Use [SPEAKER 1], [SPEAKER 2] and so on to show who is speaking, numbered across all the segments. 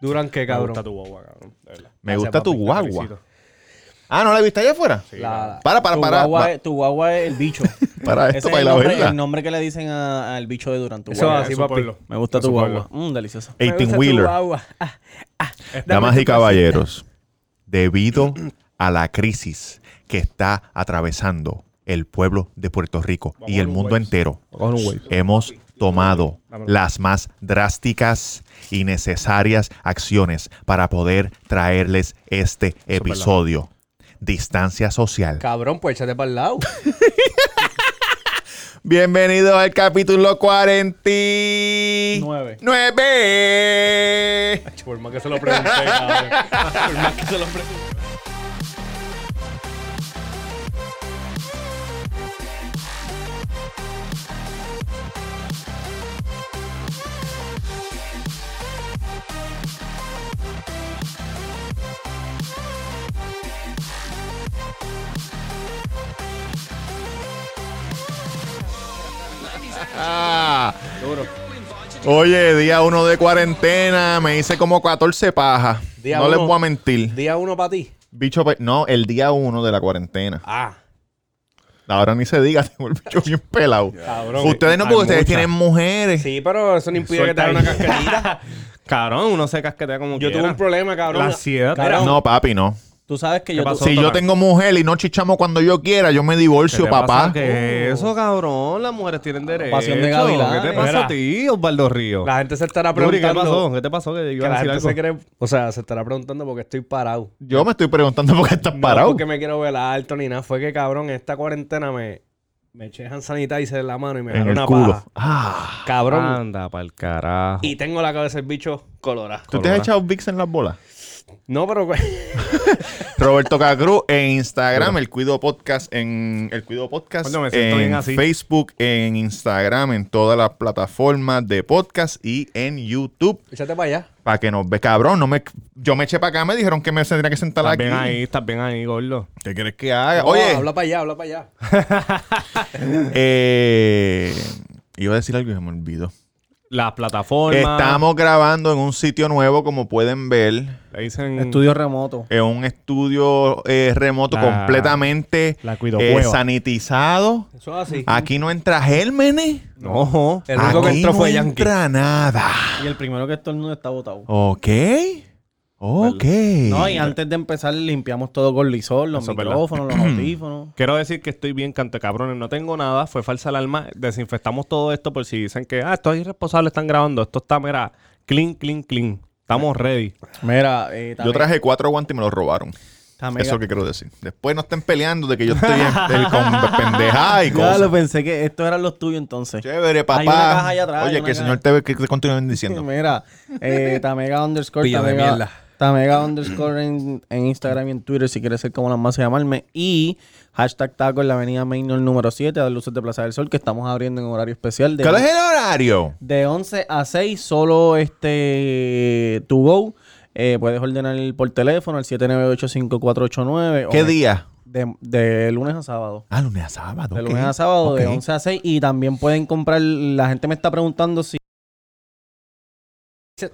[SPEAKER 1] Duran qué,
[SPEAKER 2] Me
[SPEAKER 1] cabrón.
[SPEAKER 2] gusta tu guagua, cabrón. De verdad.
[SPEAKER 3] Me
[SPEAKER 1] Gracias,
[SPEAKER 3] gusta tu
[SPEAKER 1] papi, te
[SPEAKER 3] guagua.
[SPEAKER 2] Felicito.
[SPEAKER 3] Ah, ¿no la viste allá afuera?
[SPEAKER 2] Sí,
[SPEAKER 1] La-
[SPEAKER 2] cabrón.
[SPEAKER 3] Para, para,
[SPEAKER 1] tu
[SPEAKER 3] para,
[SPEAKER 1] Guagua,
[SPEAKER 3] va-
[SPEAKER 1] es- tu guagua es el bicho.
[SPEAKER 3] Para
[SPEAKER 4] Ese
[SPEAKER 3] esto,
[SPEAKER 4] es el
[SPEAKER 3] para la
[SPEAKER 4] nombre,
[SPEAKER 3] verla.
[SPEAKER 4] el nombre que le dicen a- al bicho de Durán, tu
[SPEAKER 1] Eso
[SPEAKER 4] guagua.
[SPEAKER 1] así,
[SPEAKER 2] Eso
[SPEAKER 1] papi.
[SPEAKER 2] ponlo.
[SPEAKER 4] Me gusta
[SPEAKER 2] Eso
[SPEAKER 4] tu
[SPEAKER 2] ponlo.
[SPEAKER 4] guagua.
[SPEAKER 1] mm,
[SPEAKER 4] Mmm, deliciosa.
[SPEAKER 3] 18 wheeler.
[SPEAKER 1] Ah,
[SPEAKER 3] Damas y caballeros, debido a la crisis que está atravesando el pueblo de Puerto Rico y el mundo entero, hemos tomado las más drásticas y necesarias acciones para poder traerles este episodio. Distancia social.
[SPEAKER 1] Cabrón, pues échate para el lado.
[SPEAKER 3] Bienvenido al capítulo 49.
[SPEAKER 1] Nueve.
[SPEAKER 2] Por más que se lo pregunté, cabrón. Por más que se lo pregunté.
[SPEAKER 3] Ah. Oye, día uno de cuarentena, me hice como 14 pajas.
[SPEAKER 1] Día
[SPEAKER 3] no les
[SPEAKER 1] uno.
[SPEAKER 3] voy a mentir.
[SPEAKER 1] Día uno para ti.
[SPEAKER 3] Bicho, pe- no, el día uno de la cuarentena.
[SPEAKER 1] Ah.
[SPEAKER 3] Ahora ni se diga, tengo el bicho bien pelado.
[SPEAKER 2] Cabrón.
[SPEAKER 3] Ustedes no,
[SPEAKER 2] Hay
[SPEAKER 3] porque ustedes
[SPEAKER 2] muchas.
[SPEAKER 3] tienen mujeres.
[SPEAKER 1] Sí, pero eso no impide
[SPEAKER 2] Suelta
[SPEAKER 1] que te haga
[SPEAKER 2] ahí.
[SPEAKER 1] una cascarita.
[SPEAKER 2] Cabrón, uno se casquetea como
[SPEAKER 1] Yo
[SPEAKER 2] quiera.
[SPEAKER 1] tuve un problema, cabrón.
[SPEAKER 2] La ansiedad.
[SPEAKER 1] Cabrón,
[SPEAKER 3] No, papi, no.
[SPEAKER 4] Tú sabes que yo...
[SPEAKER 2] pasó?
[SPEAKER 3] Si yo
[SPEAKER 2] Total.
[SPEAKER 3] tengo mujer y no chichamos cuando yo quiera, yo me
[SPEAKER 2] ¿Qué
[SPEAKER 3] divorcio,
[SPEAKER 2] te pasa?
[SPEAKER 3] papá.
[SPEAKER 2] ¿Qué es eso, cabrón? Las mujeres tienen derecho.
[SPEAKER 4] Pasión de gavilanes.
[SPEAKER 2] ¿Qué te pasa a
[SPEAKER 1] Mira.
[SPEAKER 2] ti, Osvaldo Río?
[SPEAKER 1] La gente se estará
[SPEAKER 2] Yuri, ¿Qué
[SPEAKER 1] preguntando.
[SPEAKER 2] pasó? ¿Qué te pasó? Que
[SPEAKER 1] Que
[SPEAKER 2] iba
[SPEAKER 1] la
[SPEAKER 2] a decir
[SPEAKER 1] gente
[SPEAKER 2] algo.
[SPEAKER 1] se cree, o sea, se estará preguntando porque estoy parado.
[SPEAKER 3] Yo me estoy preguntando por qué estás
[SPEAKER 1] No
[SPEAKER 3] parado.
[SPEAKER 1] porque me quiero ver alto ni nada. Fue que, cabrón, esta cuarentena me, me eché hand sanitizer en la mano y me
[SPEAKER 3] En
[SPEAKER 1] jaló
[SPEAKER 3] el
[SPEAKER 1] una
[SPEAKER 3] culo.
[SPEAKER 1] paja.
[SPEAKER 3] Ah.
[SPEAKER 1] Cabrón.
[SPEAKER 2] Anda pa'l carajo.
[SPEAKER 1] Y tengo la cabeza del bicho colorada.
[SPEAKER 3] ¿Tú te has echado Vicks en las bolas?
[SPEAKER 1] No, pero...
[SPEAKER 3] Roberto Cacruz en Instagram, el Cuido Podcast en el Cuido Podcast
[SPEAKER 2] Coño, me siento bien
[SPEAKER 3] en
[SPEAKER 2] así.
[SPEAKER 3] Facebook, en Instagram, en todas las plataformas de podcast y en YouTube
[SPEAKER 1] Échate para allá.
[SPEAKER 3] para que nos ve cabrón, no me yo me eché para acá, me dijeron que me tendría que sentar
[SPEAKER 2] Estás
[SPEAKER 3] aquí.
[SPEAKER 2] bien ahí, estás bien ahí, gordo.
[SPEAKER 3] ¿Qué quieres que haga?
[SPEAKER 1] No,
[SPEAKER 3] Oye,
[SPEAKER 1] Habla para allá, habla para allá.
[SPEAKER 3] eh, iba a decir algo y se me olvidó.
[SPEAKER 2] Las plataformas.
[SPEAKER 3] Estamos grabando en un sitio nuevo, como pueden ver,
[SPEAKER 2] Le dicen...
[SPEAKER 4] Estudio remoto.
[SPEAKER 3] en un estudio eh, remoto
[SPEAKER 2] La-
[SPEAKER 3] completamente
[SPEAKER 2] la cuido
[SPEAKER 3] eh,
[SPEAKER 2] hueva.
[SPEAKER 3] sanitizado.
[SPEAKER 1] Eso es así.
[SPEAKER 3] Aquí no entra gérmenes.
[SPEAKER 2] No.
[SPEAKER 1] El único que
[SPEAKER 3] Aquí
[SPEAKER 1] entró
[SPEAKER 3] no
[SPEAKER 1] fue Yankee.
[SPEAKER 3] entra nada.
[SPEAKER 4] Y el primero que estornuda está botado.
[SPEAKER 3] Ok. Ok.
[SPEAKER 4] No, y antes de empezar limpiamos todo con lisol, los
[SPEAKER 2] Eso es verdad.
[SPEAKER 4] micrófonos, los audífonos.
[SPEAKER 2] Quiero decir que estoy bien, canto cabrones. No tengo nada. Fue falsa alarma. Desinfectamos todo esto por si dicen que, ah, estos irresponsables están grabando. Esto está, mira, clean, clean, clean. Estamos ready.
[SPEAKER 4] Mira, eh,
[SPEAKER 3] Yo traje cuatro guantes y me los robaron.
[SPEAKER 4] está mega-
[SPEAKER 3] Eso que quiero decir. Después no estén peleando de que yo estoy en- el- con pendejada y
[SPEAKER 4] Ya
[SPEAKER 3] cosas.
[SPEAKER 4] lo pensé que estos eran los tuyos entonces.
[SPEAKER 3] Chévere, papá.
[SPEAKER 4] Hay una caja allá atrás, hay
[SPEAKER 3] Oye,
[SPEAKER 4] una
[SPEAKER 3] que el
[SPEAKER 4] caja.
[SPEAKER 3] señor te, ve- que te continúe bendiciendo.
[SPEAKER 4] Mira, eh, Tamega underscore,
[SPEAKER 1] Pillo de
[SPEAKER 4] Tamega,
[SPEAKER 1] mierda.
[SPEAKER 4] Tamega underscore en, en Instagram y en Twitter si quieres ser como las más a llamarme. Y hashtag taco en la avenida Mainor número 7 de Luces de Plaza del Sol que estamos abriendo en horario especial de,
[SPEAKER 3] ¿Cuál es el horario?
[SPEAKER 4] de 11 a 6 solo este to go. Eh, puedes ordenar por teléfono al 7985489.
[SPEAKER 3] ¿Qué
[SPEAKER 4] o-
[SPEAKER 3] día?
[SPEAKER 4] De, de lunes a sábado.
[SPEAKER 3] Ah, lunes a sábado.
[SPEAKER 4] De
[SPEAKER 3] ok.
[SPEAKER 4] lunes a sábado, de
[SPEAKER 3] Ok.
[SPEAKER 4] 11 a 6. Y también pueden comprar. La gente me está preguntando si.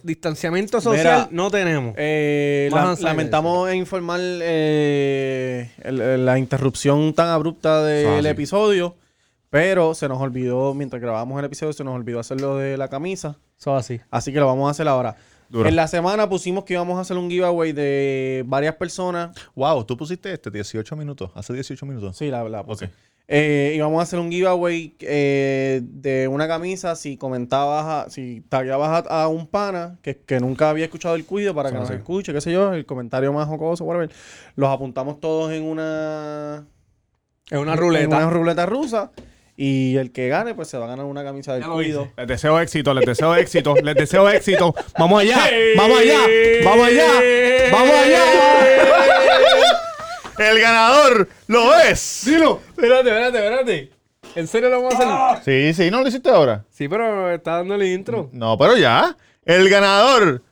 [SPEAKER 1] Distanciamiento social
[SPEAKER 4] Mira.
[SPEAKER 1] no tenemos.
[SPEAKER 4] Eh,
[SPEAKER 1] Más
[SPEAKER 4] la-
[SPEAKER 1] ansiedad.
[SPEAKER 4] lamentamos informar eh, el- el- la interrupción tan abrupta
[SPEAKER 2] Eso es
[SPEAKER 4] del
[SPEAKER 2] así.
[SPEAKER 4] episodio. Pero se nos olvidó, mientras grabábamos el episodio, se nos olvidó hacerlo de la camisa.
[SPEAKER 1] Eso es así.
[SPEAKER 4] Así que lo vamos a hacer ahora.
[SPEAKER 2] Duro.
[SPEAKER 4] En la semana pusimos que íbamos a hacer un giveaway de varias personas.
[SPEAKER 3] Wow, tú pusiste este 18 minutos. Hace 18 minutos.
[SPEAKER 4] Sí, la, la
[SPEAKER 3] Ok.
[SPEAKER 4] puse. Eh, y vamos a hacer un giveaway eh, de una camisa si comentabas, a- si tagueabas a, a un pana que, que nunca había escuchado el cuido para que nos escuche, qué sé yo, el comentario más jocoso, whatever. Los apuntamos todos en una,
[SPEAKER 1] Es una
[SPEAKER 4] en
[SPEAKER 1] ruleta.
[SPEAKER 4] una ruleta rusa y el que gane pues se va a ganar una camisa del
[SPEAKER 1] Ya lo
[SPEAKER 4] cuido.
[SPEAKER 1] hice.
[SPEAKER 2] Les deseo éxito, les deseo éxito, les deseo éxito. Vamos allá, vamos allá, vamos allá, vamos allá.
[SPEAKER 3] ¡El ganador lo es!
[SPEAKER 1] Dilo. Espérate, espérate, espérate. ¿En serio lo vamos a hacer?
[SPEAKER 3] Sí, sí, ¿no lo hiciste ahora?
[SPEAKER 1] Sí, pero está dando el intro.
[SPEAKER 3] No, pero ya. El ganador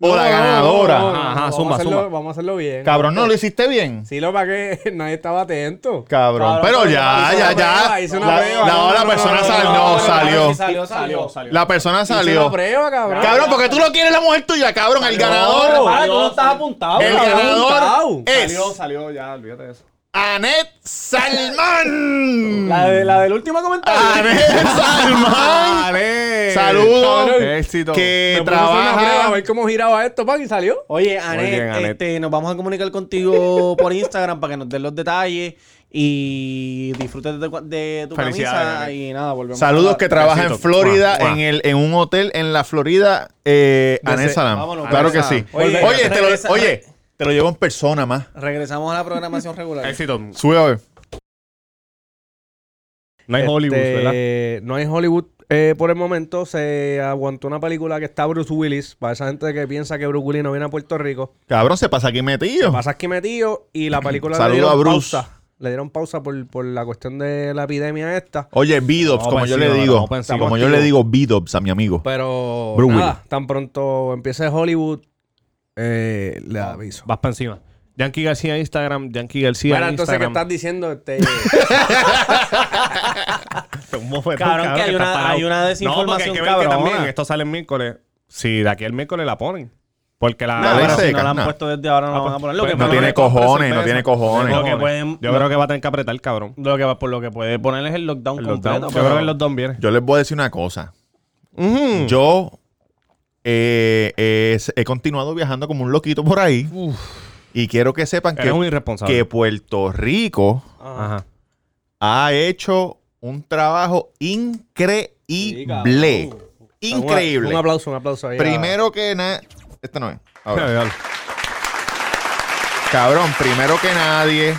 [SPEAKER 3] o la ganadora.
[SPEAKER 2] Ajá,
[SPEAKER 1] vamos,
[SPEAKER 2] zumba,
[SPEAKER 1] a hacerlo,
[SPEAKER 2] zumba.
[SPEAKER 1] vamos a hacerlo bien.
[SPEAKER 3] Cabrón, no lo hiciste bien.
[SPEAKER 1] Sí, lo pagué, nadie estaba atento.
[SPEAKER 3] Cabrón, pero ya,
[SPEAKER 1] hice
[SPEAKER 3] ya,
[SPEAKER 1] una
[SPEAKER 3] ya.
[SPEAKER 1] prueba, hice una
[SPEAKER 3] La-
[SPEAKER 1] prueba.
[SPEAKER 3] la-
[SPEAKER 1] No,
[SPEAKER 3] la
[SPEAKER 1] no, no,
[SPEAKER 3] persona
[SPEAKER 1] no,
[SPEAKER 3] sal-
[SPEAKER 1] no,
[SPEAKER 3] no,
[SPEAKER 1] no,
[SPEAKER 3] salió.
[SPEAKER 2] Salió, salió, salió.
[SPEAKER 3] La persona
[SPEAKER 1] Hice una
[SPEAKER 3] salió.
[SPEAKER 1] prueba, cabrón.
[SPEAKER 3] Cabrón, porque tú lo quieres la mujer tuya, cabrón. El ganador.
[SPEAKER 2] Para, tú no estás apuntado.
[SPEAKER 3] El
[SPEAKER 1] cabrón,
[SPEAKER 3] ganador
[SPEAKER 1] chao.
[SPEAKER 3] es
[SPEAKER 2] Salió, salió, ya, olvídate de eso.
[SPEAKER 3] Anet Salman.
[SPEAKER 1] La, de- la del último comentario.
[SPEAKER 3] Anet Salman.
[SPEAKER 2] ¡Vale!
[SPEAKER 3] Saludos.
[SPEAKER 2] Éxito.
[SPEAKER 3] Que
[SPEAKER 1] Me puse a hacer una prueba, a
[SPEAKER 3] Eh, trabaja.
[SPEAKER 1] ver cómo giraba esto, pan, y salió.
[SPEAKER 4] Oye,
[SPEAKER 2] bien,
[SPEAKER 4] Anet,
[SPEAKER 2] Anet.
[SPEAKER 4] este, nos vamos a comunicar contigo por Instagram para que nos den los detalles y disfrutes de, tu- de tu
[SPEAKER 2] Felicidades,
[SPEAKER 4] camisa
[SPEAKER 2] Anet.
[SPEAKER 4] y nada, volvemos.
[SPEAKER 3] Saludos que trabaja en
[SPEAKER 2] Besito.
[SPEAKER 3] Florida,
[SPEAKER 2] Mua, mua.
[SPEAKER 3] en, el, en un hotel en la Florida, eh, Anet Salam.
[SPEAKER 4] vámonos,
[SPEAKER 3] claro que
[SPEAKER 4] Anet
[SPEAKER 3] sí.
[SPEAKER 4] Salam.
[SPEAKER 3] Oye,
[SPEAKER 4] Oye,
[SPEAKER 3] oye, te,
[SPEAKER 4] regresa-
[SPEAKER 3] lo, oye, te lo llevo en persona más.
[SPEAKER 4] Regresamos a la programación regular.
[SPEAKER 2] Éxito.
[SPEAKER 3] Sube a ver.
[SPEAKER 2] No hay
[SPEAKER 1] Este,
[SPEAKER 2] Hollywood, ¿verdad?
[SPEAKER 1] No hay Hollywood. eh, por el momento se aguantó una película que está Bruce Willis. Para esa gente que piensa que Bruce Willis no viene a Puerto Rico.
[SPEAKER 3] Cabrón, se pasa aquí metido.
[SPEAKER 1] Pasa aquí metido y la película le
[SPEAKER 3] Saludo
[SPEAKER 1] dieron
[SPEAKER 3] Oh. a Bruce.
[SPEAKER 1] pausa. Le dieron pausa por, por la cuestión de la epidemia esta.
[SPEAKER 3] Oye, Bidops,
[SPEAKER 2] Vamos
[SPEAKER 3] como
[SPEAKER 2] pa'
[SPEAKER 3] yo le
[SPEAKER 2] encima,
[SPEAKER 3] digo.
[SPEAKER 2] vamos pa' encima.
[SPEAKER 3] Como yo le digo Bidops a mi amigo.
[SPEAKER 1] Pero
[SPEAKER 3] Bruce
[SPEAKER 1] nada,
[SPEAKER 3] Willis.
[SPEAKER 1] tan pronto empiece Hollywood, eh, le aviso.
[SPEAKER 2] Vas para encima. Yankee García Instagram, Yankee García
[SPEAKER 1] Mira, entonces, ¿qué
[SPEAKER 2] Instagram.
[SPEAKER 1] estás diciendo? Este,
[SPEAKER 2] Un bofetón,
[SPEAKER 4] Cabrón, que hay
[SPEAKER 2] estás
[SPEAKER 4] una-
[SPEAKER 2] parado.
[SPEAKER 4] hay una desinformación,
[SPEAKER 2] No, porque hay que ver que
[SPEAKER 4] cabrona.
[SPEAKER 2] también esto sale el miércoles. Si de aquí al miércoles la ponen. Porque la...
[SPEAKER 3] No,
[SPEAKER 4] Nada,
[SPEAKER 3] ley
[SPEAKER 4] pero si
[SPEAKER 3] seca,
[SPEAKER 4] no la han
[SPEAKER 3] nah.
[SPEAKER 4] puesto desde ahora, no la
[SPEAKER 2] Ah,
[SPEAKER 4] van a
[SPEAKER 2] pues,
[SPEAKER 4] poner. Lo que
[SPEAKER 2] pues,
[SPEAKER 3] no
[SPEAKER 4] ponen-
[SPEAKER 3] tiene
[SPEAKER 2] le compra
[SPEAKER 3] cojones, no
[SPEAKER 2] sorpresa.
[SPEAKER 3] tiene cojones.
[SPEAKER 2] Lo que
[SPEAKER 4] Cojones.
[SPEAKER 2] pueden- yo
[SPEAKER 4] No.
[SPEAKER 2] creo que va a tener que apretar, cabrón.
[SPEAKER 4] Lo que, por lo que puede poner es el lockdown
[SPEAKER 2] El
[SPEAKER 4] completo.
[SPEAKER 2] lockdown. Yo
[SPEAKER 4] pero-
[SPEAKER 2] creo que el lockdown viene.
[SPEAKER 3] Yo les voy a decir una cosa. Yo eh, eh, he continuado viajando como un loquito por ahí. Y quiero que sepan que,
[SPEAKER 2] Eres un irresponsable.
[SPEAKER 3] que Puerto Rico
[SPEAKER 1] ah,
[SPEAKER 2] Ajá.
[SPEAKER 3] ha hecho un trabajo
[SPEAKER 1] Sí,
[SPEAKER 3] increíble.
[SPEAKER 1] cabrón.
[SPEAKER 3] Increíble.
[SPEAKER 1] Un aplauso, un aplauso. ahí a-
[SPEAKER 3] Primero que nada. Esto no es. Ahora.
[SPEAKER 2] Diablo.
[SPEAKER 3] Cabrón, primero que nadie,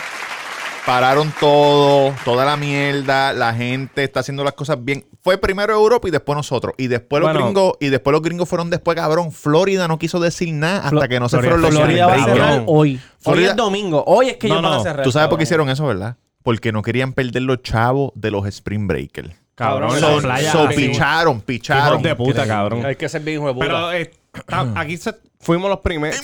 [SPEAKER 3] pararon todo, toda la mierda, la gente está haciendo las cosas bien. Fue primero Europa y después nosotros. Y después los
[SPEAKER 2] Bueno.
[SPEAKER 3] gringos, y después los gringos fueron después, cabrón. Florida no quiso decir nada hasta
[SPEAKER 2] Flo-
[SPEAKER 3] que no se
[SPEAKER 2] Florida-
[SPEAKER 3] fueron los
[SPEAKER 4] Florida va a
[SPEAKER 2] Cabrón.
[SPEAKER 4] cerrar hoy. Hoy
[SPEAKER 3] Florida-
[SPEAKER 4] es domingo. Hoy es que
[SPEAKER 2] No,
[SPEAKER 4] ellos van
[SPEAKER 2] no.
[SPEAKER 4] a cerrar.
[SPEAKER 3] Tú sabes por qué
[SPEAKER 4] cabrón.
[SPEAKER 3] hicieron eso, ¿verdad? Porque no querían perder los chavos de los Spring Breakers.
[SPEAKER 1] Son-
[SPEAKER 2] Cabrón, la
[SPEAKER 3] So,
[SPEAKER 2] playa
[SPEAKER 3] so
[SPEAKER 2] así.
[SPEAKER 3] picharon, picharon.
[SPEAKER 2] Hijos de puta, cabrón.
[SPEAKER 1] Hay que ser bien hijo de puta.
[SPEAKER 2] Pero eh, ta- aquí se- fuimos los primeros.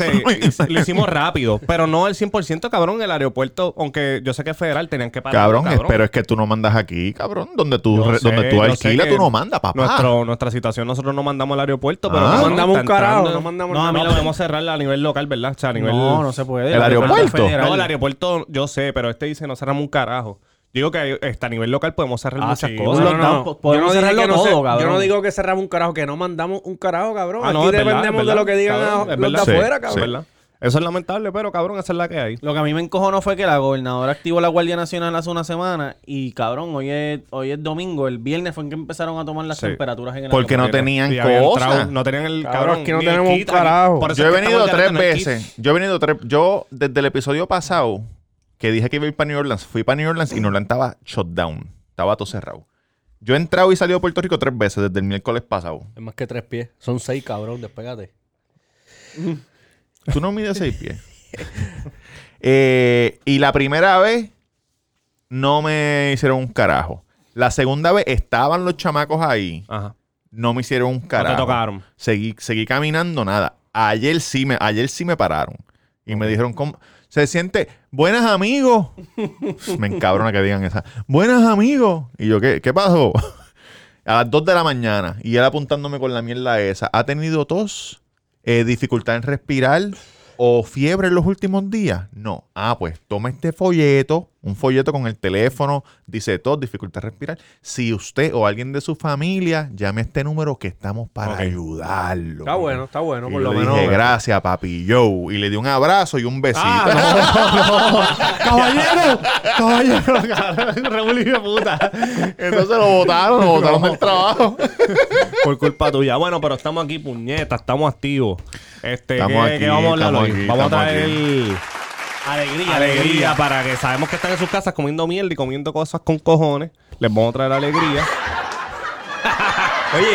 [SPEAKER 2] lo hicimos rápido. Pero no el 100%, cabrón. El aeropuerto, aunque yo sé que es federal, tenían que parar.
[SPEAKER 3] Cabrón, pero es que tú no mandas aquí, cabrón. Donde tú,
[SPEAKER 2] Yo
[SPEAKER 3] re-
[SPEAKER 2] sé,
[SPEAKER 3] donde tú
[SPEAKER 2] yo
[SPEAKER 3] alquilas,
[SPEAKER 2] sé
[SPEAKER 3] tú
[SPEAKER 2] que
[SPEAKER 3] no mandas, papá.
[SPEAKER 2] Nuestro, nuestra situación, nosotros no mandamos al aeropuerto, pero
[SPEAKER 3] Ah.
[SPEAKER 2] cabrón,
[SPEAKER 1] No mandamos
[SPEAKER 2] está
[SPEAKER 1] un carajo,
[SPEAKER 2] entrando-
[SPEAKER 1] no mandamos
[SPEAKER 2] No, a mí
[SPEAKER 1] nada.
[SPEAKER 2] lo debemos cerrar a nivel local, ¿verdad? O sea, a nivel.
[SPEAKER 4] No, no se puede.
[SPEAKER 3] El aeropuerto.
[SPEAKER 4] federal.
[SPEAKER 2] No, el aeropuerto, yo sé, pero este dice no cerramos un carajo. Digo que este, a nivel local podemos cerrar
[SPEAKER 4] Ah,
[SPEAKER 2] muchas
[SPEAKER 4] sí,
[SPEAKER 2] cosas.
[SPEAKER 4] bueno, no, po- podemos
[SPEAKER 1] dije
[SPEAKER 4] cerrarlo
[SPEAKER 1] que no
[SPEAKER 4] todo,
[SPEAKER 1] se-
[SPEAKER 4] cabrón.
[SPEAKER 1] Yo no digo que cerramos un carajo, que no mandamos un carajo, cabrón.
[SPEAKER 2] Ah,
[SPEAKER 1] Aquí
[SPEAKER 2] no, es verdad,
[SPEAKER 1] dependemos
[SPEAKER 2] es
[SPEAKER 1] de
[SPEAKER 2] verdad,
[SPEAKER 1] lo que digan
[SPEAKER 2] cabrón,
[SPEAKER 1] a- los
[SPEAKER 2] es
[SPEAKER 1] de
[SPEAKER 2] verdad.
[SPEAKER 3] Sí,
[SPEAKER 1] afuera,
[SPEAKER 2] Sí.
[SPEAKER 1] cabrón.
[SPEAKER 2] ¿verdad? Eso es lamentable, pero cabrón, esa es la que hay.
[SPEAKER 4] Lo que a mí me encojonó fue que la gobernadora activó la Guardia Nacional hace una semana y cabrón, hoy es, hoy es domingo, el viernes fue en que empezaron a tomar las
[SPEAKER 2] Sí.
[SPEAKER 4] temperaturas en el
[SPEAKER 3] Porque no
[SPEAKER 4] aeropuerto.
[SPEAKER 3] tenían
[SPEAKER 2] Y habían
[SPEAKER 3] cosa.
[SPEAKER 2] entrado- no tenían el
[SPEAKER 1] Cabrón,
[SPEAKER 2] cabrón.
[SPEAKER 1] es que no
[SPEAKER 2] ni el
[SPEAKER 1] tenemos un
[SPEAKER 2] kit aquí.
[SPEAKER 1] carajo.
[SPEAKER 2] Por eso
[SPEAKER 3] Yo he
[SPEAKER 2] es que
[SPEAKER 3] venido
[SPEAKER 2] estamos
[SPEAKER 3] tres
[SPEAKER 2] ganando en el kit.
[SPEAKER 3] veces. Yo he venido tres. Yo, desde el episodio pasado, que dije que iba a ir para New Orleans, fui para New Orleans y New Orleans estaba shut down. Estaba todo cerrado. Yo he entrado y salido de Puerto Rico tres veces desde el miércoles pasado.
[SPEAKER 1] Es más que tres pies. Son seis, cabrón. Despégate.
[SPEAKER 3] Tú no mides seis pies. Eh, y la primera vez no me hicieron un carajo. La segunda vez estaban los chamacos ahí.
[SPEAKER 2] Ajá.
[SPEAKER 3] No me hicieron un
[SPEAKER 2] No
[SPEAKER 3] carajo.
[SPEAKER 2] te tocaron.
[SPEAKER 3] Seguí, seguí caminando, nada. Ayer sí me, ayer sí me pararon. Y me dijeron, ¿cómo? Se siente, buenas amigos. me encabrona que digan esa. Buenas amigos. Y yo, ¿qué, qué pasó? A las 2 de la mañana. Y él apuntándome con la mierda esa. ¿Ha tenido tos? Eh, ¿Dificultad en respirar? ¿O fiebre en los últimos días? No. Ah, pues toma este folleto, un folleto con el teléfono, dice tos, dificultad en respirar. Si usted o alguien de su familia, llame a este número que estamos para
[SPEAKER 2] Ok.
[SPEAKER 3] ayudarlo.
[SPEAKER 1] Está bueno, está bueno,
[SPEAKER 3] Y
[SPEAKER 1] por
[SPEAKER 3] yo
[SPEAKER 1] lo
[SPEAKER 3] dije,
[SPEAKER 1] menos.
[SPEAKER 3] gracias, papi Joe. Y le di un abrazo y
[SPEAKER 2] Ah,
[SPEAKER 3] un besito.
[SPEAKER 2] ¡Caballero! ¡Caballero! cabrón, Raúl, hijo de puta.
[SPEAKER 3] Entonces lo votaron, lo votaron del trabajo.
[SPEAKER 2] Por culpa tuya. Bueno, pero estamos aquí, puñeta. Estamos activos. Este,
[SPEAKER 3] Estamos
[SPEAKER 2] ¿qué,
[SPEAKER 3] aquí,
[SPEAKER 2] qué vamos a hablar
[SPEAKER 3] estamos
[SPEAKER 2] hoy?
[SPEAKER 3] aquí,
[SPEAKER 2] vamos a
[SPEAKER 3] estamos
[SPEAKER 2] traer
[SPEAKER 4] Alegría,
[SPEAKER 2] alegría
[SPEAKER 4] alegría.
[SPEAKER 2] para que sabemos que están en sus casas comiendo mierda y comiendo cosas con cojones. Les vamos a traer alegría.
[SPEAKER 1] Oye,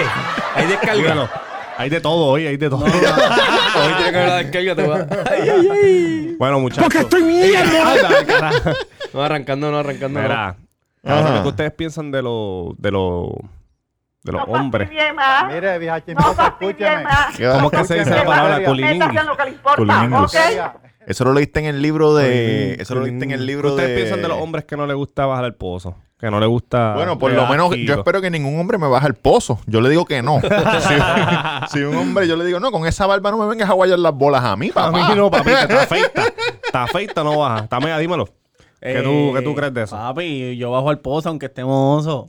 [SPEAKER 1] ahí
[SPEAKER 2] Dígalo.
[SPEAKER 1] descarga.
[SPEAKER 2] Hay de todo hoy, hay de todo.
[SPEAKER 1] Hoy tiene que haber la descarga, te va. Ay, ay, ay.
[SPEAKER 2] bueno, muchachos. ¡Porque estoy
[SPEAKER 1] No, arrancando, no, arrancando. no.
[SPEAKER 2] Mira, cabrón, ¿qué ustedes piensan de los de los De los hombres.
[SPEAKER 5] fastidié más.
[SPEAKER 6] Mire, vieja
[SPEAKER 5] No
[SPEAKER 6] chismosa,
[SPEAKER 5] fastidié
[SPEAKER 6] escúcheme.
[SPEAKER 5] más.
[SPEAKER 2] ¿Cómo es que se dice la
[SPEAKER 6] Escúcheme.
[SPEAKER 2] palabra
[SPEAKER 5] Eso
[SPEAKER 2] culiningus?
[SPEAKER 5] es lo que le importa,
[SPEAKER 3] Culiningus.
[SPEAKER 5] ¿ok?
[SPEAKER 3] Eso lo leíste en el libro de.
[SPEAKER 2] Culiningus,
[SPEAKER 3] Eso lo leíste en el
[SPEAKER 2] culiningus.
[SPEAKER 3] libro
[SPEAKER 2] Ustedes
[SPEAKER 3] de.
[SPEAKER 2] piensan de los hombres que no les gusta bajar al pozo. Que no les gusta.
[SPEAKER 3] Bueno, por
[SPEAKER 2] le
[SPEAKER 3] lo
[SPEAKER 2] da
[SPEAKER 3] menos
[SPEAKER 2] asquito.
[SPEAKER 3] yo espero que ningún hombre me baje el pozo. Yo le digo que no. si, si un hombre yo le digo, no, con esa barba no me vengas a guayar las bolas a mí,
[SPEAKER 2] A
[SPEAKER 3] papá.
[SPEAKER 2] mí no, papita, está feita. Está feita, no baja. Está mega, dímelo. ¿Qué, tú, ¿Qué tú crees de eso?
[SPEAKER 4] Eh, Papi, yo bajo al pozo aunque estemos oso.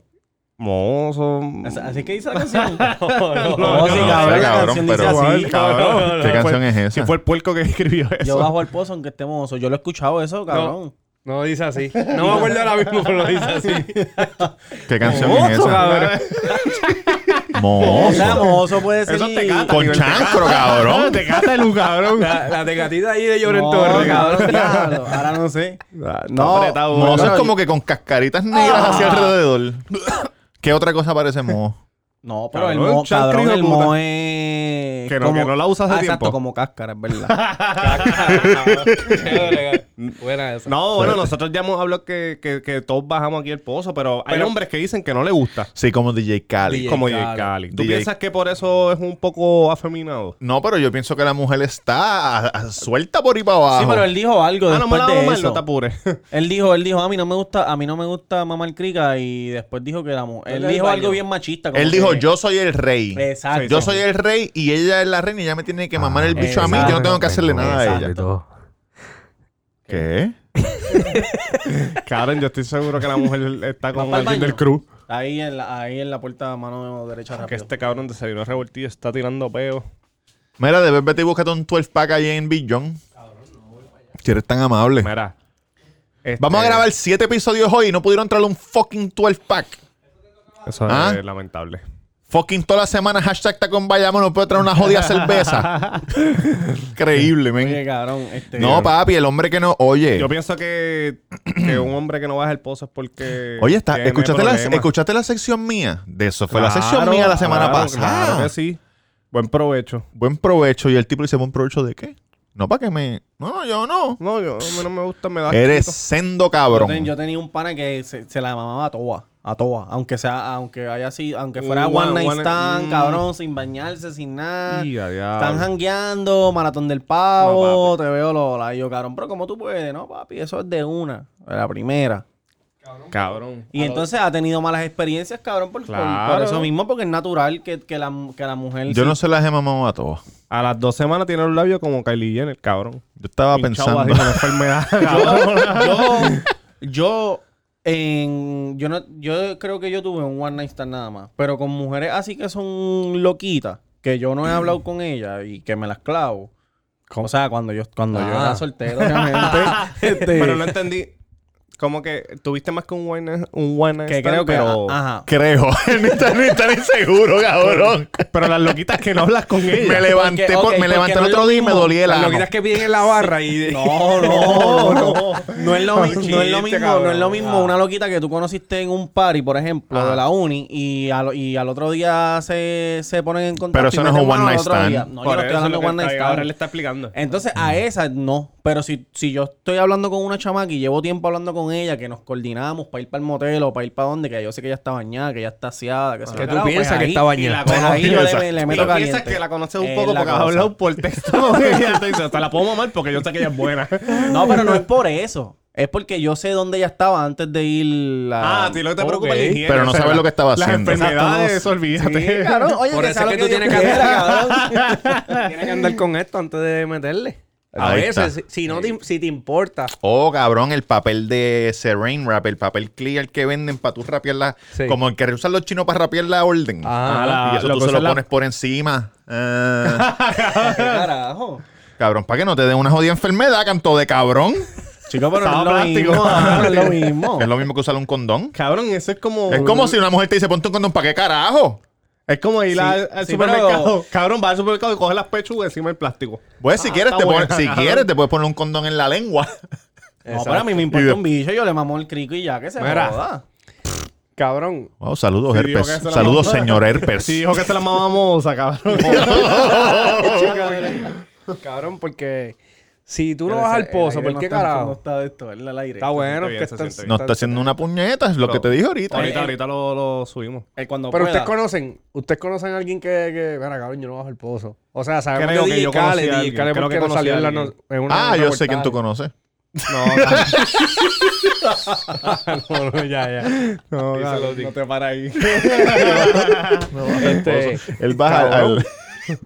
[SPEAKER 2] Mozo.
[SPEAKER 4] Así que dice la canción.
[SPEAKER 2] no,
[SPEAKER 4] No, sí, cabrón,
[SPEAKER 2] no,
[SPEAKER 4] la
[SPEAKER 3] cabrón,
[SPEAKER 4] canción dice
[SPEAKER 3] pero-
[SPEAKER 4] así.
[SPEAKER 2] No, no, no,
[SPEAKER 3] ¿Qué
[SPEAKER 2] no,
[SPEAKER 3] canción
[SPEAKER 2] fue-
[SPEAKER 3] es
[SPEAKER 2] Si
[SPEAKER 3] esa?
[SPEAKER 2] fue el puerco que escribió eso.
[SPEAKER 4] Yo bajo al pozo aunque estemos oso. Yo lo he escuchado eso, cabrón.
[SPEAKER 1] No dice así. No me acuerdo ahora mismo, pero no dice así.
[SPEAKER 3] ¿Qué canción es esa?
[SPEAKER 2] Mozo, cabrón.
[SPEAKER 4] O sea,
[SPEAKER 3] Mozo.
[SPEAKER 4] oso puede ser.
[SPEAKER 2] Eso te canta.
[SPEAKER 3] Con chancro, cabrón.
[SPEAKER 2] Ah, Te cata el cabrón.
[SPEAKER 1] La, la tecatita ahí de Llorón
[SPEAKER 4] No,
[SPEAKER 1] Torres.
[SPEAKER 4] cabrón, diablo. Ahora no sé.
[SPEAKER 2] No, apretado,
[SPEAKER 3] Mozo
[SPEAKER 2] bro.
[SPEAKER 3] es como que con cascaritas negras hacia alrededor. ¿Qué otra cosa parece mozo?
[SPEAKER 4] No, pero
[SPEAKER 2] Cabrón,
[SPEAKER 4] el mo,
[SPEAKER 2] chancro,
[SPEAKER 4] cabrón,
[SPEAKER 2] hijo de
[SPEAKER 4] el
[SPEAKER 2] puta.
[SPEAKER 4] mo es...
[SPEAKER 2] Que no- que no la usas hace
[SPEAKER 4] Ah, Exacto,
[SPEAKER 2] tiempo.
[SPEAKER 4] como cáscara, es verdad.
[SPEAKER 1] Chévere, cabrón. Buena esa.
[SPEAKER 2] No, bueno, nosotros ya hemos hablado que, que, que todos bajamos aquí el pozo, pero hay
[SPEAKER 1] Pero-
[SPEAKER 2] hombres que dicen que no le gusta.
[SPEAKER 3] Sí, como DJ Khaled.
[SPEAKER 1] DJ
[SPEAKER 2] como J.
[SPEAKER 1] Khaled.
[SPEAKER 2] Cali. ¿Tú
[SPEAKER 3] DJ
[SPEAKER 2] piensas que por eso es un poco afeminado?
[SPEAKER 3] No, pero yo pienso que la mujer está a- a- suelta por ahí para abajo.
[SPEAKER 4] Sí, pero él dijo algo
[SPEAKER 2] Ah, no me
[SPEAKER 4] después
[SPEAKER 2] la
[SPEAKER 4] de
[SPEAKER 2] vamos mal,
[SPEAKER 4] eso.
[SPEAKER 2] no te apures.
[SPEAKER 4] Él dijo, él dijo, a mí no me gusta, a mí no me gusta mamar crica y después dijo que la mujer. Él
[SPEAKER 1] del
[SPEAKER 4] dijo
[SPEAKER 1] baño.
[SPEAKER 4] algo bien machista. como
[SPEAKER 3] Él dijo,
[SPEAKER 4] que-
[SPEAKER 3] yo soy el rey.
[SPEAKER 4] Exacto.
[SPEAKER 3] Yo soy el rey y ella es la reina y ella me tiene que mamar el bicho a mí. Yo no
[SPEAKER 4] exacto.
[SPEAKER 3] tengo que hacerle nada a ella. ¿Qué?
[SPEAKER 2] Karen, yo estoy seguro que la mujer está con
[SPEAKER 4] ¿Va pa'l
[SPEAKER 2] alguien del
[SPEAKER 4] baño?
[SPEAKER 2] crew.
[SPEAKER 4] Ahí en la, ahí en la puerta mano derecha
[SPEAKER 2] Que
[SPEAKER 4] rápido.
[SPEAKER 2] este cabrón de Sabino Revoltillo está tirando peo.
[SPEAKER 3] Mira, debes vete y búscate un 12 pack ahí en Billón. Si eres tan amable.
[SPEAKER 2] Mira. este-
[SPEAKER 3] Vamos a grabar 7 episodios hoy y no pudieron traerle un fucking 12 pack.
[SPEAKER 2] Eso
[SPEAKER 3] ¿Ah?
[SPEAKER 2] es lamentable.
[SPEAKER 3] Fucking toda la semana, hashtag está con Bayamo, no puedo traer una jodida cerveza. Increíble,
[SPEAKER 4] Oye,
[SPEAKER 3] men.
[SPEAKER 4] cabrón, este...
[SPEAKER 3] No, papi, el hombre que no. Oye.
[SPEAKER 2] Yo pienso que, que un hombre que no baja el pozo es porque.
[SPEAKER 3] Oye, está,
[SPEAKER 2] tiene
[SPEAKER 3] escuchaste, la,
[SPEAKER 2] problemas.
[SPEAKER 3] escuchaste la sección mía. De eso fue la
[SPEAKER 2] Claro,
[SPEAKER 3] sección mía la semana
[SPEAKER 2] claro,
[SPEAKER 3] pasada.
[SPEAKER 2] Claro que sí. Buen provecho.
[SPEAKER 3] Buen provecho. Y el tipo le dice, ¿buen provecho de qué? No, para que me. No, yo no.
[SPEAKER 2] No, yo a mí no me gusta, me da.
[SPEAKER 3] Eres
[SPEAKER 2] asquito.
[SPEAKER 3] sendo
[SPEAKER 4] yo,
[SPEAKER 3] cabrón.
[SPEAKER 4] ten- yo tenía un pana que se, se la mamaba a toa. A toa. Aunque sea, aunque haya sido, aunque fuera
[SPEAKER 2] Uh, one-
[SPEAKER 4] one night
[SPEAKER 2] one-
[SPEAKER 4] stand,
[SPEAKER 2] mm.
[SPEAKER 4] cabrón, sin bañarse, sin nada.
[SPEAKER 2] Y a diablo.
[SPEAKER 4] Están jangueando, maratón del pavo, te veo Lola. Y yo, cabrón, pero como tú puedes, no, papi, eso es de una, de la primera.
[SPEAKER 2] Cabrón.
[SPEAKER 4] Y entonces ha tenido malas experiencias, cabrón, por, por-
[SPEAKER 2] Claro.
[SPEAKER 4] por eso mismo, porque es natural que, que la, que la mujer.
[SPEAKER 3] Yo no se las he mamado a todos.
[SPEAKER 2] A las dos semanas tiene los labios como Kylie Jenner, cabrón.
[SPEAKER 3] Yo estaba
[SPEAKER 2] Pinchado
[SPEAKER 3] pensando.
[SPEAKER 2] así con enfermedad. cabrón.
[SPEAKER 4] Yo, yo, en, yo, no, yo creo que yo tuve un one night stand nada más. Pero con mujeres así que son loquitas, que yo no he hablado con ellas y que me las clavo. O sea, cuando yo, cuando yo
[SPEAKER 1] Ah.
[SPEAKER 4] era soltero, obviamente. este,
[SPEAKER 2] Pero no entendí. Como que tuviste más que un one un one night
[SPEAKER 4] que
[SPEAKER 2] stand,
[SPEAKER 4] creo que.
[SPEAKER 2] pero,
[SPEAKER 4] Ajá.
[SPEAKER 3] Creo. ni está ni está ni seguro, cabrón.
[SPEAKER 2] pero las loquitas que no hablas con
[SPEAKER 3] me
[SPEAKER 2] ella.
[SPEAKER 3] levanté,
[SPEAKER 4] porque-
[SPEAKER 3] por-
[SPEAKER 4] ok,
[SPEAKER 3] me levanté
[SPEAKER 4] porque
[SPEAKER 3] el
[SPEAKER 4] no es
[SPEAKER 3] otro
[SPEAKER 4] lo
[SPEAKER 3] día y me
[SPEAKER 4] mismo.
[SPEAKER 3] dolía el
[SPEAKER 1] Las
[SPEAKER 3] ano.
[SPEAKER 1] loquitas que piden en la barra y...
[SPEAKER 4] No, no, no. No es lo, mi-
[SPEAKER 1] Chiste,
[SPEAKER 4] no es lo mismo, no es lo
[SPEAKER 1] cabrón.
[SPEAKER 4] mismo una loquita que tú conociste en un party, por ejemplo, de la uni, y al, y al otro día se, se ponen en
[SPEAKER 3] Pero
[SPEAKER 4] contacto. y
[SPEAKER 3] eso no es
[SPEAKER 4] meten
[SPEAKER 3] un
[SPEAKER 4] mano
[SPEAKER 3] one
[SPEAKER 4] al
[SPEAKER 3] night
[SPEAKER 4] otro
[SPEAKER 3] stand.
[SPEAKER 4] día. No, yo
[SPEAKER 2] Por
[SPEAKER 4] no
[SPEAKER 2] eso
[SPEAKER 4] estoy
[SPEAKER 2] es
[SPEAKER 4] hablando
[SPEAKER 2] lo
[SPEAKER 4] de
[SPEAKER 2] que
[SPEAKER 4] one night
[SPEAKER 2] está-
[SPEAKER 4] stand. Eh,
[SPEAKER 2] Ahora le está explicando.
[SPEAKER 4] Entonces, a esa no. Pero si, si yo estoy hablando con una chamaca y llevo tiempo hablando con ella, que nos coordinamos para ir para el motel o para ir para donde, que yo sé que ella está bañada, que ella está aseada, que, se
[SPEAKER 1] Que tú piensas que está bañada.
[SPEAKER 4] Pues ahí yo le,
[SPEAKER 3] Exacto.
[SPEAKER 4] le
[SPEAKER 2] Y
[SPEAKER 4] meto caliente.
[SPEAKER 2] piensas que la conoces
[SPEAKER 4] Es
[SPEAKER 2] un poco
[SPEAKER 4] la
[SPEAKER 2] porque has
[SPEAKER 4] cosa.
[SPEAKER 2] hablado por texto. Y ella te dice, "Te la puedo mamar porque yo sé que ella es buena.
[SPEAKER 4] No, pero no es por eso. Es porque yo sé dónde ella estaba antes de ir a...
[SPEAKER 2] Ah, a ti lo que te preocupa es la
[SPEAKER 1] Ok.
[SPEAKER 2] higiene,
[SPEAKER 3] Pero no
[SPEAKER 2] o sea,
[SPEAKER 3] sabes lo que estaba
[SPEAKER 2] las
[SPEAKER 3] haciendo.
[SPEAKER 2] enfermedades,
[SPEAKER 4] Exacto,
[SPEAKER 2] olvídate.
[SPEAKER 4] Sí, cabrón. Oye,
[SPEAKER 1] Por
[SPEAKER 4] que
[SPEAKER 1] eso
[SPEAKER 4] sea
[SPEAKER 1] es
[SPEAKER 4] lo
[SPEAKER 1] que tú
[SPEAKER 4] Dios
[SPEAKER 1] tienes que
[SPEAKER 4] quiera, cabrón.
[SPEAKER 1] Tienes que andar con esto antes de meterle. A
[SPEAKER 3] Ahí
[SPEAKER 1] veces,
[SPEAKER 3] está.
[SPEAKER 1] si, si no te, si te importa.
[SPEAKER 3] Oh, cabrón, el papel de Serene Wrap, el papel clear que venden para tú rapear la.
[SPEAKER 1] Sí.
[SPEAKER 3] Como el que usan los chinos para rapear la orden.
[SPEAKER 1] Ah,
[SPEAKER 2] la-
[SPEAKER 3] y eso
[SPEAKER 2] lo
[SPEAKER 3] tú
[SPEAKER 2] que
[SPEAKER 3] se
[SPEAKER 2] usan
[SPEAKER 3] lo
[SPEAKER 2] la-
[SPEAKER 3] pones por encima. Ah,
[SPEAKER 4] ¿Qué carajo?
[SPEAKER 3] cabrón, para que no te den una jodida enfermedad, canto de cabrón.
[SPEAKER 4] Chico, pero no
[SPEAKER 2] Estaba
[SPEAKER 4] es lo
[SPEAKER 2] plástico.
[SPEAKER 4] mismo. ah, no es lo mismo.
[SPEAKER 3] Es lo mismo que usar un condón.
[SPEAKER 2] Cabrón, eso es como...
[SPEAKER 3] Es como si una mujer te dice, ponte un condón, ¿para qué carajo?
[SPEAKER 2] Es como ir al, al
[SPEAKER 4] sí,
[SPEAKER 2] supermercado.
[SPEAKER 4] pero-
[SPEAKER 2] Cabrón, va al supermercado y coge las pechugas encima del plástico.
[SPEAKER 3] Pues si
[SPEAKER 2] Ah,
[SPEAKER 3] quieres,
[SPEAKER 2] está
[SPEAKER 3] te
[SPEAKER 2] buena,
[SPEAKER 3] pones, si
[SPEAKER 2] cabrón.
[SPEAKER 3] quieres, te puedes poner un condón en la lengua.
[SPEAKER 4] No, para mí
[SPEAKER 3] Y de-
[SPEAKER 4] me importa un bicho. Yo le mamo el crico y ya, que se
[SPEAKER 1] Mira.
[SPEAKER 4] joda.
[SPEAKER 1] Cabrón.
[SPEAKER 3] Wow, saludos,
[SPEAKER 2] Sí, digo que
[SPEAKER 3] herpes.
[SPEAKER 2] se la
[SPEAKER 3] Saludos,
[SPEAKER 2] mamó.
[SPEAKER 3] señor herpes.
[SPEAKER 2] Sí, dijo que se la mamamos, cabrón.
[SPEAKER 1] Cabrón, porque Si tú no vas al pozo, ¿por qué
[SPEAKER 4] No
[SPEAKER 1] carajo?
[SPEAKER 4] está de esto, él al aire.
[SPEAKER 1] Está bueno,
[SPEAKER 2] bien,
[SPEAKER 1] que
[SPEAKER 2] se
[SPEAKER 1] están-
[SPEAKER 2] siente bien.
[SPEAKER 3] No está haciendo una puñeta, es lo que te dije ahorita.
[SPEAKER 2] Ahorita, ahorita lo, lo subimos.
[SPEAKER 4] Eh, cuando
[SPEAKER 1] Pero
[SPEAKER 4] pueda.
[SPEAKER 1] ustedes conocen, ustedes conocen a alguien que, que mira, cabrón, yo no bajo el pozo. O sea, sabemos
[SPEAKER 2] Creo
[SPEAKER 1] de
[SPEAKER 2] que
[SPEAKER 1] DJ
[SPEAKER 2] yo conocí a
[SPEAKER 1] Khaled, DJ
[SPEAKER 2] alguien,
[SPEAKER 1] Khaled
[SPEAKER 2] creo
[SPEAKER 1] porque
[SPEAKER 2] que
[SPEAKER 1] no
[SPEAKER 2] conocí
[SPEAKER 1] salió
[SPEAKER 2] a
[SPEAKER 1] en la
[SPEAKER 2] alguien.
[SPEAKER 1] no- en una-
[SPEAKER 3] Ah,
[SPEAKER 1] una
[SPEAKER 3] yo sé quién tú
[SPEAKER 1] portada.
[SPEAKER 3] conoces.
[SPEAKER 1] no, no, ya, ya.
[SPEAKER 2] No,
[SPEAKER 4] No te para ahí.
[SPEAKER 1] Este,
[SPEAKER 3] Él baja
[SPEAKER 1] Cabrón.
[SPEAKER 3] al-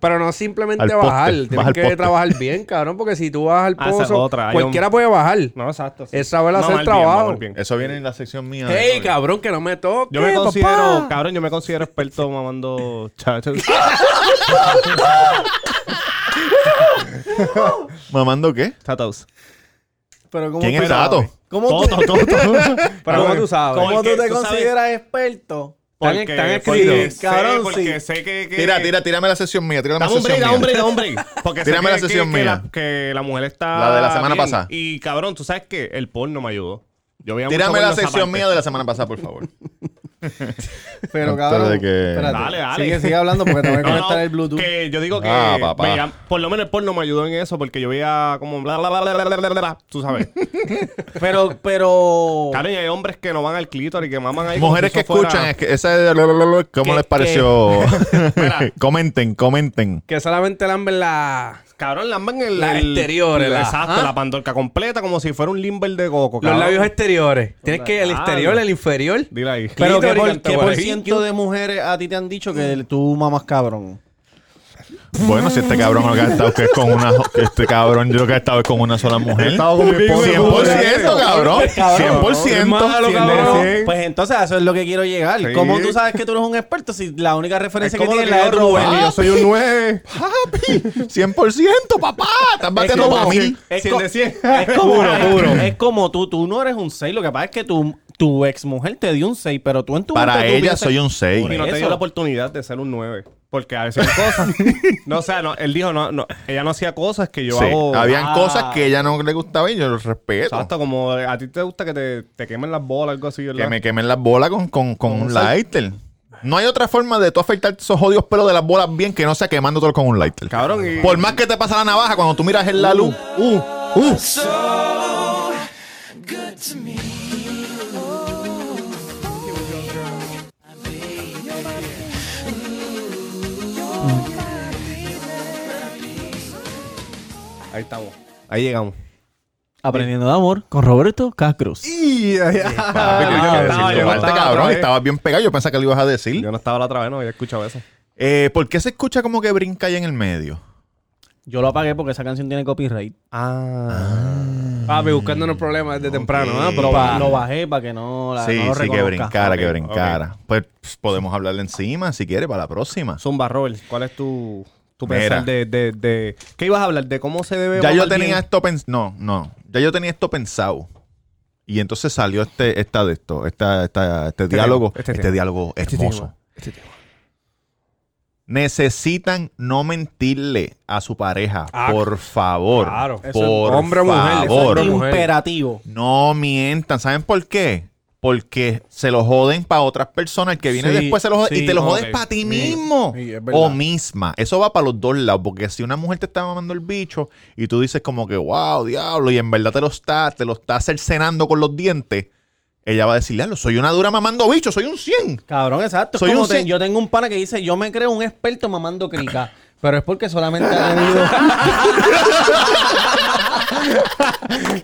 [SPEAKER 1] pero no simplemente
[SPEAKER 3] Al poste,
[SPEAKER 1] bajar, tienes
[SPEAKER 3] baja al
[SPEAKER 1] que
[SPEAKER 3] poste.
[SPEAKER 1] trabajar bien, cabrón, porque si tú vas al
[SPEAKER 2] Ah, esa es
[SPEAKER 1] pozo,
[SPEAKER 2] otra, hay un-
[SPEAKER 1] cualquiera puede bajar.
[SPEAKER 2] No, exacto. sí.
[SPEAKER 1] Es saber
[SPEAKER 2] No,
[SPEAKER 1] hacer
[SPEAKER 2] mal bien,
[SPEAKER 1] trabajo.
[SPEAKER 2] mal bien.
[SPEAKER 3] Eso viene en la sección mía. de
[SPEAKER 1] ¡Ey,
[SPEAKER 3] Sony.
[SPEAKER 1] cabrón, que no me toques,
[SPEAKER 2] Yo me considero,
[SPEAKER 1] papá!
[SPEAKER 2] cabrón, yo me considero experto mamando chachos.
[SPEAKER 3] ¿Mamando qué?
[SPEAKER 2] Tatos.
[SPEAKER 4] Pero ¿cómo
[SPEAKER 3] ¿Quién
[SPEAKER 4] tú-
[SPEAKER 3] es Tato?
[SPEAKER 4] ¿Cómo tú,
[SPEAKER 2] Toto, toto.
[SPEAKER 1] Pero ¿cómo tú sabes?
[SPEAKER 4] cómo tú
[SPEAKER 2] Porque
[SPEAKER 4] te
[SPEAKER 2] tú sabes-
[SPEAKER 4] consideras experto?
[SPEAKER 1] Están-
[SPEAKER 2] Porque-
[SPEAKER 1] están
[SPEAKER 2] porque
[SPEAKER 1] escritos.
[SPEAKER 2] sé,
[SPEAKER 4] Cabrón,
[SPEAKER 2] porque
[SPEAKER 4] sí.
[SPEAKER 2] sé que, que-
[SPEAKER 3] Tira, tira, tírame la sección mía. Tírame la
[SPEAKER 2] Dame un
[SPEAKER 3] sección mía.
[SPEAKER 2] break, dame un break, dame un break. Porque sé
[SPEAKER 3] Tírame
[SPEAKER 2] que-
[SPEAKER 3] la sesión
[SPEAKER 2] que- que
[SPEAKER 3] mía.
[SPEAKER 2] la- Que la mujer está.
[SPEAKER 3] La de la semana
[SPEAKER 2] bien.
[SPEAKER 3] pasada.
[SPEAKER 2] Y cabrón, tú sabes que el porno me ayudó. Yo veía mucho
[SPEAKER 3] Tírame
[SPEAKER 2] porno
[SPEAKER 3] la
[SPEAKER 2] esa
[SPEAKER 3] sección
[SPEAKER 2] parte.
[SPEAKER 3] mía de la semana pasada, por favor.
[SPEAKER 4] Pero
[SPEAKER 3] Antes
[SPEAKER 4] cabrón,
[SPEAKER 3] de que-
[SPEAKER 4] espérate.
[SPEAKER 2] Dale, dale.
[SPEAKER 4] Sigue, sigue hablando porque te voy a
[SPEAKER 2] No, no,
[SPEAKER 4] conectar el Bluetooth.
[SPEAKER 2] Que yo digo que
[SPEAKER 3] Ah, papá.
[SPEAKER 2] veía- por lo menos el porno me ayudó en eso porque yo veía como bla bla bla bla bla bla, bla, bla, tú sabes.
[SPEAKER 4] Pero, pero...
[SPEAKER 2] Cabrón, y hay hombres que no van al clítoris, que maman ahí. como
[SPEAKER 3] Mujeres
[SPEAKER 2] si
[SPEAKER 3] que
[SPEAKER 2] eso fuera-
[SPEAKER 3] escuchan, es que esa de lo, lo, lo, lo, ¿cómo
[SPEAKER 2] Que-
[SPEAKER 3] les pareció?
[SPEAKER 2] Mira.
[SPEAKER 3] comenten, comenten.
[SPEAKER 1] Que solamente lamben la...
[SPEAKER 2] Cabrón, lamban el,
[SPEAKER 1] Las
[SPEAKER 2] el-
[SPEAKER 1] exteriores,
[SPEAKER 2] el-
[SPEAKER 1] la-
[SPEAKER 2] exacto,
[SPEAKER 1] ¿ah?
[SPEAKER 2] la pandorca completa como si fuera un limber de coco.
[SPEAKER 1] Los
[SPEAKER 2] cabrón.
[SPEAKER 1] labios exteriores. Tienes que el
[SPEAKER 2] Claro.
[SPEAKER 1] exterior, el inferior.
[SPEAKER 2] Dile ahí.
[SPEAKER 4] Pero ¿qué
[SPEAKER 1] Clítoris,
[SPEAKER 4] por, qué
[SPEAKER 1] canto,
[SPEAKER 4] por
[SPEAKER 1] güey.
[SPEAKER 4] ciento de mujeres a ti te han dicho que
[SPEAKER 2] Mm.
[SPEAKER 4] tú mamas cabrón?
[SPEAKER 3] Bueno, si este cabrón lo que ha estado que es con una... que Este cabrón yo lo que ha estado es con una sola mujer.
[SPEAKER 2] con mi esposa.
[SPEAKER 3] 100%, cabrón. 100%.
[SPEAKER 4] Cabrón, Pues entonces a eso es lo que quiero llegar.
[SPEAKER 2] Sí.
[SPEAKER 4] ¿Cómo tú sabes que tú eres un experto si la única
[SPEAKER 2] Es
[SPEAKER 4] referencia que
[SPEAKER 2] como lo
[SPEAKER 4] tienes
[SPEAKER 2] que
[SPEAKER 4] es la de
[SPEAKER 2] yo
[SPEAKER 4] Rubén?
[SPEAKER 2] Rubén y yo soy un 9.
[SPEAKER 3] 100%, papá. Estás batiendo
[SPEAKER 4] como-
[SPEAKER 3] para mí.
[SPEAKER 4] Es
[SPEAKER 2] Cien
[SPEAKER 4] co-
[SPEAKER 2] de cien.
[SPEAKER 4] Es como,
[SPEAKER 2] Ah. Puro, puro.
[SPEAKER 4] es como tú, tú no eres un 6. Lo que pasa es que tu, tu ex mujer te dio un 6, pero tú en tu
[SPEAKER 3] Para
[SPEAKER 4] mente tú
[SPEAKER 3] ella
[SPEAKER 4] piensas-
[SPEAKER 3] soy un
[SPEAKER 2] Y
[SPEAKER 3] 6.
[SPEAKER 2] no te
[SPEAKER 4] Eso.
[SPEAKER 2] dio la oportunidad de ser un 9. Porque a veces hay cosas. no, o sea, no, él dijo, no, no, ella no hacía cosas que yo
[SPEAKER 3] Sí,
[SPEAKER 2] hago.
[SPEAKER 3] Habían
[SPEAKER 4] ah.
[SPEAKER 3] cosas que ella no le gustaba y yo los respeto.
[SPEAKER 2] Exacto, como eh, a ti te gusta que te, te quemen las bolas, algo así, ¿verdad?
[SPEAKER 3] Que me quemen las bolas con, con, con un lighter. No hay otra forma de tú afectarte esos odios pelos de las bolas bien que no sea quemándotelo con un lighter.
[SPEAKER 2] Cabrón, y.
[SPEAKER 3] Por más que te pasa la navaja, cuando tú miras en la luz, uh, uh,
[SPEAKER 2] Ahí estamos. Ahí llegamos.
[SPEAKER 4] Aprendiendo de amor con Roberto Cascruz.
[SPEAKER 3] Papi, tienes que decirlo.
[SPEAKER 2] no estaba, yo no
[SPEAKER 3] Aparte,
[SPEAKER 2] estaba
[SPEAKER 3] cabrón,
[SPEAKER 2] otra vez.
[SPEAKER 3] estaba bien pegado. Yo pensaba que lo ibas a decir.
[SPEAKER 2] Yo no estaba la otra vez, no había escuchado eso.
[SPEAKER 3] Eh, ¿Por qué se escucha como que brinca ahí en el medio?
[SPEAKER 4] Yo lo apagué porque esa canción tiene copyright.
[SPEAKER 2] Ah.
[SPEAKER 1] Papi, buscándonos problemas desde
[SPEAKER 3] Mm.
[SPEAKER 1] temprano, ¿ah?
[SPEAKER 3] ok.
[SPEAKER 1] Pero
[SPEAKER 4] Pa-
[SPEAKER 1] pa-
[SPEAKER 4] Lo bajé para que no la
[SPEAKER 3] sí,
[SPEAKER 4] no lo
[SPEAKER 3] sí, que
[SPEAKER 4] reconozca.
[SPEAKER 3] brincara, que
[SPEAKER 2] Ok,
[SPEAKER 3] brincara. Pues pss, podemos hablarle encima si quiere para la próxima.
[SPEAKER 2] Zumba, Robert, ¿cuál es tu, tu
[SPEAKER 3] Mira.
[SPEAKER 2] pensar de, de, de. ¿Qué ibas a hablar? ¿De cómo se debe.?
[SPEAKER 3] Ya yo
[SPEAKER 2] mamar
[SPEAKER 3] tenía
[SPEAKER 2] bien?
[SPEAKER 3] esto pensado. No, no. Ya yo tenía esto pensado. Y entonces salió este, esta de esto, esta, esta- este,
[SPEAKER 2] Este
[SPEAKER 3] diálogo,
[SPEAKER 2] tema, este
[SPEAKER 3] este,
[SPEAKER 2] tema.
[SPEAKER 3] diálogo hermoso. Necesitan no mentirle a su pareja,
[SPEAKER 1] Ah,
[SPEAKER 3] por favor.
[SPEAKER 1] claro.
[SPEAKER 3] Por
[SPEAKER 1] Eso es hombre o mujer, eso es
[SPEAKER 3] favor.
[SPEAKER 1] hombre o mujer.
[SPEAKER 4] Imperativo.
[SPEAKER 3] No mientan. ¿Saben por qué? Porque se lo joden para otras personas. El que viene
[SPEAKER 4] Sí,
[SPEAKER 3] después se lo jode.
[SPEAKER 2] sí,
[SPEAKER 3] y te lo
[SPEAKER 2] ok.
[SPEAKER 3] jodes para ti mismo.
[SPEAKER 4] sí, es verdad.
[SPEAKER 3] o misma. Eso va para los dos lados. Porque si una mujer te está mamando el bicho y tú dices como que, wow, diablo, y en verdad te lo está, te lo está cercenando con los dientes, ella va a decirle, "Diablo, soy una dura mamando bicho, soy un 100.
[SPEAKER 4] Cabrón, exacto. Es
[SPEAKER 3] Soy
[SPEAKER 4] como
[SPEAKER 3] un
[SPEAKER 4] te-
[SPEAKER 3] cien-
[SPEAKER 4] yo tengo un pana que dice, yo me creo un experto mamando crica. pero es porque solamente ha tenido...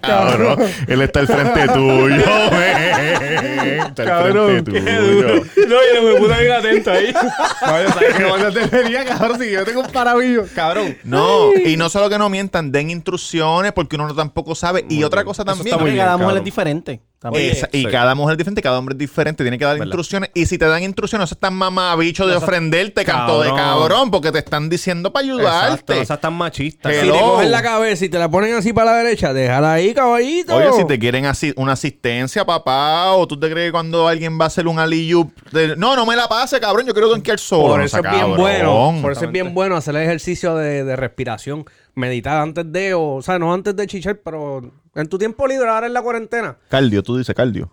[SPEAKER 3] Cabrón, él está al frente tuyo. Está al frente tuyo.
[SPEAKER 2] No, yo me puse bien atento ahí. Vaya, ¿sabes qué manda tenería, cabrón? Si yo tengo un parabillo, cabrón.
[SPEAKER 3] No, y no solo que no mientan, den instrucciones porque uno no tampoco sabe. y otra cosa
[SPEAKER 2] Eso
[SPEAKER 3] también.
[SPEAKER 2] está muy
[SPEAKER 4] Porque
[SPEAKER 2] bien,
[SPEAKER 4] cada mujer
[SPEAKER 2] cabrón.
[SPEAKER 4] es diferente. También.
[SPEAKER 3] Esa- y
[SPEAKER 2] sí.
[SPEAKER 3] cada mujer es diferente, cada hombre es diferente, tiene que dar
[SPEAKER 2] ¿Verdad?
[SPEAKER 3] instrucciones. Y si te dan instrucciones, no seas tan mamabicho de ofenderte, canto de
[SPEAKER 2] Cabrón.
[SPEAKER 3] cabrón, porque te están diciendo para
[SPEAKER 2] Exacto,
[SPEAKER 3] ayudarte.
[SPEAKER 2] no seas tan machista.
[SPEAKER 3] Sí,
[SPEAKER 1] Si
[SPEAKER 3] Hello.
[SPEAKER 1] te cogen la cabeza y te la ponen así para la derecha, déjala ahí, caballito.
[SPEAKER 3] Oye, si te quieren asi- una asistencia, papá, o tú te crees que cuando alguien va a hacer un alley-oop, te- no, no me la pase, cabrón, yo quiero donkear solo.
[SPEAKER 1] Por
[SPEAKER 3] No
[SPEAKER 1] eso
[SPEAKER 3] sea
[SPEAKER 1] es bien
[SPEAKER 3] cabrón.
[SPEAKER 1] bueno. Por eso es bien bueno hacer el ejercicio de, de respiración. Meditar antes de, o, o sea, no antes de chichar, pero en tu tiempo libre, ahora en la cuarentena.
[SPEAKER 3] Cardio, tú dices cardio.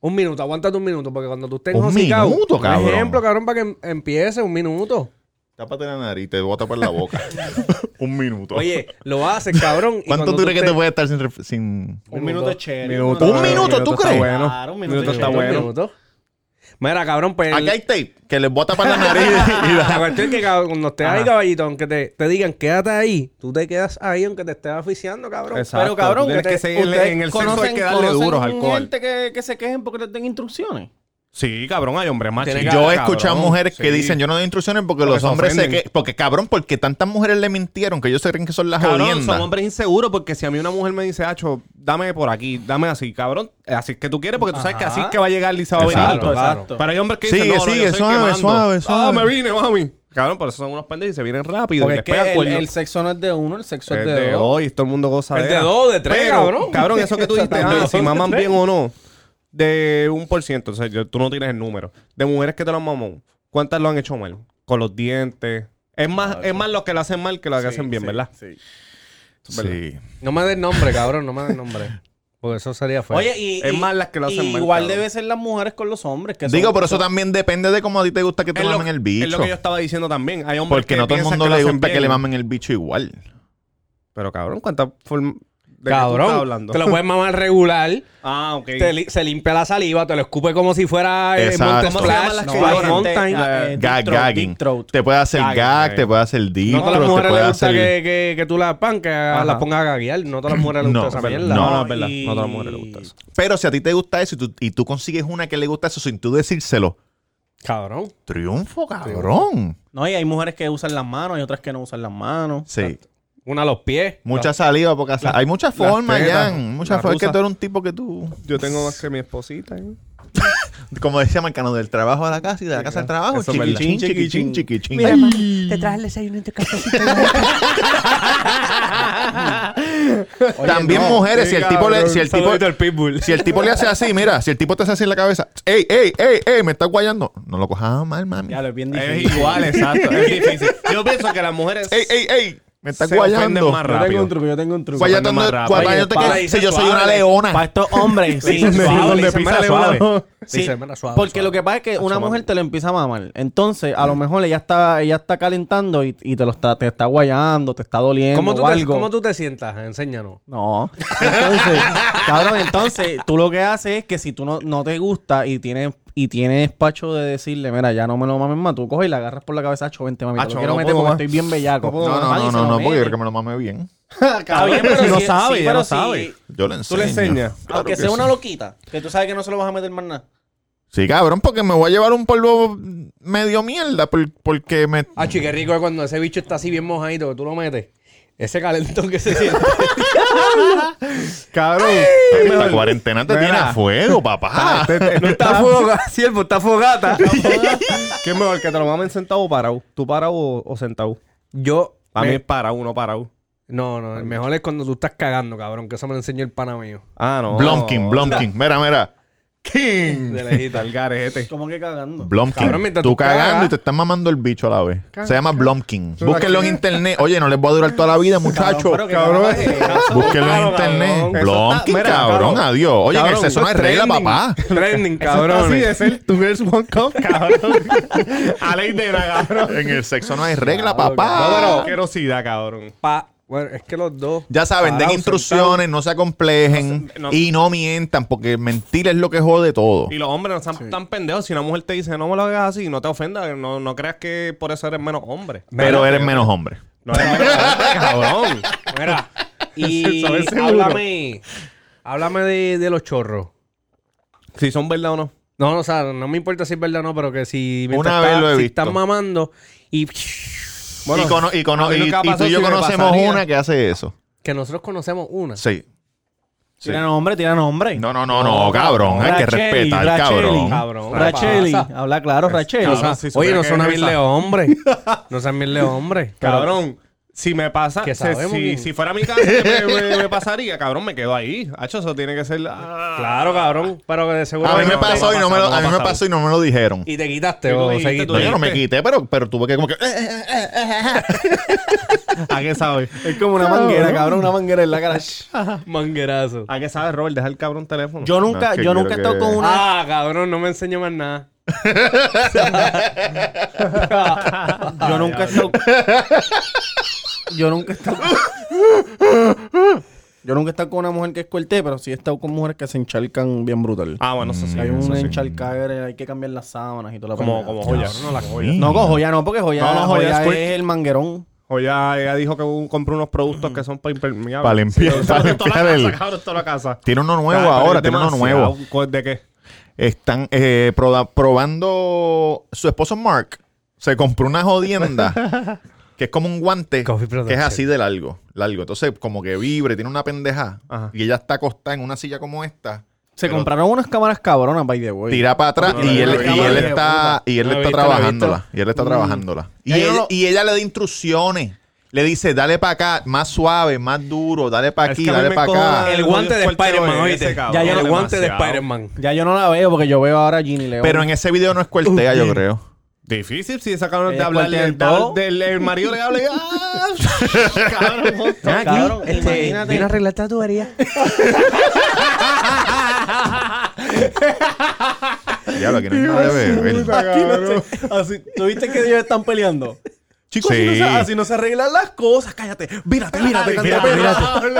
[SPEAKER 1] Un minuto, aguántate un minuto, porque cuando tú estés
[SPEAKER 3] Un
[SPEAKER 1] intoxicado-
[SPEAKER 3] minuto,
[SPEAKER 1] Un
[SPEAKER 3] cabrón.
[SPEAKER 1] ejemplo, cabrón, para que em- empiece un minuto.
[SPEAKER 3] Tápate la nariz, te voy a tapar la boca. un minuto.
[SPEAKER 1] Oye, lo hacen, cabrón. y
[SPEAKER 3] ¿Cuánto
[SPEAKER 1] cuando
[SPEAKER 3] tú crees que te
[SPEAKER 1] te-
[SPEAKER 3] puede estar sin, ref- sin-
[SPEAKER 4] Un minuto es chévere.
[SPEAKER 2] Minuto,
[SPEAKER 3] ¿Un minuto, tú
[SPEAKER 2] está
[SPEAKER 3] crees?
[SPEAKER 2] Bueno.
[SPEAKER 4] Claro, un
[SPEAKER 2] un
[SPEAKER 4] minuto
[SPEAKER 2] minuto
[SPEAKER 4] es
[SPEAKER 2] está
[SPEAKER 1] ¿Un
[SPEAKER 2] bueno.
[SPEAKER 1] minuto? Mira, cabrón, pues.
[SPEAKER 3] Aquí hay
[SPEAKER 1] el-
[SPEAKER 3] tape que les voy a tapar la nariz y y
[SPEAKER 1] La
[SPEAKER 3] la-
[SPEAKER 1] cuestión es que cabrón, cuando estés ahí, caballito, aunque te, te digan quédate ahí, tú te quedas ahí aunque te estés asfixiando, cabrón.
[SPEAKER 2] Exacto.
[SPEAKER 4] Pero cabrón,
[SPEAKER 2] Tú tienes que
[SPEAKER 4] ustedes-
[SPEAKER 2] seguirle-
[SPEAKER 4] ustedes
[SPEAKER 2] en el sexo hay
[SPEAKER 4] conocen-
[SPEAKER 2] que darle
[SPEAKER 4] conocen
[SPEAKER 2] duros al alcohol.
[SPEAKER 4] gente que, que se quejen porque les den instrucciones.
[SPEAKER 2] Sí, cabrón, hay hombres más
[SPEAKER 1] Tiene
[SPEAKER 2] chicos,
[SPEAKER 3] Yo he
[SPEAKER 2] cabrón.
[SPEAKER 3] escuchado mujeres que
[SPEAKER 2] Sí.
[SPEAKER 3] dicen, yo no doy instrucciones porque,
[SPEAKER 2] Porque
[SPEAKER 3] los
[SPEAKER 2] se
[SPEAKER 3] hombres se
[SPEAKER 2] ofenden.
[SPEAKER 3] que... Porque, cabrón, porque tantas mujeres le mintieron que ellos se creen que son las
[SPEAKER 2] Cabrón, son
[SPEAKER 3] jodiendas.
[SPEAKER 2] hombres inseguros porque si a mí una mujer me dice, Acho, dame por aquí, dame así, cabrón, así es que tú quieres porque tú sabes que así es que va a llegar y se va a venir.
[SPEAKER 3] Exacto,
[SPEAKER 1] exacto.
[SPEAKER 2] Pero hay hombres que
[SPEAKER 3] Sigue,
[SPEAKER 2] dicen, no, no, yo
[SPEAKER 3] sigue,
[SPEAKER 2] soy
[SPEAKER 3] suave,
[SPEAKER 2] quemando.
[SPEAKER 3] suave,
[SPEAKER 2] Ah,
[SPEAKER 3] suave.
[SPEAKER 2] me vine, mami. Cabrón, por eso son unos pendejos y se vienen rápido
[SPEAKER 4] Porque es
[SPEAKER 2] y les
[SPEAKER 4] que
[SPEAKER 2] pegan
[SPEAKER 4] el,
[SPEAKER 2] cuernos.
[SPEAKER 4] el sexo no es de uno, el sexo es
[SPEAKER 2] Es
[SPEAKER 4] de dos.
[SPEAKER 2] hoy, todo el mundo goza
[SPEAKER 1] Es de dos, de tres, cabrón.
[SPEAKER 2] Cabrón, eso que tú dijiste,
[SPEAKER 1] También
[SPEAKER 2] ah,
[SPEAKER 1] son
[SPEAKER 2] si
[SPEAKER 1] de
[SPEAKER 2] maman
[SPEAKER 1] tres.
[SPEAKER 2] bien o no, de un por ciento, o sea, yo- tú no tienes el número. De mujeres que te lo han mamado, ¿cuántas lo han hecho mal? Con los dientes. Es más, es más los que lo hacen mal que los que hacen bien, ¿verdad?
[SPEAKER 4] Sí.
[SPEAKER 3] Sí.
[SPEAKER 1] No me des nombre, cabrón, no me des nombre. Porque eso sería feo.
[SPEAKER 4] Oye, y,
[SPEAKER 2] Pues, Es
[SPEAKER 4] y-
[SPEAKER 2] más las que lo hacen
[SPEAKER 4] y
[SPEAKER 2] mal,
[SPEAKER 4] Igual
[SPEAKER 2] cabrón.
[SPEAKER 4] debe ser las mujeres con los hombres. Que
[SPEAKER 3] Digo,
[SPEAKER 4] son-
[SPEAKER 3] pero eso también depende de cómo a ti te gusta que te
[SPEAKER 2] Es lo-
[SPEAKER 3] mamen el
[SPEAKER 2] Es
[SPEAKER 3] bicho.
[SPEAKER 2] lo que yo estaba diciendo también. Hay hombres
[SPEAKER 3] Porque
[SPEAKER 2] que
[SPEAKER 3] no todo el
[SPEAKER 2] piensan
[SPEAKER 3] mundo
[SPEAKER 2] que lo
[SPEAKER 3] le
[SPEAKER 2] hacen
[SPEAKER 3] gusta que
[SPEAKER 2] bien.
[SPEAKER 3] le mamen el bicho igual.
[SPEAKER 2] Pero cabrón, ¿cuántas formas de que tú estás
[SPEAKER 1] cabrón,
[SPEAKER 2] hablando?
[SPEAKER 1] te lo puedes mamar regular,
[SPEAKER 2] Ah, ok.
[SPEAKER 1] te li- se limpia la saliva, te lo escupe como si fuera eh,
[SPEAKER 3] Exacto.
[SPEAKER 1] Monte
[SPEAKER 3] ¿Cómo se llaman
[SPEAKER 1] Splash,
[SPEAKER 2] las
[SPEAKER 4] No,
[SPEAKER 2] que
[SPEAKER 1] White
[SPEAKER 4] hay
[SPEAKER 2] lloran?
[SPEAKER 1] Mountain.
[SPEAKER 4] gente- ah, eh,
[SPEAKER 3] Gag,
[SPEAKER 4] deep throat,
[SPEAKER 3] gagging.
[SPEAKER 4] deep throat.
[SPEAKER 3] Te puede hacer
[SPEAKER 2] Gagging,
[SPEAKER 3] gag,
[SPEAKER 2] ok.
[SPEAKER 3] te puede hacer deep,
[SPEAKER 1] No todas las
[SPEAKER 3] te
[SPEAKER 1] mujeres
[SPEAKER 3] puede
[SPEAKER 1] les gusta
[SPEAKER 3] hacer...
[SPEAKER 1] que, que, que tú la pan, que las
[SPEAKER 2] Ajá.
[SPEAKER 1] pongas a gaguear. No todas las mujeres les gusta
[SPEAKER 3] No,
[SPEAKER 1] esa
[SPEAKER 3] pero-
[SPEAKER 1] mierda.
[SPEAKER 2] No,
[SPEAKER 3] No,
[SPEAKER 2] no, es verdad.
[SPEAKER 4] y-
[SPEAKER 2] No a todas las mujeres les gusta eso.
[SPEAKER 3] Pero si a ti te gusta eso y tú, y tú consigues una que le gusta eso sin tú decírselo,
[SPEAKER 1] Cabrón.
[SPEAKER 3] triunfo, cabrón.
[SPEAKER 4] No, y hay mujeres que usan las manos y otras que no usan las manos.
[SPEAKER 3] Sí.
[SPEAKER 1] Una a los pies.
[SPEAKER 3] Mucha saliva, porque sa- hay muchas formas,
[SPEAKER 2] tetas,
[SPEAKER 3] Jan. Muchas
[SPEAKER 2] la
[SPEAKER 3] formas. Es que
[SPEAKER 2] rusa.
[SPEAKER 3] tú eres un tipo que tú.
[SPEAKER 2] Yo tengo más que mi esposita. ¿eh?
[SPEAKER 3] Como decía Marcano, del trabajo a la casa y de la casa al trabajo.
[SPEAKER 2] Eso es verdad.
[SPEAKER 3] Chiquichín, chiquichín, chiquichín.
[SPEAKER 5] Mira,
[SPEAKER 3] Ay,
[SPEAKER 5] mami, te traje el desayuno en tu cafecito.
[SPEAKER 4] Oye,
[SPEAKER 3] También
[SPEAKER 4] no,
[SPEAKER 3] mujeres,
[SPEAKER 2] sí,
[SPEAKER 3] si el tipo le.
[SPEAKER 2] cabrón.
[SPEAKER 3] Si el tipo,
[SPEAKER 2] Saludito al pitbull.
[SPEAKER 3] si el tipo le hace así, mira, si el tipo te hace así en la cabeza, ¡ey, ey, ey, ey! Me está guayando. No lo cojas mal, mami.
[SPEAKER 4] Ya lo es bien
[SPEAKER 2] Es
[SPEAKER 4] difícil.
[SPEAKER 2] igual, exacto. Es difícil. Yo pienso que las mujeres
[SPEAKER 3] ¡Ey, ey, ey! Me está
[SPEAKER 2] se ofenden
[SPEAKER 3] guayando.
[SPEAKER 2] más
[SPEAKER 4] Yo tengo un
[SPEAKER 2] rápido.
[SPEAKER 4] truco, yo tengo un truco.
[SPEAKER 3] Guayando,
[SPEAKER 2] más rápido.
[SPEAKER 3] guayándote
[SPEAKER 4] Oye,
[SPEAKER 3] que-
[SPEAKER 4] para-
[SPEAKER 3] si yo soy una
[SPEAKER 1] suave.
[SPEAKER 4] Para
[SPEAKER 3] leona.
[SPEAKER 4] estos hombres, sí.
[SPEAKER 1] Dicen
[SPEAKER 4] suave,
[SPEAKER 1] suave,
[SPEAKER 4] dicen,
[SPEAKER 1] dicen,
[SPEAKER 4] "Mira,
[SPEAKER 1] "Mira,
[SPEAKER 4] suave".
[SPEAKER 1] suave.
[SPEAKER 4] Sí,
[SPEAKER 1] Dicen, "Mira, suave,
[SPEAKER 4] porque
[SPEAKER 1] suave".
[SPEAKER 4] lo que pasa es que una
[SPEAKER 1] suave.
[SPEAKER 4] mujer te lo empieza a mamar. Entonces, a lo mejor ella está ella está calentando y, y te lo está te está guayando, te está doliendo
[SPEAKER 1] ¿Cómo tú,
[SPEAKER 4] o
[SPEAKER 1] te,
[SPEAKER 4] algo.
[SPEAKER 1] ¿Cómo tú te sientas? Enséñanos.
[SPEAKER 4] No. Entonces, cabrón, entonces tú lo que haces es que si tú no, no te gusta y tienes y tienes pacho de decirle, mira, ya no me lo mames más, tú coges y la agarras por la cabeza, acho, vente, mami, te
[SPEAKER 2] Acho,
[SPEAKER 4] lo quiero
[SPEAKER 2] no
[SPEAKER 4] meter
[SPEAKER 2] puedo
[SPEAKER 4] porque
[SPEAKER 2] más.
[SPEAKER 4] estoy bien bellaco.
[SPEAKER 3] No, no,
[SPEAKER 4] Van y
[SPEAKER 3] no,
[SPEAKER 4] se
[SPEAKER 3] no,
[SPEAKER 4] lo
[SPEAKER 3] no, porque yo
[SPEAKER 4] meten.
[SPEAKER 3] creo que me lo mame bien.
[SPEAKER 4] Está bien, pero
[SPEAKER 2] No
[SPEAKER 4] si-
[SPEAKER 2] sabe,
[SPEAKER 4] sí,
[SPEAKER 2] ya
[SPEAKER 4] pero
[SPEAKER 2] no
[SPEAKER 4] si-
[SPEAKER 2] sabe.
[SPEAKER 3] Yo le
[SPEAKER 2] Tú
[SPEAKER 3] enseño.
[SPEAKER 2] le enseñas.
[SPEAKER 3] Claro
[SPEAKER 4] aunque
[SPEAKER 3] que
[SPEAKER 4] sea
[SPEAKER 3] sí.
[SPEAKER 4] una loquita, que tú sabes que no se lo vas a meter más nada.
[SPEAKER 3] Sí, cabrón, porque me voy a llevar un polvo medio mierda por- porque me...
[SPEAKER 1] Ah, qué rico es cuando ese bicho está así bien mojadito, que tú lo metes. Ese calentón que se siente.
[SPEAKER 2] Cabrón.
[SPEAKER 3] Esta cuarentena te tiene a fuego,
[SPEAKER 1] Ah,
[SPEAKER 3] papá.
[SPEAKER 1] este
[SPEAKER 2] no
[SPEAKER 1] está fogata, siervo, está fogata.
[SPEAKER 2] ¿Qué es mejor que te lo mamen sentado o parado? ¿Tú parado o, o sentado?
[SPEAKER 1] Yo.
[SPEAKER 2] A
[SPEAKER 1] me-
[SPEAKER 2] mí es parado, no parado.
[SPEAKER 1] No, no, el mejor es cuando tú estás cagando, cabrón, que eso me lo enseñó el pana mío.
[SPEAKER 2] Ah, no.
[SPEAKER 3] Blomkin, Blomkin. Mira, mira. King.
[SPEAKER 1] De lejita.
[SPEAKER 2] Tal garete.
[SPEAKER 4] Como que cagando.
[SPEAKER 3] Blomkin.
[SPEAKER 1] Cabrón, mientras
[SPEAKER 3] tú
[SPEAKER 1] tú
[SPEAKER 3] cagando
[SPEAKER 1] cagas.
[SPEAKER 3] y te están mamando el bicho a la vez. Se llama Blomkin.
[SPEAKER 2] la
[SPEAKER 3] Búsquenlo en
[SPEAKER 2] quieres.
[SPEAKER 3] internet. Oye, no les voy a durar toda la vida, muchachos.
[SPEAKER 4] pero que cabrón.
[SPEAKER 3] Búsquenlo en
[SPEAKER 1] Claro,
[SPEAKER 3] internet.
[SPEAKER 1] cabrón.
[SPEAKER 2] Eso
[SPEAKER 3] Blomkin,
[SPEAKER 2] está- mira,
[SPEAKER 3] cabrón.
[SPEAKER 2] cabrón.
[SPEAKER 3] Adiós. Oye, en el
[SPEAKER 2] Cabrón,
[SPEAKER 3] sexo no
[SPEAKER 2] eso
[SPEAKER 3] hay
[SPEAKER 2] es
[SPEAKER 3] regla,
[SPEAKER 2] trending.
[SPEAKER 3] papá.
[SPEAKER 1] Trending,
[SPEAKER 2] Cabrón. Así
[SPEAKER 1] cabrón.
[SPEAKER 2] de ser two girls, one cup, cabrón. a ley de la cabrón.
[SPEAKER 3] En el sexo no hay regla,
[SPEAKER 2] No, pero...
[SPEAKER 3] papá.
[SPEAKER 2] Querosidad, cabrón.
[SPEAKER 1] Pa- Bueno, es que los dos.
[SPEAKER 3] Ya saben, den
[SPEAKER 1] Parado,
[SPEAKER 3] instrucciones, no se acomplejen
[SPEAKER 2] No se- no-
[SPEAKER 3] y no mientan, porque mentir es lo que jode todo.
[SPEAKER 2] Y los hombres no están tan pendejos. Si una mujer te dice, no me lo hagas así, no te ofendas. No, no creas que por eso eres menos hombre.
[SPEAKER 3] Pero eres menos hombre.
[SPEAKER 2] No eres menos hombre, cabrón.
[SPEAKER 1] Mira, y
[SPEAKER 2] Eso es seguro.
[SPEAKER 1] háblame, háblame de, de los chorros.
[SPEAKER 2] Si son verdad o no.
[SPEAKER 1] No, no, o sea, no me importa si es verdad o no, pero que si mientras
[SPEAKER 3] Una vez
[SPEAKER 1] estás-
[SPEAKER 3] lo he
[SPEAKER 1] si
[SPEAKER 3] visto.
[SPEAKER 1] estás mamando y
[SPEAKER 3] y, cono- y cono-
[SPEAKER 2] a mí
[SPEAKER 3] y-
[SPEAKER 2] nunca
[SPEAKER 3] y tú
[SPEAKER 2] pasó,
[SPEAKER 3] y yo
[SPEAKER 2] si me
[SPEAKER 3] conocemos
[SPEAKER 2] pasaría.
[SPEAKER 3] una que hace eso.
[SPEAKER 1] que nosotros conocemos una.
[SPEAKER 3] Sí. Sí.
[SPEAKER 4] Tira nombre, tira nombre.
[SPEAKER 3] No, no, no, no, cabrón. Hay que
[SPEAKER 4] Racheli,
[SPEAKER 3] respetar,
[SPEAKER 4] Racheli,
[SPEAKER 3] cabrón.
[SPEAKER 1] cabrón. ¿qué
[SPEAKER 4] Racheli,
[SPEAKER 1] pasa?
[SPEAKER 4] habla claro, Racheli.
[SPEAKER 1] O sea,
[SPEAKER 2] si
[SPEAKER 1] oye,
[SPEAKER 2] supiera
[SPEAKER 1] no
[SPEAKER 2] que
[SPEAKER 1] son
[SPEAKER 2] es
[SPEAKER 1] mil
[SPEAKER 2] esa.
[SPEAKER 1] de hombres. No son mil de hombres.
[SPEAKER 2] Cabrón, si me pasa,
[SPEAKER 1] Que
[SPEAKER 2] se-
[SPEAKER 1] sabemos
[SPEAKER 2] si,
[SPEAKER 1] quién.
[SPEAKER 2] si fuera mi casa, ¿qué me, me- me pasaría? Cabrón, me quedo ahí. Hacho, eso tiene que ser. ah.
[SPEAKER 1] Claro, cabrón. Pero que de seguro.
[SPEAKER 3] A mí
[SPEAKER 1] no,
[SPEAKER 3] me
[SPEAKER 1] no,
[SPEAKER 3] pasó y no me lo, a mí me pasó y no me lo dijeron.
[SPEAKER 1] Y te quitaste,
[SPEAKER 2] Tú lo
[SPEAKER 1] o
[SPEAKER 2] dijiste,
[SPEAKER 1] seguiste.
[SPEAKER 2] tú
[SPEAKER 3] No, yo no me
[SPEAKER 2] dijiste.
[SPEAKER 3] quité, pero, pero tuve que como que. eh, eh, eh, eh, eh.
[SPEAKER 2] ¿A qué sabes?
[SPEAKER 4] Es como una manguera, cabrón, una manguera en la cara.
[SPEAKER 1] Manguerazo.
[SPEAKER 2] ¿A qué sabes, Robert? Deja el cabrón teléfono.
[SPEAKER 4] Yo nunca,
[SPEAKER 3] es que yo
[SPEAKER 4] yo nunca he
[SPEAKER 3] creo
[SPEAKER 4] estado
[SPEAKER 3] que-
[SPEAKER 4] con una.
[SPEAKER 1] Ah, cabrón, no me enseñó más nada.
[SPEAKER 4] Yo nunca he estado. Yo nunca he estado. Yo nunca he estado con una mujer que es cuerté, pero sí he estado con mujeres que se encharcan bien brutal.
[SPEAKER 2] Ah, bueno, eso sí.
[SPEAKER 4] hay
[SPEAKER 2] eso
[SPEAKER 4] un
[SPEAKER 2] sí.
[SPEAKER 4] encharcadre, hay que cambiar las sábanas y toda la
[SPEAKER 2] Como,
[SPEAKER 4] pendeja.
[SPEAKER 2] como joya.
[SPEAKER 3] Dios
[SPEAKER 2] No, la joya.
[SPEAKER 3] mío.
[SPEAKER 4] No, con joya no, porque joya,
[SPEAKER 2] No, no, joya
[SPEAKER 4] joya,
[SPEAKER 2] es quick.
[SPEAKER 4] es el manguerón.
[SPEAKER 2] Joya, ella dijo que un- compró unos productos que son para impermeables.
[SPEAKER 3] Para limpiar-
[SPEAKER 2] Sí,
[SPEAKER 3] para limpiar
[SPEAKER 2] toda la casa,
[SPEAKER 3] el-
[SPEAKER 2] cabrón, toda la casa.
[SPEAKER 3] Tiene uno nuevo
[SPEAKER 2] Claro, pero
[SPEAKER 3] ahora,
[SPEAKER 2] es
[SPEAKER 3] tiene uno
[SPEAKER 2] demasiado.
[SPEAKER 3] nuevo.
[SPEAKER 2] ¿Co- ¿De qué?
[SPEAKER 3] Están eh, proda- probando. Su esposo Mark se compró una jodienda que es como un guante
[SPEAKER 1] Coffee
[SPEAKER 3] que es
[SPEAKER 1] production.
[SPEAKER 3] así de largo. largo. Entonces, como que vibre, tiene una pendeja.
[SPEAKER 2] Ajá.
[SPEAKER 3] Y ella está acostada en una silla como esta.
[SPEAKER 4] Se
[SPEAKER 3] Pero-
[SPEAKER 4] compraron unas cámaras cabronas, by the way.
[SPEAKER 3] Tira para atrás
[SPEAKER 2] No, no,
[SPEAKER 3] y
[SPEAKER 2] no,
[SPEAKER 3] él,
[SPEAKER 2] no, no,
[SPEAKER 3] y
[SPEAKER 2] no,
[SPEAKER 3] él
[SPEAKER 2] no,
[SPEAKER 3] está, y él
[SPEAKER 1] No, no, no, no, no,
[SPEAKER 3] está
[SPEAKER 1] no,
[SPEAKER 3] trabajándola. Y él está trabajándola. Y,
[SPEAKER 4] Ya yo
[SPEAKER 3] él-
[SPEAKER 4] no-
[SPEAKER 3] y ella le da instrucciones. Le dice, dale para acá, más suave, más duro, dale para
[SPEAKER 2] Es
[SPEAKER 3] aquí,
[SPEAKER 2] que a mí
[SPEAKER 3] dale
[SPEAKER 2] me
[SPEAKER 3] para acá.
[SPEAKER 2] encojona
[SPEAKER 1] El
[SPEAKER 2] Ay,
[SPEAKER 1] guante de
[SPEAKER 2] Dios, fuerte
[SPEAKER 1] Spider-Man,
[SPEAKER 2] oye,
[SPEAKER 1] oíste.
[SPEAKER 2] ese cabrón.
[SPEAKER 1] Ya yo el guante de
[SPEAKER 2] Demasiado.
[SPEAKER 1] Spider-man.
[SPEAKER 4] Ya yo no la veo porque yo veo ahora a Ginny León.
[SPEAKER 3] Pero en ese video no es cuartea, yo creo.
[SPEAKER 2] Difícil si sacaron de
[SPEAKER 4] Ella
[SPEAKER 2] hablar
[SPEAKER 4] cuartea
[SPEAKER 2] del,
[SPEAKER 4] el todo.
[SPEAKER 2] del- el marido le habla y ¡ah! cabrón, monstruo.
[SPEAKER 4] Cabrón,
[SPEAKER 5] Este,
[SPEAKER 4] imagínate.
[SPEAKER 5] vine a arreglar tatuaría.
[SPEAKER 3] Ya lo que no hay nada de beber.
[SPEAKER 4] Imagínate, así, ¿tú viste que ellos están peleando? Chicos,
[SPEAKER 3] Sí.
[SPEAKER 4] así, no se, así no se arreglan las cosas, cállate. Mírate, mírate, cállate.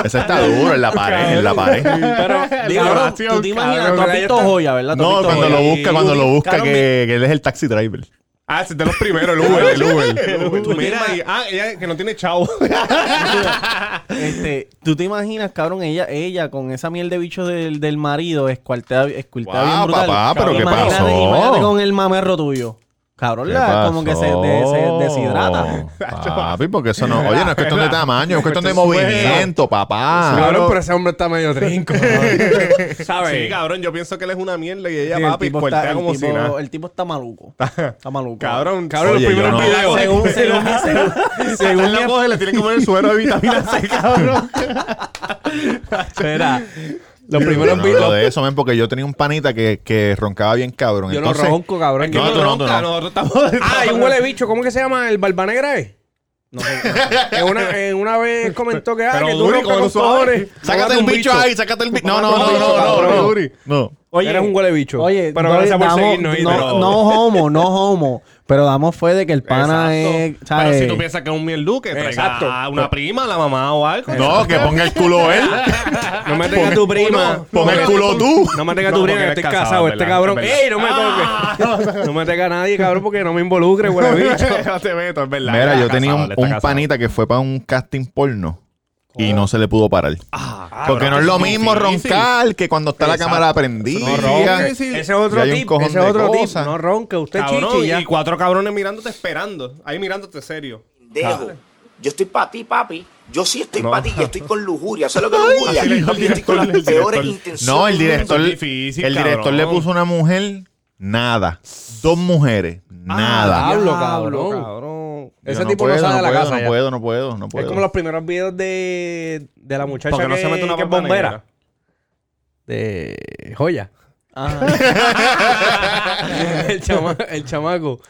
[SPEAKER 3] Ese está duro en la pared, en la pared.
[SPEAKER 4] Pero,
[SPEAKER 2] Digo,
[SPEAKER 4] cabrón,
[SPEAKER 2] oración,
[SPEAKER 4] tú te imaginas,
[SPEAKER 2] cabrón,
[SPEAKER 4] tú has
[SPEAKER 2] ahí
[SPEAKER 4] visto
[SPEAKER 2] está.
[SPEAKER 4] joya, ¿verdad? Tú has
[SPEAKER 3] No,
[SPEAKER 4] visto
[SPEAKER 3] cuando
[SPEAKER 4] joya.
[SPEAKER 3] lo busca, cuando lo busca,
[SPEAKER 4] Cabrón,
[SPEAKER 3] que, que él es el taxi driver.
[SPEAKER 2] Ah, ese es de los primeros, el
[SPEAKER 3] Uber,
[SPEAKER 2] Uber.
[SPEAKER 3] el Uber.
[SPEAKER 2] Tú mira y- ah, ella que no tiene chavo.
[SPEAKER 4] Este, tú te imaginas, cabrón, ella, ella con esa miel de bicho del, del marido, escuartea, escuartea
[SPEAKER 3] Guau,
[SPEAKER 4] bien brutal.
[SPEAKER 3] papá, pero
[SPEAKER 4] Cabrón,
[SPEAKER 3] ¿qué
[SPEAKER 4] imagínate-
[SPEAKER 3] pasó?
[SPEAKER 4] Imagínate con el mamerro tuyo. Cabrón, la, como que se, de- se deshidrata.
[SPEAKER 3] Papi, porque eso no. Oye, no es cuestión de tamaño, es cuestión de movimiento, papá.
[SPEAKER 1] Cabrón, pero ese hombre está medio trinco.
[SPEAKER 2] Sí,
[SPEAKER 1] ¿Sabes?
[SPEAKER 2] cabrón, yo pienso que él es una mierda y ella
[SPEAKER 4] Sí,
[SPEAKER 2] papi
[SPEAKER 4] está-
[SPEAKER 2] cuartea
[SPEAKER 4] el
[SPEAKER 2] como si
[SPEAKER 4] tipo-
[SPEAKER 2] nada.
[SPEAKER 4] el tipo está maluco. Está maluco.
[SPEAKER 2] Cabrón,
[SPEAKER 1] Cabrón,
[SPEAKER 3] Oye,
[SPEAKER 1] los primeros
[SPEAKER 3] yo no-
[SPEAKER 1] videos.
[SPEAKER 4] Según, según, según, según mi-
[SPEAKER 2] le tienen que poner suero de vitamina C, cabrón.
[SPEAKER 4] Espera.
[SPEAKER 1] Los
[SPEAKER 3] Yo
[SPEAKER 1] primeros
[SPEAKER 3] no hablo
[SPEAKER 1] videos.
[SPEAKER 3] de eso, men, porque yo tenía un panita que, que roncaba bien cabrón.
[SPEAKER 1] Yo no
[SPEAKER 3] Entonces,
[SPEAKER 1] ronco, cabrón.
[SPEAKER 3] No,
[SPEAKER 1] Yo
[SPEAKER 3] tú
[SPEAKER 1] no-
[SPEAKER 3] no, tú no.
[SPEAKER 2] Nosotros estamos...
[SPEAKER 1] Ah, hay un huele bicho. ¿Cómo que se llama? ¿El Barba Negra? eh?
[SPEAKER 4] No, no,
[SPEAKER 1] En una, en una vez comentó que, ah,
[SPEAKER 2] Pero
[SPEAKER 1] que tú
[SPEAKER 2] duro,
[SPEAKER 1] roncas
[SPEAKER 2] como
[SPEAKER 1] con
[SPEAKER 2] suave.
[SPEAKER 1] cojones.
[SPEAKER 3] Sácate
[SPEAKER 1] Cómprate
[SPEAKER 3] un bicho ahí, sácate el bicho. No, no, no,
[SPEAKER 2] Cómprate un
[SPEAKER 3] no,
[SPEAKER 2] bicho,
[SPEAKER 3] no,
[SPEAKER 2] cabrón.
[SPEAKER 3] no. No.
[SPEAKER 4] Oye,
[SPEAKER 1] Eres un huele bicho.
[SPEAKER 4] Oye,
[SPEAKER 1] pero
[SPEAKER 4] no,
[SPEAKER 1] gracias por
[SPEAKER 4] damos-
[SPEAKER 1] seguirnos. ¿oíste?
[SPEAKER 4] no,
[SPEAKER 1] Pero-
[SPEAKER 4] no homo, no homo. Pero damos fue de que el pana es.
[SPEAKER 2] Exacto. Pero
[SPEAKER 4] ¿sabes?
[SPEAKER 2] si tú piensas que es un mierduque, traiga
[SPEAKER 1] Exacto.
[SPEAKER 2] a una prima, a la mamá o algo.
[SPEAKER 3] No, que ponga el culo él.
[SPEAKER 1] No me tengas tu prima.
[SPEAKER 3] Pon el culo tú.
[SPEAKER 1] No me tengas
[SPEAKER 2] No,
[SPEAKER 1] tu
[SPEAKER 2] porque
[SPEAKER 1] prima, que
[SPEAKER 2] eres
[SPEAKER 1] estoy
[SPEAKER 2] casado,
[SPEAKER 1] casado.
[SPEAKER 2] es
[SPEAKER 1] Este
[SPEAKER 2] verdad,
[SPEAKER 1] cabrón.
[SPEAKER 2] es verdad.
[SPEAKER 1] ¡Ey, no me toques! No me tengas a nadie, cabrón, porque no me involucre, huele bicho.
[SPEAKER 2] no te meto, es verdad.
[SPEAKER 3] Mira,
[SPEAKER 2] Está
[SPEAKER 3] yo tenía
[SPEAKER 2] casado,
[SPEAKER 3] un,
[SPEAKER 2] está
[SPEAKER 3] un
[SPEAKER 2] casado.
[SPEAKER 3] panita que fue para un casting porno y no se le pudo parar.
[SPEAKER 1] Ah,
[SPEAKER 3] Porque
[SPEAKER 2] Ah, pero
[SPEAKER 3] no es
[SPEAKER 2] eso
[SPEAKER 3] lo
[SPEAKER 2] es
[SPEAKER 3] mismo
[SPEAKER 2] difícil.
[SPEAKER 3] roncar que cuando está la
[SPEAKER 2] Exacto.
[SPEAKER 3] cámara
[SPEAKER 2] Eso
[SPEAKER 1] No
[SPEAKER 2] Sí,
[SPEAKER 3] prendida.
[SPEAKER 1] ronque.
[SPEAKER 2] sí, sí.
[SPEAKER 1] Ese es otro
[SPEAKER 3] Ya hay un
[SPEAKER 1] tip.
[SPEAKER 3] cojón
[SPEAKER 1] Ese es
[SPEAKER 3] de
[SPEAKER 1] otro tip.
[SPEAKER 3] cosas.
[SPEAKER 1] No ronque. Usted
[SPEAKER 2] Cabrón,
[SPEAKER 1] chichi y ya.
[SPEAKER 2] y cuatro cabrones mirándote esperando. Ahí mirándote serio.
[SPEAKER 6] pendejo. Yo estoy para ti, papi. Yo sí estoy
[SPEAKER 2] No.
[SPEAKER 6] para ti y estoy con lujuria. ¿Sabes lo que es lujuria?
[SPEAKER 2] Así le dijo el
[SPEAKER 6] Yo estoy con las
[SPEAKER 2] director, el
[SPEAKER 6] peores
[SPEAKER 2] director.
[SPEAKER 6] intenciones.
[SPEAKER 3] No, el director,
[SPEAKER 2] Eso es difícil,
[SPEAKER 3] el director
[SPEAKER 2] cabrón.
[SPEAKER 3] le puso una mujer, nada. Dos mujeres,
[SPEAKER 2] Ah,
[SPEAKER 3] nada.
[SPEAKER 1] Diablo,
[SPEAKER 2] Diablo,
[SPEAKER 1] cabrón.
[SPEAKER 2] cabrón.
[SPEAKER 3] Yo
[SPEAKER 1] Ese tipo no
[SPEAKER 3] puedo,
[SPEAKER 1] sale de la
[SPEAKER 3] puedo,
[SPEAKER 1] casa
[SPEAKER 3] No
[SPEAKER 1] ya.
[SPEAKER 3] puedo, no puedo, no puedo.
[SPEAKER 1] Es como los primeros videos de, de la muchacha
[SPEAKER 2] Porque
[SPEAKER 1] que,
[SPEAKER 2] no se mete una
[SPEAKER 1] que es
[SPEAKER 2] barba
[SPEAKER 1] bombera.
[SPEAKER 2] negra.
[SPEAKER 1] De joya.
[SPEAKER 4] Ajá.
[SPEAKER 1] el, chama- el chamaco.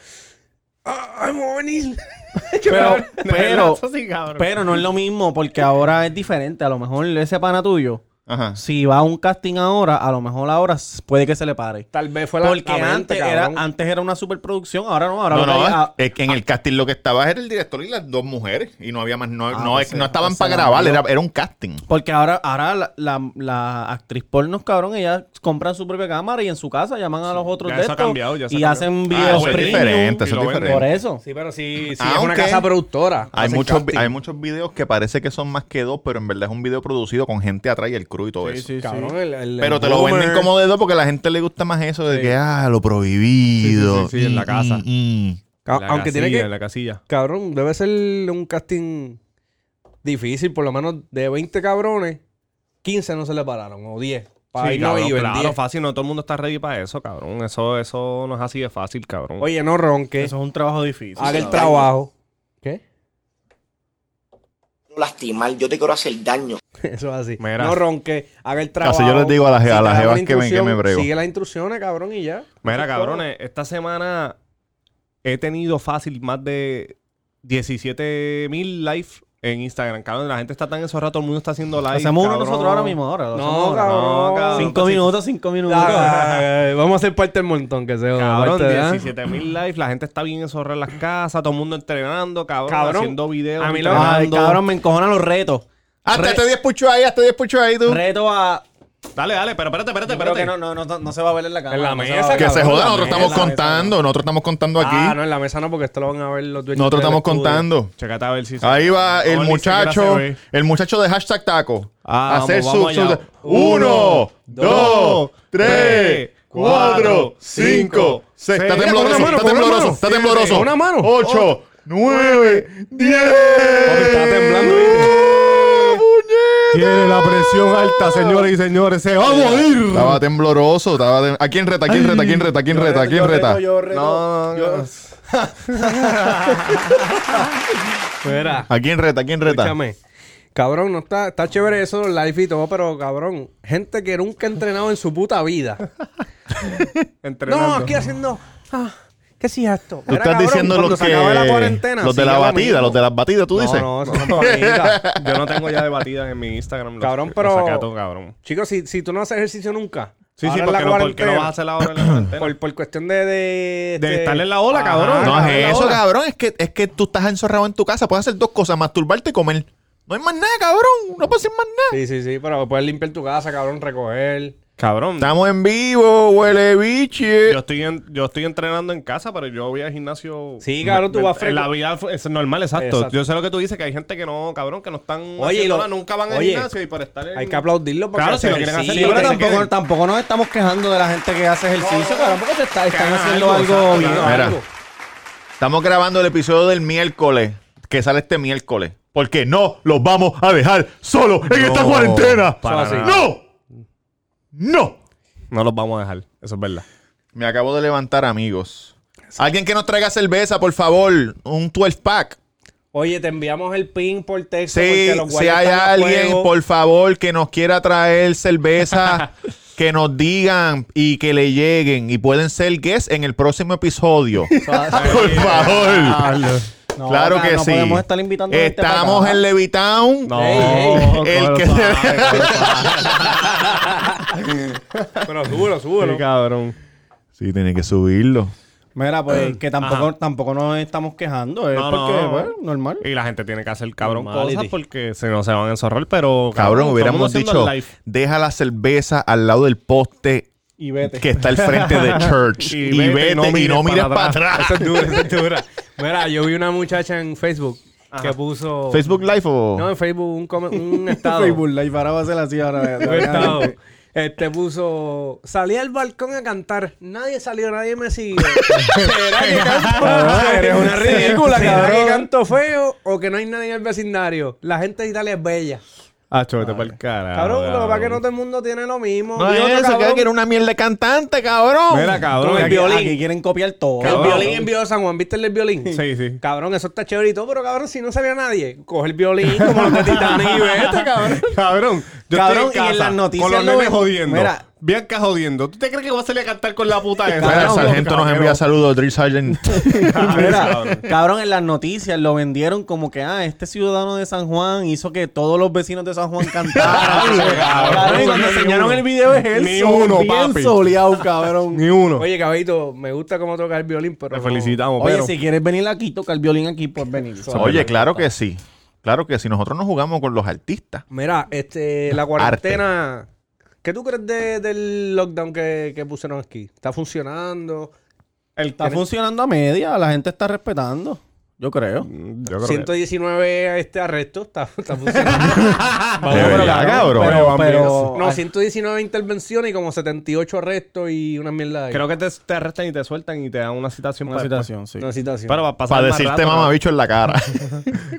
[SPEAKER 1] ¡Ay, me voy a venir!
[SPEAKER 4] Pero, pero,
[SPEAKER 2] Eso sí, cabrón.
[SPEAKER 4] pero no es lo mismo porque ahora es diferente. A lo mejor ese pana tuyo,
[SPEAKER 3] Ajá.
[SPEAKER 4] si va a un casting ahora, a lo mejor ahora s- puede que se le pare.
[SPEAKER 1] Tal vez fue la
[SPEAKER 4] Porque
[SPEAKER 1] la mente,
[SPEAKER 4] antes, era,
[SPEAKER 1] cabrón.
[SPEAKER 4] antes era una superproducción, ahora no. Ahora
[SPEAKER 3] No,
[SPEAKER 4] lo
[SPEAKER 2] eh.
[SPEAKER 4] que hay- ah,
[SPEAKER 3] no, es que en el casting lo que estaba era el director y las dos mujeres. Y no había más, no,
[SPEAKER 4] Ah,
[SPEAKER 3] no,
[SPEAKER 4] o
[SPEAKER 1] pues
[SPEAKER 3] es-
[SPEAKER 4] sea,
[SPEAKER 3] no estaban
[SPEAKER 4] o sea,
[SPEAKER 3] para grabar,
[SPEAKER 4] no.
[SPEAKER 3] era, era un casting.
[SPEAKER 4] Porque ahora, ahora la, la, la actriz porno, cabrón, ellas compran su propia cámara y en su casa llaman a los otros
[SPEAKER 2] Ya
[SPEAKER 4] de
[SPEAKER 2] eso ha
[SPEAKER 4] estos
[SPEAKER 2] cambiado, ya eso
[SPEAKER 4] y
[SPEAKER 2] ha
[SPEAKER 4] hacen
[SPEAKER 2] cambiado.
[SPEAKER 4] videos
[SPEAKER 3] Ah, eso es
[SPEAKER 4] premium.
[SPEAKER 3] diferente, eso
[SPEAKER 2] y
[SPEAKER 3] es
[SPEAKER 2] lo venden.
[SPEAKER 3] diferente.
[SPEAKER 4] Por eso.
[SPEAKER 1] Sí, pero sí, sí es
[SPEAKER 3] Aunque
[SPEAKER 1] una casa productora.
[SPEAKER 3] Hay
[SPEAKER 1] Hacen
[SPEAKER 3] muchos, vi-
[SPEAKER 1] casting.
[SPEAKER 3] hay muchos videos que parece que son más que dos, pero en verdad es un video producido con gente atrás y el crew y todo eso.
[SPEAKER 1] Cabrón, el- el-
[SPEAKER 3] Pero
[SPEAKER 1] el
[SPEAKER 3] te lo
[SPEAKER 1] boomer.
[SPEAKER 3] venden como de dos porque a la gente le gusta más eso de que, ah, lo prohibido.
[SPEAKER 2] Sí, sí, sí, sí, en la casa.
[SPEAKER 3] mm, mm.
[SPEAKER 1] Ca-
[SPEAKER 2] La
[SPEAKER 1] Aunque tiene
[SPEAKER 2] casilla,
[SPEAKER 1] que.
[SPEAKER 2] la casilla.
[SPEAKER 1] Cabrón, debe ser un casting difícil, por lo menos de 20 cabrones, 15 no se le pararon, o 10. Para
[SPEAKER 2] Sí,
[SPEAKER 1] irnos
[SPEAKER 2] cabrón,
[SPEAKER 1] y ver
[SPEAKER 2] claro,
[SPEAKER 1] 10.
[SPEAKER 2] fácil, no todo el mundo está ready para eso, cabrón. Eso, eso no es así de fácil, cabrón.
[SPEAKER 1] Oye, no ronque,
[SPEAKER 4] Eso es un trabajo difícil.
[SPEAKER 1] haga el
[SPEAKER 6] cabrón.
[SPEAKER 1] trabajo. ¿Qué?
[SPEAKER 6] No lastimar, yo te quiero hacer daño.
[SPEAKER 1] Eso es así.
[SPEAKER 2] Mira.
[SPEAKER 1] No ronque, haga el trabajo.
[SPEAKER 3] Así yo les digo a las- a
[SPEAKER 1] te
[SPEAKER 3] las
[SPEAKER 1] dan
[SPEAKER 3] jevas
[SPEAKER 1] una
[SPEAKER 3] que me- que me
[SPEAKER 1] instrucción,
[SPEAKER 3] brego.
[SPEAKER 1] Sigue las instrucciones, cabrón, y ya.
[SPEAKER 2] Mira,
[SPEAKER 1] Eso es
[SPEAKER 2] cabrones, esta semana he tenido fácil más de 17 mil live en Instagram. Cabrón, la gente está tan encerrada, todo el mundo está haciendo live.
[SPEAKER 4] Hacemos uno
[SPEAKER 2] cabrón.
[SPEAKER 4] nosotros ahora mismo, ahora. lo
[SPEAKER 1] No,
[SPEAKER 4] hacemos ahora. Ah,
[SPEAKER 1] cabrón.
[SPEAKER 4] Cinco minutos, cinco minutos.
[SPEAKER 1] Ah, Vamos a hacer parte del montón que se joda,
[SPEAKER 2] Cabrón,
[SPEAKER 1] parte de-
[SPEAKER 2] 17 mil lives, la gente está bien encerrada en las casas, todo el mundo entrenando, cabrón,
[SPEAKER 1] Cabrón,
[SPEAKER 2] haciendo videos.
[SPEAKER 1] a mí lo-
[SPEAKER 4] Ay,
[SPEAKER 2] entrenando.
[SPEAKER 4] cabrón, me encojonan los retos.
[SPEAKER 3] Hasta te 10 pucho ahí, hasta 10 pucho ahí, tú.
[SPEAKER 4] Reto a...
[SPEAKER 2] Dale, dale, pero espérate, espérate,
[SPEAKER 4] Pero
[SPEAKER 2] espérate.
[SPEAKER 4] que no, no, no, no se va a ver en la cámara.
[SPEAKER 1] En la
[SPEAKER 4] no se
[SPEAKER 1] mesa,
[SPEAKER 4] va a ver.
[SPEAKER 3] Que se
[SPEAKER 1] cabrón,
[SPEAKER 3] joda,
[SPEAKER 1] la
[SPEAKER 3] nosotros
[SPEAKER 1] mesa,
[SPEAKER 3] estamos
[SPEAKER 1] la mesa.
[SPEAKER 3] contando, nosotros estamos contando
[SPEAKER 1] Ah,
[SPEAKER 3] aquí.
[SPEAKER 1] no, en la mesa no, porque esto lo van a ver los dueños.
[SPEAKER 3] Nosotros
[SPEAKER 1] del
[SPEAKER 3] estamos
[SPEAKER 1] estudio.
[SPEAKER 3] contando.
[SPEAKER 2] Checate a ver si se-
[SPEAKER 3] Ahí va el
[SPEAKER 2] No, ni siquiera se
[SPEAKER 3] muchacho,
[SPEAKER 2] ve.
[SPEAKER 3] el muchacho de hashtag taco.
[SPEAKER 2] Ah,
[SPEAKER 3] hacer
[SPEAKER 2] vamos, vamos
[SPEAKER 3] su, su-
[SPEAKER 2] allá.
[SPEAKER 3] Uno, dos, tres, cuatro, cinco, seis. Está
[SPEAKER 2] seis. Mira,
[SPEAKER 3] tembloroso,
[SPEAKER 2] con una mano,
[SPEAKER 3] está
[SPEAKER 2] con una
[SPEAKER 3] tembloroso,
[SPEAKER 2] mano.
[SPEAKER 3] está tembloroso.
[SPEAKER 1] Con una mano.
[SPEAKER 3] Ocho, nueve, diez. Ah, Está
[SPEAKER 1] temblando,
[SPEAKER 2] Tiene la presión alta, señores y señores. ¡Se va a morir!
[SPEAKER 3] Estaba tembloroso, estaba tem- ¿A quién reta? ¿A quién reta? ¿A quién reta? ¿A quién
[SPEAKER 4] Yo
[SPEAKER 3] reta? ¿A
[SPEAKER 4] reto,
[SPEAKER 3] quién reta?
[SPEAKER 4] yo reto, Yo reto,
[SPEAKER 2] No,
[SPEAKER 4] yo-
[SPEAKER 2] no, no.
[SPEAKER 1] Espera,
[SPEAKER 3] ¿A quién reta? ¿A quién reta?
[SPEAKER 1] escúchame. Cabrón, no está, está chévere eso, los live y todo, pero cabrón, gente que nunca ha entrenado en su puta vida.
[SPEAKER 2] Entrenando.
[SPEAKER 1] no, aquí haciendo. ah, ¿Qué si es esto?
[SPEAKER 3] Tú estás diciendo los que... los de la batida, los de las batidas, tú dices.
[SPEAKER 1] No, no, eso son panitas.
[SPEAKER 2] Yo no tengo ya de batidas en mi Instagram. lo-
[SPEAKER 1] Cabrón,
[SPEAKER 2] lo
[SPEAKER 1] pero-
[SPEAKER 2] saqué a todo, cabrón.
[SPEAKER 1] Chicos, si, si tú no haces ejercicio nunca.
[SPEAKER 2] Sí, sí,
[SPEAKER 1] ahora en la
[SPEAKER 2] porque no, porque no
[SPEAKER 1] cuarentena,
[SPEAKER 2] vas a hacer la hora en la cuarentena.
[SPEAKER 1] Por, por cuestión de. De,
[SPEAKER 2] De
[SPEAKER 1] este-
[SPEAKER 2] estar en la ola,
[SPEAKER 1] Ajá,
[SPEAKER 2] cabrón.
[SPEAKER 3] No
[SPEAKER 2] Ah,
[SPEAKER 3] es eso,
[SPEAKER 2] ahora.
[SPEAKER 3] cabrón. Es que, es que tú estás encerrado en tu casa. Puedes hacer dos cosas, masturbarte y comer. No hay más nada, cabrón. No puedes hacer más nada.
[SPEAKER 1] Sí, sí, sí, pero puedes limpiar tu casa, cabrón, recoger.
[SPEAKER 2] Cabrón,
[SPEAKER 3] Estamos en vivo, huele biche.
[SPEAKER 2] yo estoy, en- yo estoy entrenando en casa, pero yo voy al gimnasio.
[SPEAKER 1] Sí, cabrón, tú
[SPEAKER 2] Me-
[SPEAKER 1] vas
[SPEAKER 2] en La
[SPEAKER 1] frecu-
[SPEAKER 2] vida fu- es normal, exacto.
[SPEAKER 1] Exacto.
[SPEAKER 2] Yo sé lo que tú dices, que hay gente que no, cabrón, que no están.
[SPEAKER 1] Oye,
[SPEAKER 2] haciendo
[SPEAKER 1] lo-
[SPEAKER 2] nada, nunca van al
[SPEAKER 1] oye,
[SPEAKER 2] gimnasio y por estar. en-
[SPEAKER 1] Hay que aplaudirlo porque
[SPEAKER 2] Claro, si
[SPEAKER 1] se
[SPEAKER 2] lo quieren hacer,
[SPEAKER 1] ejercitan.
[SPEAKER 2] yo
[SPEAKER 4] Pero
[SPEAKER 2] creo que se
[SPEAKER 4] tampoco,
[SPEAKER 2] queden.
[SPEAKER 4] tampoco nos estamos quejando de la gente que hace ejercicio, cabrón, porque te está- están
[SPEAKER 2] hagan
[SPEAKER 4] haciendo
[SPEAKER 2] algo,
[SPEAKER 4] algo
[SPEAKER 2] exacto,
[SPEAKER 4] bien.
[SPEAKER 2] claro.
[SPEAKER 3] Mira,
[SPEAKER 1] algo.
[SPEAKER 3] estamos grabando el episodio del miércoles, que sale este miércoles. Porque no los vamos a dejar solos en esta cuarentena.
[SPEAKER 2] para
[SPEAKER 1] Eso así.
[SPEAKER 2] nada.
[SPEAKER 3] ¡No! ¡No!
[SPEAKER 2] No los vamos a dejar, eso es verdad.
[SPEAKER 3] Me acabo de levantar, amigos. Alguien que nos traiga cerveza, por favor. Un 12 pack.
[SPEAKER 1] Oye, te enviamos el pin por texto.
[SPEAKER 3] Sí,
[SPEAKER 1] porque los
[SPEAKER 3] si
[SPEAKER 1] guardias
[SPEAKER 3] hay
[SPEAKER 1] están a
[SPEAKER 3] alguien,
[SPEAKER 1] fuego.
[SPEAKER 3] por favor, que nos quiera traer cerveza, que nos digan y que le lleguen. Y pueden ser guests en el próximo episodio. por favor.
[SPEAKER 4] No,
[SPEAKER 3] claro
[SPEAKER 4] no,
[SPEAKER 3] que
[SPEAKER 4] no
[SPEAKER 3] sí.
[SPEAKER 4] podemos estar invitando gente
[SPEAKER 3] Estamos
[SPEAKER 4] para acá.
[SPEAKER 3] en Levitown.
[SPEAKER 2] No,
[SPEAKER 1] ey,
[SPEAKER 3] el
[SPEAKER 2] con
[SPEAKER 3] que
[SPEAKER 2] los
[SPEAKER 3] se-
[SPEAKER 2] padres, con los padres.
[SPEAKER 1] Pero súbelo,
[SPEAKER 2] Sí,
[SPEAKER 1] súbelo.
[SPEAKER 2] cabrón.
[SPEAKER 3] Sí, tiene que subirlo.
[SPEAKER 4] Mira, pues que tampoco, tampoco nos estamos quejando, es
[SPEAKER 2] No, no.
[SPEAKER 4] porque, bueno, normal.
[SPEAKER 2] Y la gente tiene que hacer cabrón
[SPEAKER 1] Normality.
[SPEAKER 2] cosas porque si no se van a encerrar, pero.
[SPEAKER 3] Cabrón,
[SPEAKER 2] estamos
[SPEAKER 3] hubiéramos
[SPEAKER 2] haciendo
[SPEAKER 3] dicho,
[SPEAKER 2] live.
[SPEAKER 3] deja la cerveza al lado del poste
[SPEAKER 4] Y vete.
[SPEAKER 3] que está al frente de Church. y, vete, y no mires para atrás.
[SPEAKER 1] Esa es dura, esa es dura. Mira, yo vi una muchacha en Facebook que puso.
[SPEAKER 3] ¿Facebook Live o...?
[SPEAKER 1] No, en Facebook, un, come- un estado.
[SPEAKER 4] Facebook Live, ahora va a ser así ahora.
[SPEAKER 1] Un estado. Este puso. Salí al balcón a cantar. Nadie salió, nadie me siguió. ¿Será que
[SPEAKER 3] Ah,
[SPEAKER 1] canto? Eres una ridícula, ¿Será que canto feo o que no hay nadie en el vecindario? La gente de Italia es bella.
[SPEAKER 2] Ah, chóvete para el carajo.
[SPEAKER 1] Cabrón, lo que pasa es que no
[SPEAKER 2] cabrón.
[SPEAKER 1] todo el mundo tiene lo mismo.
[SPEAKER 3] No
[SPEAKER 1] Y
[SPEAKER 3] es
[SPEAKER 1] otro,
[SPEAKER 3] eso,
[SPEAKER 1] cabrón,
[SPEAKER 3] que era una mierda de cantante, cabrón.
[SPEAKER 2] Mira,
[SPEAKER 1] Con
[SPEAKER 2] cabrón.
[SPEAKER 1] el
[SPEAKER 2] aquí-
[SPEAKER 1] violín.
[SPEAKER 4] Aquí quieren copiar todo.
[SPEAKER 1] El
[SPEAKER 2] Cabrón.
[SPEAKER 1] violín envió a San Juan, ¿viste el del violín?
[SPEAKER 2] Sí, sí.
[SPEAKER 1] Cabrón, eso está chévere y todo, pero cabrón, si no sabía nadie, coge el violín como los de Titanic y vete, cabrón.
[SPEAKER 2] Cabrón, yo
[SPEAKER 4] Cabrón,
[SPEAKER 2] estoy en
[SPEAKER 4] y
[SPEAKER 2] casa
[SPEAKER 4] en las noticias
[SPEAKER 2] con los
[SPEAKER 4] lo
[SPEAKER 2] nenes
[SPEAKER 4] ven-
[SPEAKER 2] jodiendo.
[SPEAKER 4] Mira.
[SPEAKER 2] Bianca jodiendo. ¿Tú te crees que voy a salir a cantar con la puta esa?
[SPEAKER 3] Mira, el
[SPEAKER 2] Cabrón,
[SPEAKER 3] sargento nos
[SPEAKER 2] cabrón.
[SPEAKER 3] envía saludos, Drill Sergeant.
[SPEAKER 4] Mira, cabrón, en las noticias lo vendieron como que, ah, este ciudadano de San Juan hizo que todos los vecinos de San Juan cantaran. cabrón, y cuando
[SPEAKER 2] Ni
[SPEAKER 4] enseñaron
[SPEAKER 2] uno.
[SPEAKER 4] el video es él
[SPEAKER 2] Ni
[SPEAKER 4] solo,
[SPEAKER 2] uno,
[SPEAKER 4] bien
[SPEAKER 2] papi.
[SPEAKER 4] soleado, cabrón.
[SPEAKER 2] Ni uno.
[SPEAKER 1] Oye, caballito, me gusta cómo toca el violín, pero.
[SPEAKER 2] Te
[SPEAKER 1] no-
[SPEAKER 2] felicitamos,
[SPEAKER 4] Oye,
[SPEAKER 2] pero...
[SPEAKER 4] si quieres venir aquí, toca el violín aquí, pues venir.
[SPEAKER 3] Oye, claro que sí. Claro que sí. Nosotros no jugamos con los artistas.
[SPEAKER 1] Mira, este, la cuarentena. ¿Qué tú crees de- del lockdown que, que pusieron aquí? ¿Está funcionando?
[SPEAKER 4] Está funcionando a media, la gente está respetando, yo creo.
[SPEAKER 2] Yo creo que-
[SPEAKER 1] 119 este arresto, está, está funcionando.
[SPEAKER 3] De
[SPEAKER 4] pero,
[SPEAKER 3] verdad, cabrón.
[SPEAKER 4] Pero,
[SPEAKER 2] Van bien.
[SPEAKER 4] pero-
[SPEAKER 1] no, 119 intervenciones y como 78 arrestos y una mierda. de-
[SPEAKER 2] Creo que te, te arrestan y te sueltan y te dan una citación.
[SPEAKER 4] Una
[SPEAKER 2] para después.
[SPEAKER 4] situación, sí.
[SPEAKER 1] Una situación.
[SPEAKER 2] Pero para pasar
[SPEAKER 3] Para
[SPEAKER 2] más
[SPEAKER 3] decirte
[SPEAKER 2] rato, ¿no?
[SPEAKER 3] mamabicho en la cara.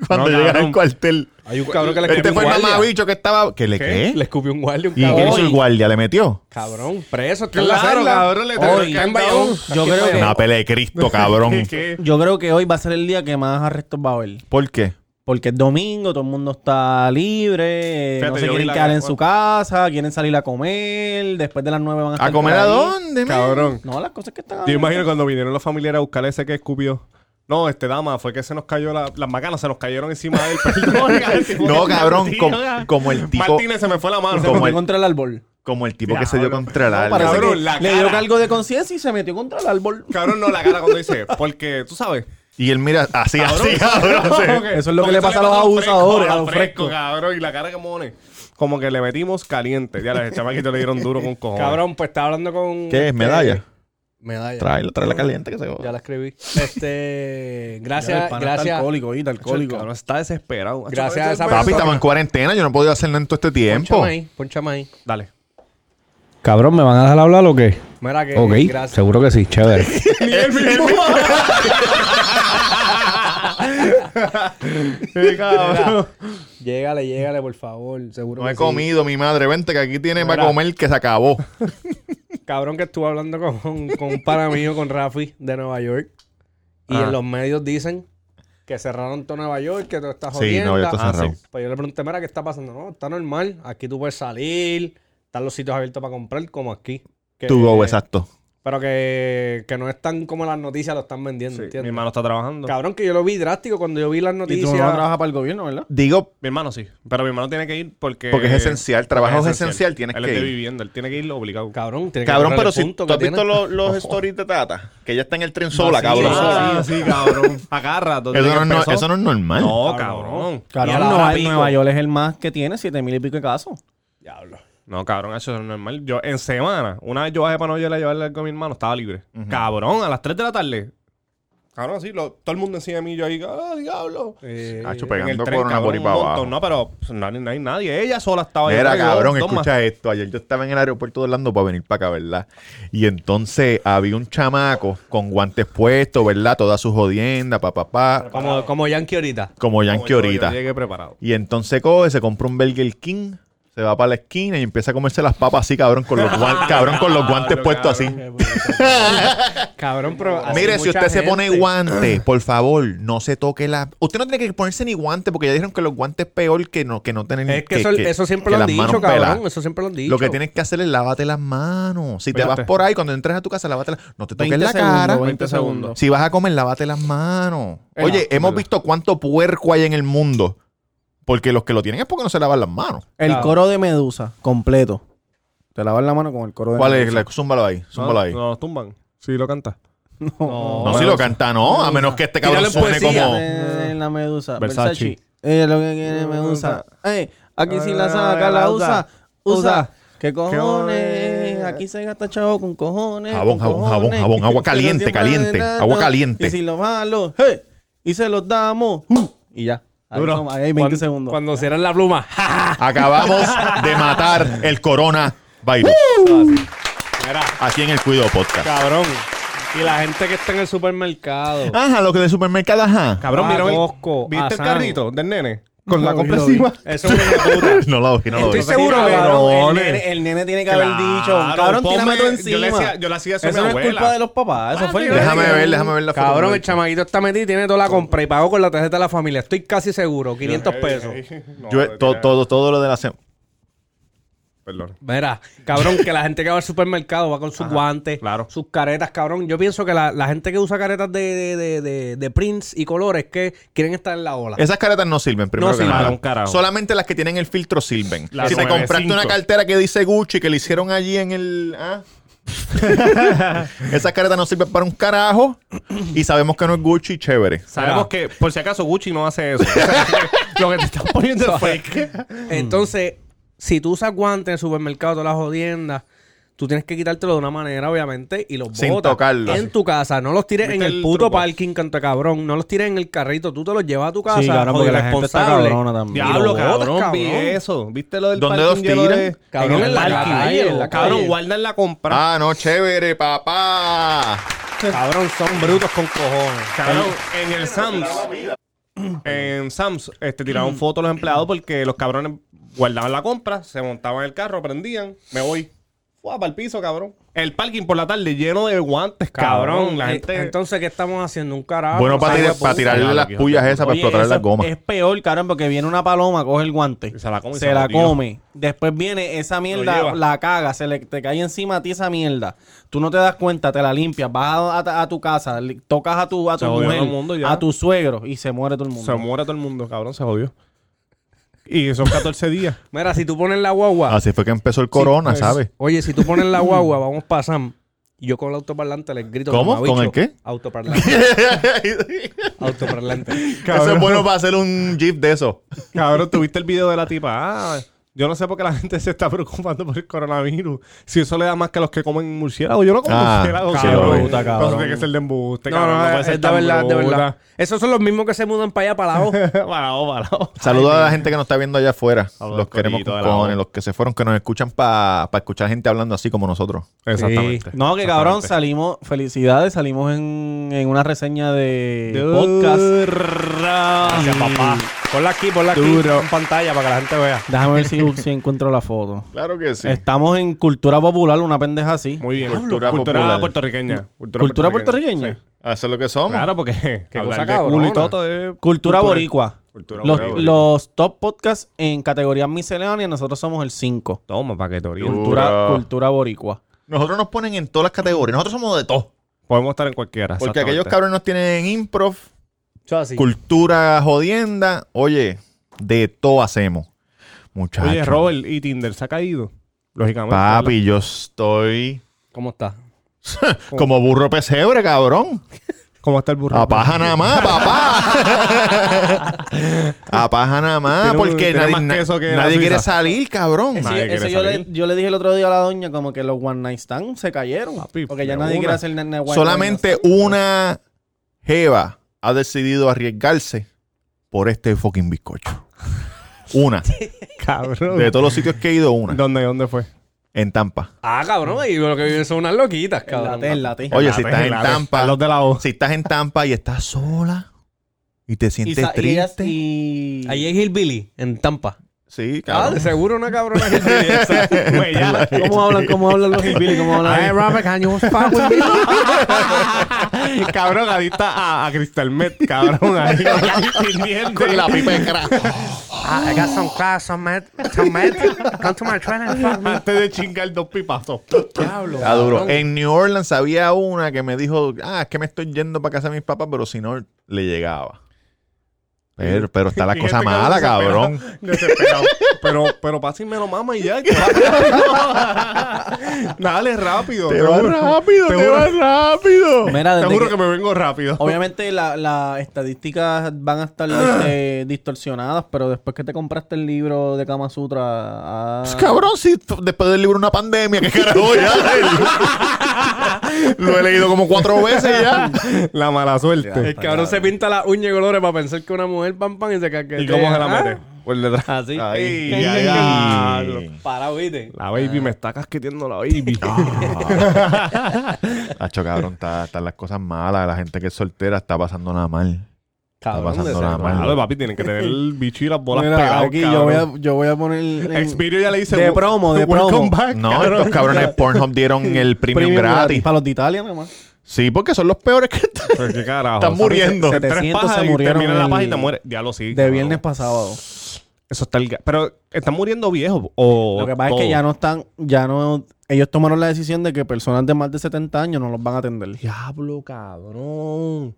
[SPEAKER 3] Cuando
[SPEAKER 2] No,
[SPEAKER 3] llegas
[SPEAKER 2] cabrón.
[SPEAKER 3] al cuartel.
[SPEAKER 1] Hay un cabrón que le
[SPEAKER 3] Este
[SPEAKER 1] escupió
[SPEAKER 3] fue
[SPEAKER 1] un
[SPEAKER 3] el
[SPEAKER 1] guardia.
[SPEAKER 3] mamabicho que estaba. ¿Que le qué?
[SPEAKER 1] Le escupió un guardia, un
[SPEAKER 3] ¿Y qué
[SPEAKER 1] cabrón.
[SPEAKER 3] le hizo el guardia? ¿Le metió?
[SPEAKER 1] Cabrón, preso, está en la
[SPEAKER 2] Claro,
[SPEAKER 1] celda.
[SPEAKER 2] cabrón, le
[SPEAKER 1] Hoy,
[SPEAKER 2] tengo
[SPEAKER 1] está en Bayamón.
[SPEAKER 4] Yo
[SPEAKER 1] Aquí en
[SPEAKER 4] creo que-
[SPEAKER 1] Bayamón.
[SPEAKER 3] Una pelea de Cristo, cabrón.
[SPEAKER 4] Yo creo que hoy va a ser el día que más arrestos va a haber.
[SPEAKER 3] ¿Por qué?
[SPEAKER 4] Porque es domingo, todo el mundo está libre, eh,
[SPEAKER 2] Fíjate,
[SPEAKER 4] no se
[SPEAKER 2] yo vi
[SPEAKER 4] quieren
[SPEAKER 2] la-
[SPEAKER 4] quedar en su casa, quieren salir a comer, después de las nueve van a estar
[SPEAKER 3] ¿A comer
[SPEAKER 4] por
[SPEAKER 3] a
[SPEAKER 4] ahí.
[SPEAKER 3] dónde, man?
[SPEAKER 2] Cabrón.
[SPEAKER 4] No, las cosas que están
[SPEAKER 2] Yo imagino cuando vinieron los familiares a buscar ese que escupió. No, este dama, fue que se nos cayó la- las macanas, se nos cayeron encima de él. Perdón, cabrón, tipo,
[SPEAKER 3] No,
[SPEAKER 2] que-
[SPEAKER 3] cabrón,
[SPEAKER 2] tío,
[SPEAKER 3] com-
[SPEAKER 2] ya.
[SPEAKER 3] como el tipo-
[SPEAKER 2] Martínez se me fue la mano.
[SPEAKER 3] Como
[SPEAKER 4] Fue
[SPEAKER 3] el-
[SPEAKER 4] contra el árbol.
[SPEAKER 3] Como el tipo que se dio
[SPEAKER 2] Diablo.
[SPEAKER 3] contra el árbol.
[SPEAKER 4] Parece
[SPEAKER 2] Cabrón,
[SPEAKER 4] que
[SPEAKER 2] la
[SPEAKER 4] le dio
[SPEAKER 2] cara.
[SPEAKER 4] algo de conciencia y se metió contra el árbol.
[SPEAKER 2] Cabrón, no la cara cuando dice, porque tú sabes.
[SPEAKER 3] Y él mira así,
[SPEAKER 2] Cabrón,
[SPEAKER 3] así, cabrón. sí.
[SPEAKER 2] como
[SPEAKER 4] Eso es lo que le
[SPEAKER 2] como
[SPEAKER 4] pasa a los
[SPEAKER 2] fresco,
[SPEAKER 4] abusadores,
[SPEAKER 2] a
[SPEAKER 4] a
[SPEAKER 2] los
[SPEAKER 4] los
[SPEAKER 2] frescos,
[SPEAKER 4] frescos.
[SPEAKER 2] cabrón, y la cara que pone. Como que le metimos caliente. Ya, los chamaquitos le dieron duro con cojones.
[SPEAKER 1] Cabrón, pues estaba hablando con.
[SPEAKER 3] ¿Qué es? ¿Medalla?
[SPEAKER 1] Medalla.
[SPEAKER 3] Tráela, tráela caliente que se
[SPEAKER 1] Ya
[SPEAKER 3] joda.
[SPEAKER 1] la escribí. Este. Gracias,
[SPEAKER 4] Está
[SPEAKER 1] gracias.
[SPEAKER 4] alcohólico, oíste,
[SPEAKER 2] El
[SPEAKER 4] alcohólico.
[SPEAKER 2] cabrón está desesperado. este
[SPEAKER 1] Gracias a esa
[SPEAKER 3] Papi,
[SPEAKER 1] persona.
[SPEAKER 3] estaba en cuarentena. Yo no he podido hacer nada en todo este tiempo.
[SPEAKER 1] Ponchame ahí, ponchame ahí.
[SPEAKER 2] Dale.
[SPEAKER 7] Cabrón, ¿me van a dejar hablar o qué?
[SPEAKER 1] Mira que.
[SPEAKER 7] ok,
[SPEAKER 1] Gracias.
[SPEAKER 7] seguro que sí, chévere.
[SPEAKER 2] cabrón.
[SPEAKER 1] Llégale, llégale, por favor. Seguro
[SPEAKER 3] No
[SPEAKER 1] que
[SPEAKER 3] he
[SPEAKER 1] sí.
[SPEAKER 3] comido, mi madre. Vente, que aquí tiene para
[SPEAKER 1] Mira.
[SPEAKER 3] comer que se acabó.
[SPEAKER 1] Cabrón, que estuve hablando con, con un pana mío, con Rafi, de Nueva York. Y
[SPEAKER 2] Ah.
[SPEAKER 1] en los medios dicen que cerraron todo Nueva York, que todo está
[SPEAKER 3] Sí,
[SPEAKER 1] jodiendo.
[SPEAKER 3] Nueva York está
[SPEAKER 1] Ah,
[SPEAKER 3] cerrado.
[SPEAKER 1] sí. Pues yo le pregunté, mira, ¿qué está pasando? No, está normal. Aquí tú puedes salir. Están los sitios abiertos para comprar, como aquí. Que-
[SPEAKER 3] To go, exacto.
[SPEAKER 1] Pero que, que no están como las noticias lo están vendiendo,
[SPEAKER 2] Sí, mi
[SPEAKER 1] ¿entiendes?
[SPEAKER 2] hermano está trabajando.
[SPEAKER 1] Cabrón, que yo lo vi drástico cuando yo vi las
[SPEAKER 4] Y
[SPEAKER 1] noticias.
[SPEAKER 4] tú no trabajas para el gobierno, ¿verdad?
[SPEAKER 3] Digo,
[SPEAKER 2] Mi hermano sí. Pero mi hermano tiene que ir porque.
[SPEAKER 3] Porque es esencial, trabajo
[SPEAKER 2] Porque
[SPEAKER 3] es esencial, tienes
[SPEAKER 2] él
[SPEAKER 3] que
[SPEAKER 2] es de
[SPEAKER 3] ir.
[SPEAKER 2] vivienda, él tiene que ir obligado.
[SPEAKER 1] Cabrón, tiene que
[SPEAKER 3] cabrón,
[SPEAKER 1] correr
[SPEAKER 3] pero
[SPEAKER 1] el
[SPEAKER 3] si
[SPEAKER 1] punto
[SPEAKER 3] tú has
[SPEAKER 1] que
[SPEAKER 3] visto
[SPEAKER 1] tiene.
[SPEAKER 3] los, los stories de Tata, que ella está en el tren sola, cabrón.
[SPEAKER 2] Ah, sí, cabrón. Agarra.
[SPEAKER 3] Eso no, es no- eso no es normal.
[SPEAKER 2] No, cabrón.
[SPEAKER 4] Cabrón,
[SPEAKER 1] la hora
[SPEAKER 4] Nueva,
[SPEAKER 1] pico.
[SPEAKER 4] Nueva York es el más que tiene, siete mil y pico de casos.
[SPEAKER 1] Diablo.
[SPEAKER 2] No, cabrón, eso es normal. Yo, en semana, una vez yo bajé para no llevarle a llevarle algo a mi hermano, estaba libre. Cabrón, a las 3 de la tarde. Cabrón, así, lo- todo el mundo encima de mí, yo ahí, ¡ah, diablo!
[SPEAKER 1] Eh,
[SPEAKER 3] Hacho,
[SPEAKER 2] En el
[SPEAKER 3] pegando
[SPEAKER 2] tren,
[SPEAKER 3] por una por
[SPEAKER 2] cabrón,
[SPEAKER 3] ahí
[SPEAKER 2] un
[SPEAKER 3] para
[SPEAKER 2] montón.
[SPEAKER 3] abajo.
[SPEAKER 2] No, pero pues, no, hay- no hay nadie. Ella sola estaba
[SPEAKER 3] Mira,
[SPEAKER 2] Yo,
[SPEAKER 3] cabrón,
[SPEAKER 2] toma.
[SPEAKER 3] escucha esto. Ayer yo estaba en el aeropuerto de Orlando para venir para acá, ¿verdad? Y entonces había un chamaco con guantes puestos, ¿verdad? Toda su jodienda, pa, pa, pa,
[SPEAKER 1] como, como Yankee ahorita.
[SPEAKER 3] como
[SPEAKER 2] Como
[SPEAKER 3] Yankee
[SPEAKER 2] yo,
[SPEAKER 3] ahorita.
[SPEAKER 2] Yo llegué preparado.
[SPEAKER 3] Y entonces coge, se compra un Burger King, se va para la esquina y empieza a comerse las papas así, cabrón, con los, guan- cabrón, con los guantes
[SPEAKER 2] Diablo,
[SPEAKER 3] puestos
[SPEAKER 2] cabrón.
[SPEAKER 3] así.
[SPEAKER 1] Cabrón, pero. así
[SPEAKER 3] Mire, si
[SPEAKER 1] mucha
[SPEAKER 3] usted se pone
[SPEAKER 1] gente.
[SPEAKER 3] guantes, por favor, no se toque la... Usted no tiene que ponerse ni guantes porque ya dijeron que los guantes es peor que no, que no tener...
[SPEAKER 4] Mm,
[SPEAKER 1] Es que, eso, eso siempre
[SPEAKER 3] que
[SPEAKER 1] lo han
[SPEAKER 3] las manos
[SPEAKER 1] dicho, cabrón.
[SPEAKER 3] peladas.
[SPEAKER 1] Eso siempre lo han dicho.
[SPEAKER 3] Lo que tienes que hacer es lávate las manos. Si te
[SPEAKER 2] Espérate.
[SPEAKER 3] vas por ahí, cuando entres a tu casa, lávate las No te toques
[SPEAKER 4] 20
[SPEAKER 3] la
[SPEAKER 4] segundos,
[SPEAKER 3] cara.
[SPEAKER 4] 20 segundos.
[SPEAKER 3] Si vas a comer, lávate las manos. Oye, hemos
[SPEAKER 2] verdad.
[SPEAKER 3] visto cuánto puerco hay en el mundo. Porque los que lo tienen es porque no se lavan las manos.
[SPEAKER 4] El coro de Medusa, completo. Te lavas la mano con el coro de
[SPEAKER 3] ¿Cuál es?
[SPEAKER 4] Medusa.
[SPEAKER 3] La- Zúmbalo ahí, zúmbalo
[SPEAKER 2] No,
[SPEAKER 3] ahí. No,
[SPEAKER 2] No, nos tumban. Sí, lo canta. No,
[SPEAKER 3] si lo canta, no. A menos que este cabrón
[SPEAKER 2] Tírale
[SPEAKER 3] suene
[SPEAKER 2] poesía.
[SPEAKER 3] como...
[SPEAKER 4] Eh, la Medusa.
[SPEAKER 2] Versace.
[SPEAKER 4] Versace. Eh, lo que quiere Medusa. Eh, aquí si la saca,
[SPEAKER 2] Ah,
[SPEAKER 4] la
[SPEAKER 2] la
[SPEAKER 4] usa.
[SPEAKER 2] usa.
[SPEAKER 4] Usa. ¿Qué
[SPEAKER 2] cojones?
[SPEAKER 4] cojones? Aquí se gasta chavo con cojones.
[SPEAKER 3] Jabón,
[SPEAKER 4] con
[SPEAKER 3] jabón, jabón,
[SPEAKER 4] cojones.
[SPEAKER 3] jabón, agua
[SPEAKER 4] Pero
[SPEAKER 3] caliente,
[SPEAKER 4] siempre
[SPEAKER 3] caliente,
[SPEAKER 4] de nada.
[SPEAKER 3] agua caliente.
[SPEAKER 4] Y si lo malo, ¡eh! Y se los damos. ¡uh! Y ya. Ahí
[SPEAKER 2] Duro.
[SPEAKER 4] son- ahí hay 20
[SPEAKER 1] Cuando,
[SPEAKER 4] segundos.
[SPEAKER 1] cuando cierran la pluma.
[SPEAKER 3] Acabamos de matar el coronavirus. Aquí en el Cuido Podcast.
[SPEAKER 1] cabrón. Y la gente que está en el supermercado.
[SPEAKER 3] Ajá, lo que de supermercado, ajá.
[SPEAKER 2] Cabrón,
[SPEAKER 1] A
[SPEAKER 2] mira. el-
[SPEAKER 1] Costco,
[SPEAKER 2] ¿Viste
[SPEAKER 1] a
[SPEAKER 2] el
[SPEAKER 1] Sam.
[SPEAKER 2] carrito del nene? Con la
[SPEAKER 4] Lo
[SPEAKER 2] compra
[SPEAKER 4] vi, lo vi.
[SPEAKER 2] encima.
[SPEAKER 1] Eso es una puta.
[SPEAKER 3] No lo vi, no lo
[SPEAKER 1] Estoy
[SPEAKER 3] vi.
[SPEAKER 1] seguro que-
[SPEAKER 4] cabrón, el,
[SPEAKER 2] cabrones.
[SPEAKER 4] nene, el nene tiene que haber dicho. Cabrón,
[SPEAKER 2] ponme-
[SPEAKER 4] tírame tú
[SPEAKER 2] Yo
[SPEAKER 4] encima.
[SPEAKER 2] le, hacía, yo le hacía eso a mi
[SPEAKER 4] Eso no es
[SPEAKER 2] abuela.
[SPEAKER 4] culpa de los papás. Eso fue el
[SPEAKER 3] Déjame ver, déjame ver la foto.
[SPEAKER 1] Cabrón, el chamaguito está metido y tiene toda la compra y pagó con la tarjeta de la familia. Estoy casi seguro. 500 pesos.
[SPEAKER 2] No,
[SPEAKER 3] Yo,
[SPEAKER 2] tiene-
[SPEAKER 3] to- todo, todo lo de la semana.
[SPEAKER 2] Perdón.
[SPEAKER 1] Verá, cabrón, que la gente que va al supermercado va con sus guantes,
[SPEAKER 2] claro.
[SPEAKER 1] sus caretas, cabrón. Yo pienso que la, la gente que usa caretas de, de, de, de- de prints y colores que quieren estar en la ola.
[SPEAKER 2] Eh.
[SPEAKER 3] Esas caretas no sirven,
[SPEAKER 1] No
[SPEAKER 3] primero que
[SPEAKER 1] sirven,
[SPEAKER 3] nada.
[SPEAKER 2] un carajo.
[SPEAKER 3] Solamente las que tienen el filtro sirven.
[SPEAKER 2] Las
[SPEAKER 3] si te
[SPEAKER 2] 95.
[SPEAKER 3] compraste una cartera que dice Gucci, que le hicieron allí en el... ¿ah? Esas caretas no sirven para un carajo. Y sabemos que no es Gucci, chévere.
[SPEAKER 2] Sabemos que, por si acaso, Gucci no hace eso. O sea, que lo que te están poniendo es fake.
[SPEAKER 1] Entonces, si tú usas guantes en el supermercado, todas las jodiendas, tú tienes que quitártelo de una manera, obviamente, y los
[SPEAKER 3] Sin
[SPEAKER 1] botas
[SPEAKER 3] tocarlos.
[SPEAKER 1] en tu casa. No los tires
[SPEAKER 2] ¿Viste
[SPEAKER 1] en el
[SPEAKER 2] el
[SPEAKER 1] puto
[SPEAKER 2] truco?
[SPEAKER 1] parking, canto de cabrón. No los tires en el carrito. Tú te los llevas a tu casa.
[SPEAKER 4] Sí, cabrón,
[SPEAKER 1] jodido
[SPEAKER 4] porque la gente está
[SPEAKER 1] responsable.
[SPEAKER 4] cabrona también.
[SPEAKER 1] Y lo
[SPEAKER 2] Diablo,
[SPEAKER 1] botas,
[SPEAKER 2] cabrón, vi
[SPEAKER 1] cabrón.
[SPEAKER 2] eso. ¿Viste lo del
[SPEAKER 3] ¿Dónde
[SPEAKER 2] parking
[SPEAKER 3] los
[SPEAKER 2] lleno
[SPEAKER 3] tiran?
[SPEAKER 2] de-
[SPEAKER 1] Cabrón, en la
[SPEAKER 2] parking.
[SPEAKER 1] calle, en la
[SPEAKER 2] Cabrón,
[SPEAKER 1] calle.
[SPEAKER 2] guarda en la compra.
[SPEAKER 3] Ah, no, chévere, papá.
[SPEAKER 1] Cabrón, son brutos con cojones.
[SPEAKER 2] Cabrón, en el Sams. En Sams este, tiraron
[SPEAKER 1] Mm.
[SPEAKER 2] fotos los empleados porque los cabrones guardaban la compra, se montaban en el carro, prendían, me voy. Fua, para el piso, cabrón. El parking por la tarde lleno de guantes, cabrón. la
[SPEAKER 1] eh,
[SPEAKER 2] gente.
[SPEAKER 1] Entonces, ¿qué estamos haciendo? Un carajo.
[SPEAKER 3] Bueno, para,
[SPEAKER 1] Ay,
[SPEAKER 3] tirar-
[SPEAKER 1] pues,
[SPEAKER 3] para tirarle
[SPEAKER 2] ya,
[SPEAKER 3] las
[SPEAKER 2] lo que-
[SPEAKER 3] pullas esas, para
[SPEAKER 4] Oye,
[SPEAKER 3] explotar
[SPEAKER 4] eso
[SPEAKER 3] las gomas.
[SPEAKER 4] Es peor, caramba, porque viene una paloma, coge el guante.
[SPEAKER 2] Se la come y
[SPEAKER 4] Se,
[SPEAKER 2] se
[SPEAKER 4] la
[SPEAKER 2] jodió.
[SPEAKER 4] come. Después viene esa
[SPEAKER 2] lleva.
[SPEAKER 4] mierda, la caga, se le, te cae encima a ti esa mierda. Tú no te das cuenta, te la limpias, vas a, a- a tu casa, le- tocas a tu, a tu
[SPEAKER 2] Se jodió
[SPEAKER 4] mujer,
[SPEAKER 2] todo el mundo ya.
[SPEAKER 4] a tu suegro y se muere todo el mundo.
[SPEAKER 2] Se muere todo el mundo, cabrón, se jodió. Y son 14 días.
[SPEAKER 1] Mira, si tú pones la guagua.
[SPEAKER 3] Así fue que empezó el corona,
[SPEAKER 1] pues,
[SPEAKER 3] ¿sabes?
[SPEAKER 1] Oye, si tú pones la guagua, vamos para Sam. Y Yo con el autoparlante les grito.
[SPEAKER 3] ¿Cómo?
[SPEAKER 1] mamabicho,
[SPEAKER 3] ¿Con el qué?
[SPEAKER 1] Autoparlante. autoparlante. Este
[SPEAKER 3] Eso es bueno para hacer un jeep de eso.
[SPEAKER 2] Cabrón, tuviste el video de la tipa. Ah, yo no sé por qué la gente se está preocupando por el coronavirus. Si eso le da más que a los que comen murciélago. Yo no como
[SPEAKER 3] Ah,
[SPEAKER 2] murciélago,
[SPEAKER 3] qué
[SPEAKER 2] cabrón.
[SPEAKER 3] bruta,
[SPEAKER 2] Pero Eso tiene que ser de embuste,
[SPEAKER 1] No,
[SPEAKER 2] cabrón.
[SPEAKER 1] no,
[SPEAKER 2] puede
[SPEAKER 1] es
[SPEAKER 2] ser
[SPEAKER 1] de
[SPEAKER 2] tan
[SPEAKER 1] verdad, de
[SPEAKER 2] bruta.
[SPEAKER 1] verdad. Esos son los mismos que se mudan para allá, para la O.
[SPEAKER 2] Balao, balao.
[SPEAKER 3] Saludos a la gente que nos está viendo allá afuera.
[SPEAKER 2] Saludos,
[SPEAKER 3] los queremos
[SPEAKER 2] corillito
[SPEAKER 3] con
[SPEAKER 2] de la
[SPEAKER 3] cojones,
[SPEAKER 2] voz.
[SPEAKER 3] los que se fueron, que nos escuchan para escuchar gente hablando así como nosotros.
[SPEAKER 2] Exactamente.
[SPEAKER 4] No, que cabrón,
[SPEAKER 2] Exactamente.
[SPEAKER 4] salimos, felicidades, salimos en, en una reseña de podcast.
[SPEAKER 2] Gracias, papá.
[SPEAKER 1] Ponla aquí, ponla aquí.
[SPEAKER 2] Duro.
[SPEAKER 1] En pantalla para que la gente vea.
[SPEAKER 4] Déjame ver si, si encuentro la foto.
[SPEAKER 3] Claro que sí.
[SPEAKER 4] Estamos en Cultura Popular, una pendeja así.
[SPEAKER 2] Muy bien.
[SPEAKER 3] Cultura
[SPEAKER 2] Cultura,
[SPEAKER 3] popular.
[SPEAKER 2] puertorriqueña. Cultura,
[SPEAKER 4] ¿Cultura puertorriqueña?
[SPEAKER 2] Sí.
[SPEAKER 3] Eso es lo que somos.
[SPEAKER 2] Claro, porque
[SPEAKER 1] cosa
[SPEAKER 2] hablar de
[SPEAKER 1] cabrona.
[SPEAKER 2] culo y toto es...
[SPEAKER 4] Cultura boricua.
[SPEAKER 2] Cultura
[SPEAKER 4] Los,
[SPEAKER 2] boricua.
[SPEAKER 4] los top podcasts en categorías misceláneas, nosotros somos el 5.
[SPEAKER 2] Toma, pa' que te orientes.
[SPEAKER 4] Cultura, cultura boricua.
[SPEAKER 3] Nosotros nos ponen en todas las categorías. Nosotros somos de todo.
[SPEAKER 2] Podemos estar en cualquiera.
[SPEAKER 3] Porque
[SPEAKER 2] exactamente.
[SPEAKER 3] aquellos cabrones nos tienen improv,
[SPEAKER 1] Eso así.
[SPEAKER 3] cultura jodienda. Oye, de todo hacemos. Muchachos.
[SPEAKER 2] Oye, Robert y Tinder, ¿se ha caído? Lógicamente.
[SPEAKER 3] Papi, yo estoy
[SPEAKER 1] ¿Cómo está?
[SPEAKER 3] como burro pesebre, cabrón.
[SPEAKER 2] ¿Cómo está el burro?
[SPEAKER 3] A paja nada más, papá. A paja nada más,
[SPEAKER 2] Tiene un-
[SPEAKER 3] porque
[SPEAKER 2] tiene
[SPEAKER 3] nadie,
[SPEAKER 2] más
[SPEAKER 3] na-
[SPEAKER 2] queso que la
[SPEAKER 3] nadie quiere
[SPEAKER 2] Suiza.
[SPEAKER 3] salir, cabrón.
[SPEAKER 2] Nadie
[SPEAKER 4] Ese- ese
[SPEAKER 2] quiere
[SPEAKER 4] yo, le,
[SPEAKER 2] salir.
[SPEAKER 4] yo le dije el otro día a la doña como que los One Night Stand se cayeron.
[SPEAKER 2] Papi,
[SPEAKER 4] porque
[SPEAKER 2] de
[SPEAKER 4] ya nadie
[SPEAKER 2] una.
[SPEAKER 4] quiere hacer nada.
[SPEAKER 3] Solamente una jeva ha decidido arriesgarse por este fucking bizcocho. Una.
[SPEAKER 2] Cabrón.
[SPEAKER 3] De todos los sitios que he ido, una.
[SPEAKER 2] ¿Dónde, dónde fue?
[SPEAKER 3] En Tampa.
[SPEAKER 1] Ah, cabrón, y lo que viven son unas loquitas, cabrón.
[SPEAKER 4] Late, late.
[SPEAKER 3] Oye,
[SPEAKER 2] La
[SPEAKER 3] si
[SPEAKER 2] de-
[SPEAKER 3] estás en
[SPEAKER 2] la de-
[SPEAKER 3] Tampa-
[SPEAKER 2] a Los de la voz.
[SPEAKER 3] Si estás en Tampa y estás sola y te
[SPEAKER 4] Y,
[SPEAKER 3] sientes
[SPEAKER 4] sa- y, ellas-
[SPEAKER 3] triste.
[SPEAKER 4] y-
[SPEAKER 1] Ahí es Hillbilly, en Tampa.
[SPEAKER 3] Sí,
[SPEAKER 1] Ah,
[SPEAKER 3] cabrón.
[SPEAKER 1] de seguro una cabrona Hillbilly. esa.
[SPEAKER 4] ¿Cómo hablan? ¿Cómo hablan los hippies? ¿Cómo hablan?
[SPEAKER 7] Robert, can you fuck with me?
[SPEAKER 2] cabrón, adicta a, a Crystal Met, cabrón. Ahí, sin dientes.
[SPEAKER 3] pipa de crack.
[SPEAKER 7] I got some class, some med, some med. Come to my trailer and fuck me.
[SPEAKER 2] Antes de chingar dos pipazos.
[SPEAKER 3] Está Ah, duro. En New Orleans había una que me dijo, ah, es que me estoy yendo para casa de mis papás, pero si no, le llegaba. Pero, pero está la
[SPEAKER 2] Y
[SPEAKER 3] cosa
[SPEAKER 2] gente,
[SPEAKER 3] mala, este cabrón.
[SPEAKER 2] desesperado, desesperado. Pero, pero pásenme lo mama y ya. que va. Dale rápido.
[SPEAKER 3] Te vas
[SPEAKER 2] juro.
[SPEAKER 3] rápido, te
[SPEAKER 2] juro-
[SPEAKER 3] vas rápido.
[SPEAKER 4] Mira,
[SPEAKER 2] Te
[SPEAKER 4] desde
[SPEAKER 2] juro
[SPEAKER 4] que-
[SPEAKER 2] que me Ah. vengo rápido.
[SPEAKER 4] Obviamente la- las estadísticas van a estar este, distorsionadas, pero después que te compraste el libro de Kama Sutra... ah,
[SPEAKER 3] Pues, cabrón, si t- después del libro una pandemia, ¿qué carajo ya? Lo he leído como cuatro veces ya.
[SPEAKER 2] La mala suerte.
[SPEAKER 1] El cabrón se pinta las uñas de colores para pensar que una mujer pam pam y se cae.
[SPEAKER 2] ¿Y cómo se la
[SPEAKER 1] Ah,
[SPEAKER 2] mete? Por detrás. Así.
[SPEAKER 3] Ay,
[SPEAKER 2] Ey,
[SPEAKER 3] ay,
[SPEAKER 2] diablo.
[SPEAKER 3] ay.
[SPEAKER 1] Para, viste.
[SPEAKER 2] La baby me está casqueteando la baby.
[SPEAKER 3] Hacho, cabrón, está- están las cosas malas. La gente que es soltera está pasando nada mal.
[SPEAKER 1] Cabrón,
[SPEAKER 3] está pasando nada
[SPEAKER 2] Claro,
[SPEAKER 3] mal.
[SPEAKER 2] papi, tienen que tener el bicho y las bolas
[SPEAKER 4] mira,
[SPEAKER 2] pegadas.
[SPEAKER 4] aquí yo
[SPEAKER 2] cabrón.
[SPEAKER 4] voy, a, yo voy a poner... el-
[SPEAKER 2] Xperia ya le dice
[SPEAKER 4] De
[SPEAKER 2] "Wel-
[SPEAKER 4] promo, de
[SPEAKER 2] welcome
[SPEAKER 4] promo.
[SPEAKER 2] back,
[SPEAKER 3] No,
[SPEAKER 2] cabrón.
[SPEAKER 3] estos cabrones de Pornhub dieron el premium,
[SPEAKER 4] premium
[SPEAKER 3] gratis.
[SPEAKER 4] Para los de Italia, nada más.
[SPEAKER 3] Sí, porque son los peores que están.
[SPEAKER 2] Pero qué carajo.
[SPEAKER 3] Están
[SPEAKER 2] Papi,
[SPEAKER 3] muriendo.
[SPEAKER 2] se- se- tres
[SPEAKER 4] 700
[SPEAKER 2] pajas
[SPEAKER 4] se
[SPEAKER 2] y
[SPEAKER 4] murieron
[SPEAKER 2] termina la
[SPEAKER 4] el-
[SPEAKER 2] paja y te muere. Ya lo sí.
[SPEAKER 4] De
[SPEAKER 2] cabrón.
[SPEAKER 4] viernes para sábado.
[SPEAKER 2] Eso está el... ga- Pero, ¿están muriendo viejos o
[SPEAKER 4] Lo que pasa
[SPEAKER 2] Oh, todo?
[SPEAKER 4] es que ya no están... ya no Ellos tomaron la decisión de que personas de más de 70 años no los van a atender.
[SPEAKER 2] Diablo, cabrón.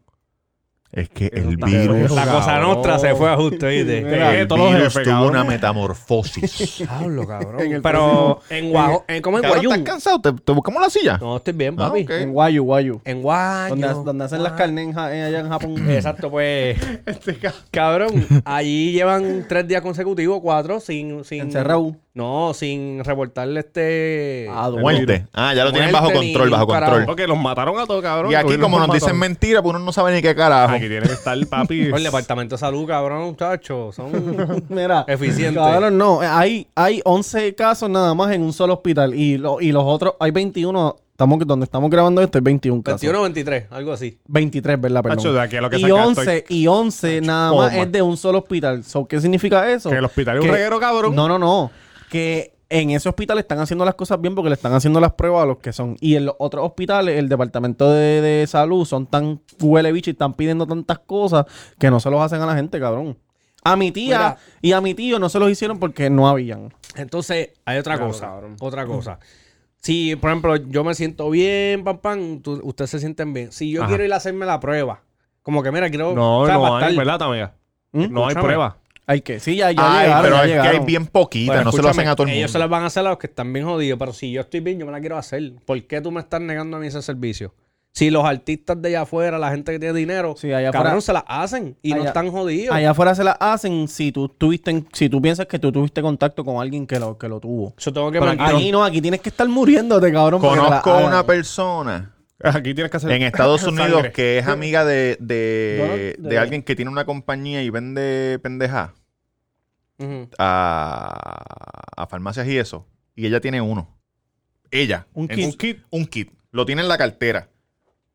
[SPEAKER 3] Es que
[SPEAKER 2] Eso
[SPEAKER 3] el
[SPEAKER 2] está
[SPEAKER 3] virus,
[SPEAKER 2] feo.
[SPEAKER 1] La cosa
[SPEAKER 2] Cabrón.
[SPEAKER 1] nostra se fue a justo, viste.
[SPEAKER 2] Mira,
[SPEAKER 3] el
[SPEAKER 2] todos los
[SPEAKER 3] virus
[SPEAKER 2] jefes,
[SPEAKER 3] tuvo
[SPEAKER 2] cabrón.
[SPEAKER 3] una metamorfosis.
[SPEAKER 1] Hablo, cabrón. Pero en Guajo, en- ¿cómo en
[SPEAKER 3] cabrón, ¿estás
[SPEAKER 1] Guayú?
[SPEAKER 3] cansado? ¿Te, te buscamos la silla?
[SPEAKER 1] No, estoy bien,
[SPEAKER 3] Ah,
[SPEAKER 1] papi.
[SPEAKER 3] ok.
[SPEAKER 4] En Guayu, Guayu.
[SPEAKER 1] En Guayo.
[SPEAKER 4] Donde, donde hacen las carnes en Ja- eh, allá en Japón.
[SPEAKER 1] Exacto, pues. Cabrón, allí llevan tres días consecutivos, cuatro, sin. sin
[SPEAKER 4] Encerrado.
[SPEAKER 1] No, sin reportarle este.
[SPEAKER 4] Ah, duro.
[SPEAKER 3] Muerte. Ah, ya lo tienen
[SPEAKER 1] Muerte
[SPEAKER 3] bajo
[SPEAKER 1] ni-
[SPEAKER 3] control,
[SPEAKER 1] ni
[SPEAKER 3] bajo
[SPEAKER 1] un carajo.
[SPEAKER 3] control.
[SPEAKER 2] Porque los mataron a todos, cabrón.
[SPEAKER 3] Y aquí,
[SPEAKER 2] Tuvieron
[SPEAKER 3] como
[SPEAKER 2] los
[SPEAKER 3] nos dicen
[SPEAKER 2] mataron.
[SPEAKER 3] mentiras, pues uno no sabe ni qué carajo.
[SPEAKER 2] Aquí tiene que estar el papi.
[SPEAKER 1] Con el departamento de salud, cabrón, chacho. Son.
[SPEAKER 4] Mira,
[SPEAKER 1] Eficiente.
[SPEAKER 4] Cabrón, no. eh, Hay, hay 11 casos nada más en un solo hospital. Y, lo- y los otros, hay 21. Estamos, donde estamos grabando esto, hay 21 casos.
[SPEAKER 1] 21 23, algo así.
[SPEAKER 4] 23, ¿verdad? Perdón.
[SPEAKER 2] Hacho, de aquí a lo que
[SPEAKER 4] y,
[SPEAKER 2] saca
[SPEAKER 4] 11, y 11 nada
[SPEAKER 2] coma.
[SPEAKER 4] más es de un solo hospital. So, ¿Qué significa eso?
[SPEAKER 2] Que el hospital es un reguero, cabrón.
[SPEAKER 4] No, no, no. Que en ese hospital están haciendo las cosas bien porque le están haciendo las pruebas a los que son. Y en los otros hospitales, el departamento de, de salud son tan huele bicho y están pidiendo tantas cosas que no se los hacen a la gente, cabrón. A mi tía
[SPEAKER 1] Mira.
[SPEAKER 4] y a mi tío no se los hicieron porque no habían.
[SPEAKER 1] Entonces, hay otra
[SPEAKER 2] Claro,
[SPEAKER 1] cosa.
[SPEAKER 2] cabrón.
[SPEAKER 1] Otra cosa. Si, por ejemplo, yo me siento bien, pam, pam, tú- ustedes se sienten bien. Si yo
[SPEAKER 2] Ajá.
[SPEAKER 1] quiero ir a hacerme la prueba, como que mira, quiero.
[SPEAKER 2] No,
[SPEAKER 1] o sea,
[SPEAKER 2] no
[SPEAKER 1] para
[SPEAKER 2] hay,
[SPEAKER 1] estar-
[SPEAKER 2] ¿verdad, amiga?
[SPEAKER 4] ¿Mm?
[SPEAKER 2] No hay
[SPEAKER 1] Escúchame.
[SPEAKER 2] prueba.
[SPEAKER 4] Hay que, sí, ya, ya
[SPEAKER 3] Ay,
[SPEAKER 4] llegaron,
[SPEAKER 3] pero
[SPEAKER 4] ya
[SPEAKER 3] es que hay
[SPEAKER 4] llegaron.
[SPEAKER 3] bien poquita,
[SPEAKER 1] Bueno,
[SPEAKER 3] no se lo hacen
[SPEAKER 1] escúchame,
[SPEAKER 3] a todo el mundo.
[SPEAKER 1] Ellos se las van a hacer a los que están bien jodidos, pero si yo estoy bien, yo me la quiero hacer. ¿Por qué tú me estás negando a mí ese servicio? Si los artistas de allá afuera, la gente que tiene dinero,
[SPEAKER 4] Sí, allá
[SPEAKER 1] cabrón,
[SPEAKER 4] afuera-
[SPEAKER 1] se las hacen y no
[SPEAKER 4] allá-
[SPEAKER 1] están jodidos.
[SPEAKER 4] Allá afuera se las hacen si tú tuviste, en- si tú piensas que tú tuviste contacto con alguien que lo, que lo tuvo.
[SPEAKER 1] Yo tengo que
[SPEAKER 2] Pero
[SPEAKER 1] mantener-
[SPEAKER 4] Aquí no, aquí tienes que estar muriéndote, cabrón. para que te la ah,
[SPEAKER 3] Conozco a una
[SPEAKER 4] hagan.
[SPEAKER 3] persona
[SPEAKER 2] Aquí tienes que hacer.
[SPEAKER 3] en Estados Unidos
[SPEAKER 2] Sangre.
[SPEAKER 3] que es amiga de, de,
[SPEAKER 4] Donald,
[SPEAKER 3] de
[SPEAKER 4] de-
[SPEAKER 3] alguien que tiene una compañía y vende pendeja
[SPEAKER 1] Ujú.
[SPEAKER 3] a, a farmacias y eso. Y ella tiene uno. Ella.
[SPEAKER 4] Un
[SPEAKER 3] En
[SPEAKER 4] kit.
[SPEAKER 3] Un kit. Un kit. Lo tiene en la cartera.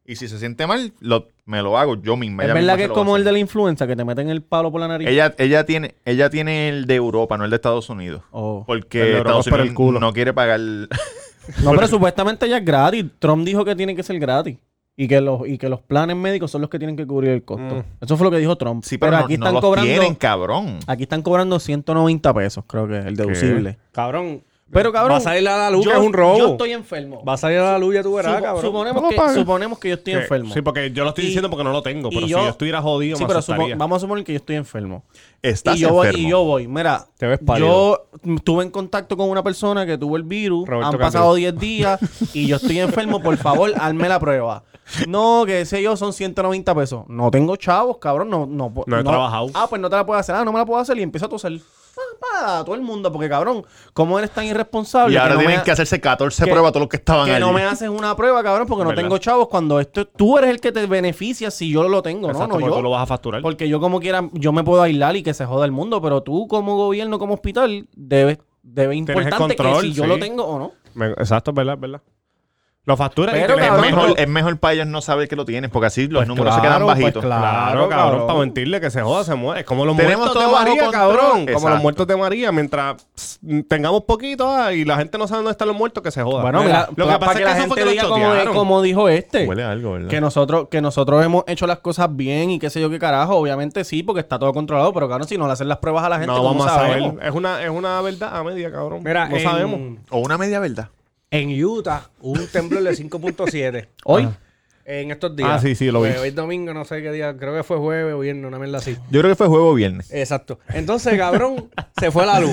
[SPEAKER 3] Y si se siente mal, lo- me lo hago yo misma.
[SPEAKER 4] Es
[SPEAKER 3] Ella
[SPEAKER 4] verdad
[SPEAKER 3] misma
[SPEAKER 4] que
[SPEAKER 3] se
[SPEAKER 4] es
[SPEAKER 3] lo
[SPEAKER 4] como
[SPEAKER 3] hace.
[SPEAKER 4] el de la influenza, que te meten el palo por la nariz.
[SPEAKER 3] Ella, ella, tiene, ella tiene el de Europa, no el de Estados Unidos.
[SPEAKER 4] Oh.
[SPEAKER 2] El de
[SPEAKER 3] Porque
[SPEAKER 2] Europa
[SPEAKER 3] Estados
[SPEAKER 2] es para el
[SPEAKER 3] Unidos
[SPEAKER 2] culo.
[SPEAKER 3] no quiere pagar. el-
[SPEAKER 4] No, pero supuestamente ya es gratis. Trump dijo que tiene que ser gratis. Y que, los, y que los planes médicos son los que tienen que cubrir el costo. Eso fue lo que dijo Trump.
[SPEAKER 3] Sí, pero, no-
[SPEAKER 4] aquí
[SPEAKER 3] no
[SPEAKER 4] están
[SPEAKER 3] los
[SPEAKER 4] cobrando.
[SPEAKER 3] tienen, cabrón.
[SPEAKER 4] Aquí están cobrando 190 pesos, creo que es el deducible.
[SPEAKER 1] Cabrón.
[SPEAKER 4] Pero cabrón.
[SPEAKER 1] Va a salir a la luz,
[SPEAKER 4] yo-
[SPEAKER 1] que es un robo.
[SPEAKER 4] Yo estoy enfermo.
[SPEAKER 1] Va a salir a la luz, ya tú verás,
[SPEAKER 4] Supo-
[SPEAKER 1] cabrón.
[SPEAKER 4] suponemos, que, suponemos que yo estoy
[SPEAKER 2] Sí,
[SPEAKER 4] enfermo.
[SPEAKER 2] Sí, porque yo lo estoy
[SPEAKER 4] Y-
[SPEAKER 2] diciendo porque no lo tengo.
[SPEAKER 4] y
[SPEAKER 2] Pero
[SPEAKER 4] yo-
[SPEAKER 2] si yo estuviera jodido,
[SPEAKER 4] Sí,
[SPEAKER 2] me
[SPEAKER 4] pero
[SPEAKER 2] asustaría.
[SPEAKER 4] supo- vamos a suponer que yo estoy enfermo.
[SPEAKER 3] Estás
[SPEAKER 4] y yo voy,
[SPEAKER 3] enfermo.
[SPEAKER 4] y yo voy. Mira,
[SPEAKER 2] Te ves pálido.
[SPEAKER 4] yo estuve en contacto con una persona que tuvo el virus,
[SPEAKER 2] Roberto
[SPEAKER 4] han
[SPEAKER 2] Candil.
[SPEAKER 4] pasado 10 días y yo estoy enfermo, por favor, hazme la prueba. No, que sé yo, son 190 pesos. No tengo chavos, cabrón, no no po-
[SPEAKER 2] No he trabajado.
[SPEAKER 4] Ah, pues no te la puedo hacer. Ah, no me la puedo hacer y empiezo a toser. Pa, pa, a todo el mundo, porque cabrón, ¿cómo eres tan irresponsable?
[SPEAKER 3] Y ahora
[SPEAKER 4] no me
[SPEAKER 3] tienen
[SPEAKER 4] ha-
[SPEAKER 3] que hacerse 14
[SPEAKER 4] que-
[SPEAKER 3] pruebas todos los que estaban
[SPEAKER 4] que
[SPEAKER 3] allí.
[SPEAKER 4] no me haces una prueba, cabrón, porque no
[SPEAKER 2] ¿Verdad?
[SPEAKER 4] tengo chavos cuando esto tú eres el que te beneficia si yo lo tengo,
[SPEAKER 2] Exacto,
[SPEAKER 4] no, no
[SPEAKER 2] porque
[SPEAKER 4] yo.
[SPEAKER 2] tú lo vas a facturar.
[SPEAKER 4] Porque yo como quiera, yo me puedo aislar y que se joda el mundo, pero tú como gobierno, como hospital, debes, debe
[SPEAKER 2] el
[SPEAKER 4] importante
[SPEAKER 2] control,
[SPEAKER 4] que si yo
[SPEAKER 2] sí.
[SPEAKER 4] lo tengo o no.
[SPEAKER 2] Me- Exacto, es verdad, es verdad. Lo facturas y
[SPEAKER 4] Pero,
[SPEAKER 2] te-
[SPEAKER 3] es,
[SPEAKER 4] cabrón, pues,
[SPEAKER 3] mejor,
[SPEAKER 4] tú-
[SPEAKER 3] es mejor para ellos no saber que lo tienes, porque así los
[SPEAKER 4] Pues
[SPEAKER 3] números se
[SPEAKER 4] claro,
[SPEAKER 3] quedan
[SPEAKER 4] pues
[SPEAKER 3] bajitos.
[SPEAKER 2] Claro,
[SPEAKER 4] Claro,
[SPEAKER 2] cabrón,
[SPEAKER 4] cabrón.
[SPEAKER 2] para mentirle que se joda, se muere. Es como los
[SPEAKER 3] Tenemos
[SPEAKER 2] muertos de
[SPEAKER 3] todo bajo
[SPEAKER 2] María,
[SPEAKER 3] control.
[SPEAKER 2] cabrón. Como los
[SPEAKER 3] Exacto.
[SPEAKER 2] muertos de María. Mientras pss, tengamos poquito ah, y la gente no sabe dónde están los muertos, que se joda.
[SPEAKER 4] Bueno,
[SPEAKER 2] Mira,
[SPEAKER 4] mira,
[SPEAKER 2] lo que
[SPEAKER 4] pa-
[SPEAKER 2] pasa
[SPEAKER 4] para
[SPEAKER 2] es
[SPEAKER 4] que
[SPEAKER 2] que
[SPEAKER 4] la
[SPEAKER 2] eso fue
[SPEAKER 4] gente
[SPEAKER 2] que lo
[SPEAKER 4] diga como,
[SPEAKER 2] chotearon.
[SPEAKER 4] como dijo este.
[SPEAKER 3] Huele a algo, ¿verdad?
[SPEAKER 4] Que nosotros, que nosotros hemos hecho las cosas bien y qué sé yo qué carajo. Obviamente sí, porque está todo controlado, pero cabrón, si no le hacen las pruebas a la gente,
[SPEAKER 2] No
[SPEAKER 4] ¿cómo
[SPEAKER 2] vamos a saber.
[SPEAKER 4] sabemos?
[SPEAKER 2] Es una, es una verdad a media, cabrón.
[SPEAKER 1] Mira,
[SPEAKER 2] no
[SPEAKER 1] en-
[SPEAKER 2] sabemos.
[SPEAKER 3] O una media verdad.
[SPEAKER 1] En Utah hubo un temblor de 5.7
[SPEAKER 4] Hoy,
[SPEAKER 1] Ah. en estos días.
[SPEAKER 2] Ah, sí, sí, lo vi.
[SPEAKER 1] Pues, Hoy es domingo, no sé qué día, creo que fue jueves o viernes, una mierda así.
[SPEAKER 3] Yo creo que fue juego viernes.
[SPEAKER 1] Exacto. Entonces, cabrón, se fue la luz.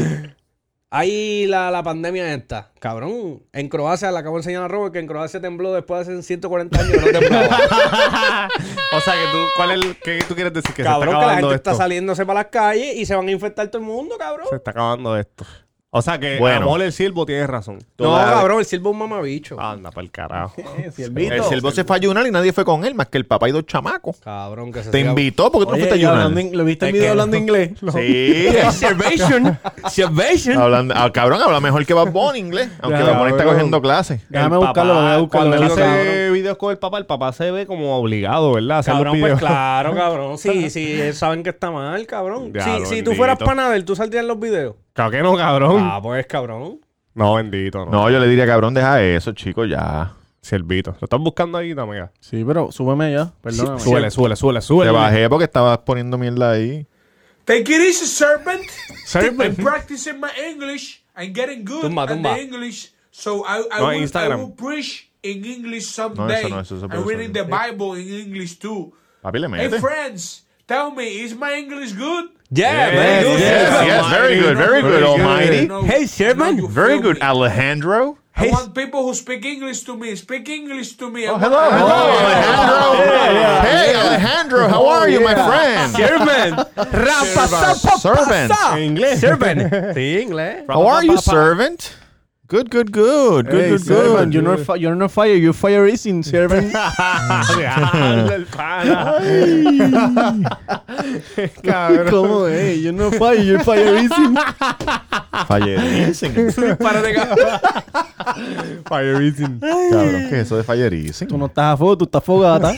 [SPEAKER 1] Ahí la, la pandemia esta. Cabrón, en Croacia, le acabo de enseñar a Robert que en Croacia tembló después de hace 140 años. que No temblaba.
[SPEAKER 2] o sea, que tú, ¿cuál es el, ¿qué tú quieres decir? Que se
[SPEAKER 1] cabrón,
[SPEAKER 2] está
[SPEAKER 1] que la
[SPEAKER 2] acabando
[SPEAKER 1] gente
[SPEAKER 2] esto.
[SPEAKER 1] está saliéndose para las calles y se van a infectar todo el mundo, cabrón.
[SPEAKER 2] Se está acabando esto. O sea, que
[SPEAKER 3] Bueno.
[SPEAKER 2] a lo mejor el siervo tiene razón.
[SPEAKER 1] No,
[SPEAKER 3] Toda-
[SPEAKER 1] cabrón, el sirvo es un mamabicho.
[SPEAKER 2] Anda, para el carajo.
[SPEAKER 3] El siervo se fue a ayunar y nadie fue con él, más que el papá y dos chamacos.
[SPEAKER 1] Cabrón, que se
[SPEAKER 3] Te
[SPEAKER 1] siga-
[SPEAKER 3] invitó porque tú no
[SPEAKER 4] Oye,
[SPEAKER 3] fuiste a
[SPEAKER 4] y eh, hablando
[SPEAKER 3] ayunar.
[SPEAKER 4] in- ¿lo viste el
[SPEAKER 1] Es que-
[SPEAKER 4] video hablando inglés?
[SPEAKER 3] Sí.
[SPEAKER 1] Observation. Observation.
[SPEAKER 3] Hablando, ah, cabrón, habla mejor que Bad Bunny inglés. Aunque
[SPEAKER 4] Ya,
[SPEAKER 3] Bad Bunny está
[SPEAKER 4] cabrón.
[SPEAKER 3] cogiendo clases.
[SPEAKER 4] Déjame
[SPEAKER 2] El
[SPEAKER 4] buscarlo,
[SPEAKER 2] papá,
[SPEAKER 4] voy a buscarlo,
[SPEAKER 2] Cuando él
[SPEAKER 4] digo,
[SPEAKER 2] hace
[SPEAKER 4] cabrón.
[SPEAKER 2] videos con el papá, el papá se ve como obligado, ¿verdad? A hacer los
[SPEAKER 1] Cabrón, pues
[SPEAKER 2] videos.
[SPEAKER 1] claro, cabrón. Sí, sí, ellos saben que está mal, cabrón.
[SPEAKER 2] Ya,
[SPEAKER 1] Si-
[SPEAKER 2] lo
[SPEAKER 1] si, tú fueras
[SPEAKER 2] bendito.
[SPEAKER 1] panadel, tú saldrías en los videos.
[SPEAKER 2] Claro que no, cabrón.
[SPEAKER 1] Ah, pues, cabrón.
[SPEAKER 2] No, bendito, no.
[SPEAKER 3] No, yo le diría, cabrón, deja eso, chico, ya.
[SPEAKER 2] Siervito. Lo estás buscando ahí, amiga.
[SPEAKER 4] Sí, pero súbeme ya, perdóname.
[SPEAKER 2] Súbele, súbele, súbele,
[SPEAKER 3] Te
[SPEAKER 2] súbele.
[SPEAKER 3] bajé porque estabas poniendo mierda ahí.
[SPEAKER 8] Take it easy, serpent.
[SPEAKER 2] Serpent.
[SPEAKER 8] I'm practicing my English. I'm getting good
[SPEAKER 1] Tumba,
[SPEAKER 8] at
[SPEAKER 1] tumba.
[SPEAKER 8] the English. So I, I,
[SPEAKER 2] No,
[SPEAKER 8] will,
[SPEAKER 2] Instagram.
[SPEAKER 8] I will preach in English
[SPEAKER 3] No,
[SPEAKER 8] someday.
[SPEAKER 3] eso no, eso se puede
[SPEAKER 8] I'm reading
[SPEAKER 3] usar.
[SPEAKER 8] the Bible in English too.
[SPEAKER 3] Papi, le
[SPEAKER 8] Hey,
[SPEAKER 3] mete.
[SPEAKER 8] friends, tell me, is my English good?
[SPEAKER 1] Yeah,
[SPEAKER 2] very good.
[SPEAKER 3] Yes, yes, very good, very good, almighty.
[SPEAKER 8] No,
[SPEAKER 1] Hey, Sherman.
[SPEAKER 8] no, you
[SPEAKER 3] Very
[SPEAKER 8] feel
[SPEAKER 3] good,
[SPEAKER 8] me.
[SPEAKER 3] Alejandro.
[SPEAKER 8] I want people who speak English to me. Speak English to me. I
[SPEAKER 3] Oh,
[SPEAKER 8] want-
[SPEAKER 3] hello,
[SPEAKER 8] I
[SPEAKER 3] hello,
[SPEAKER 8] want-
[SPEAKER 3] Alejandro. hey, Alejandro, how are you, my friend?
[SPEAKER 1] Sherman. Rapa, zapa,
[SPEAKER 3] Servant.
[SPEAKER 1] pa,
[SPEAKER 2] En inglés.
[SPEAKER 1] Sherman. Sí, inglés.
[SPEAKER 3] How are you, servant? Good, good, good. Good,
[SPEAKER 4] Hey,
[SPEAKER 3] good,
[SPEAKER 4] servant,
[SPEAKER 3] good.
[SPEAKER 4] you're not fi- you're not fire, you fire is in servant.
[SPEAKER 2] Diablo, el pana. Cabrón.
[SPEAKER 4] ¿Cómo es? You're not fire, you're fire is in.
[SPEAKER 3] Fallerizing. Cabrón, que eso de fallerizing.
[SPEAKER 4] Tú no estás a fuego, tú estás fogata.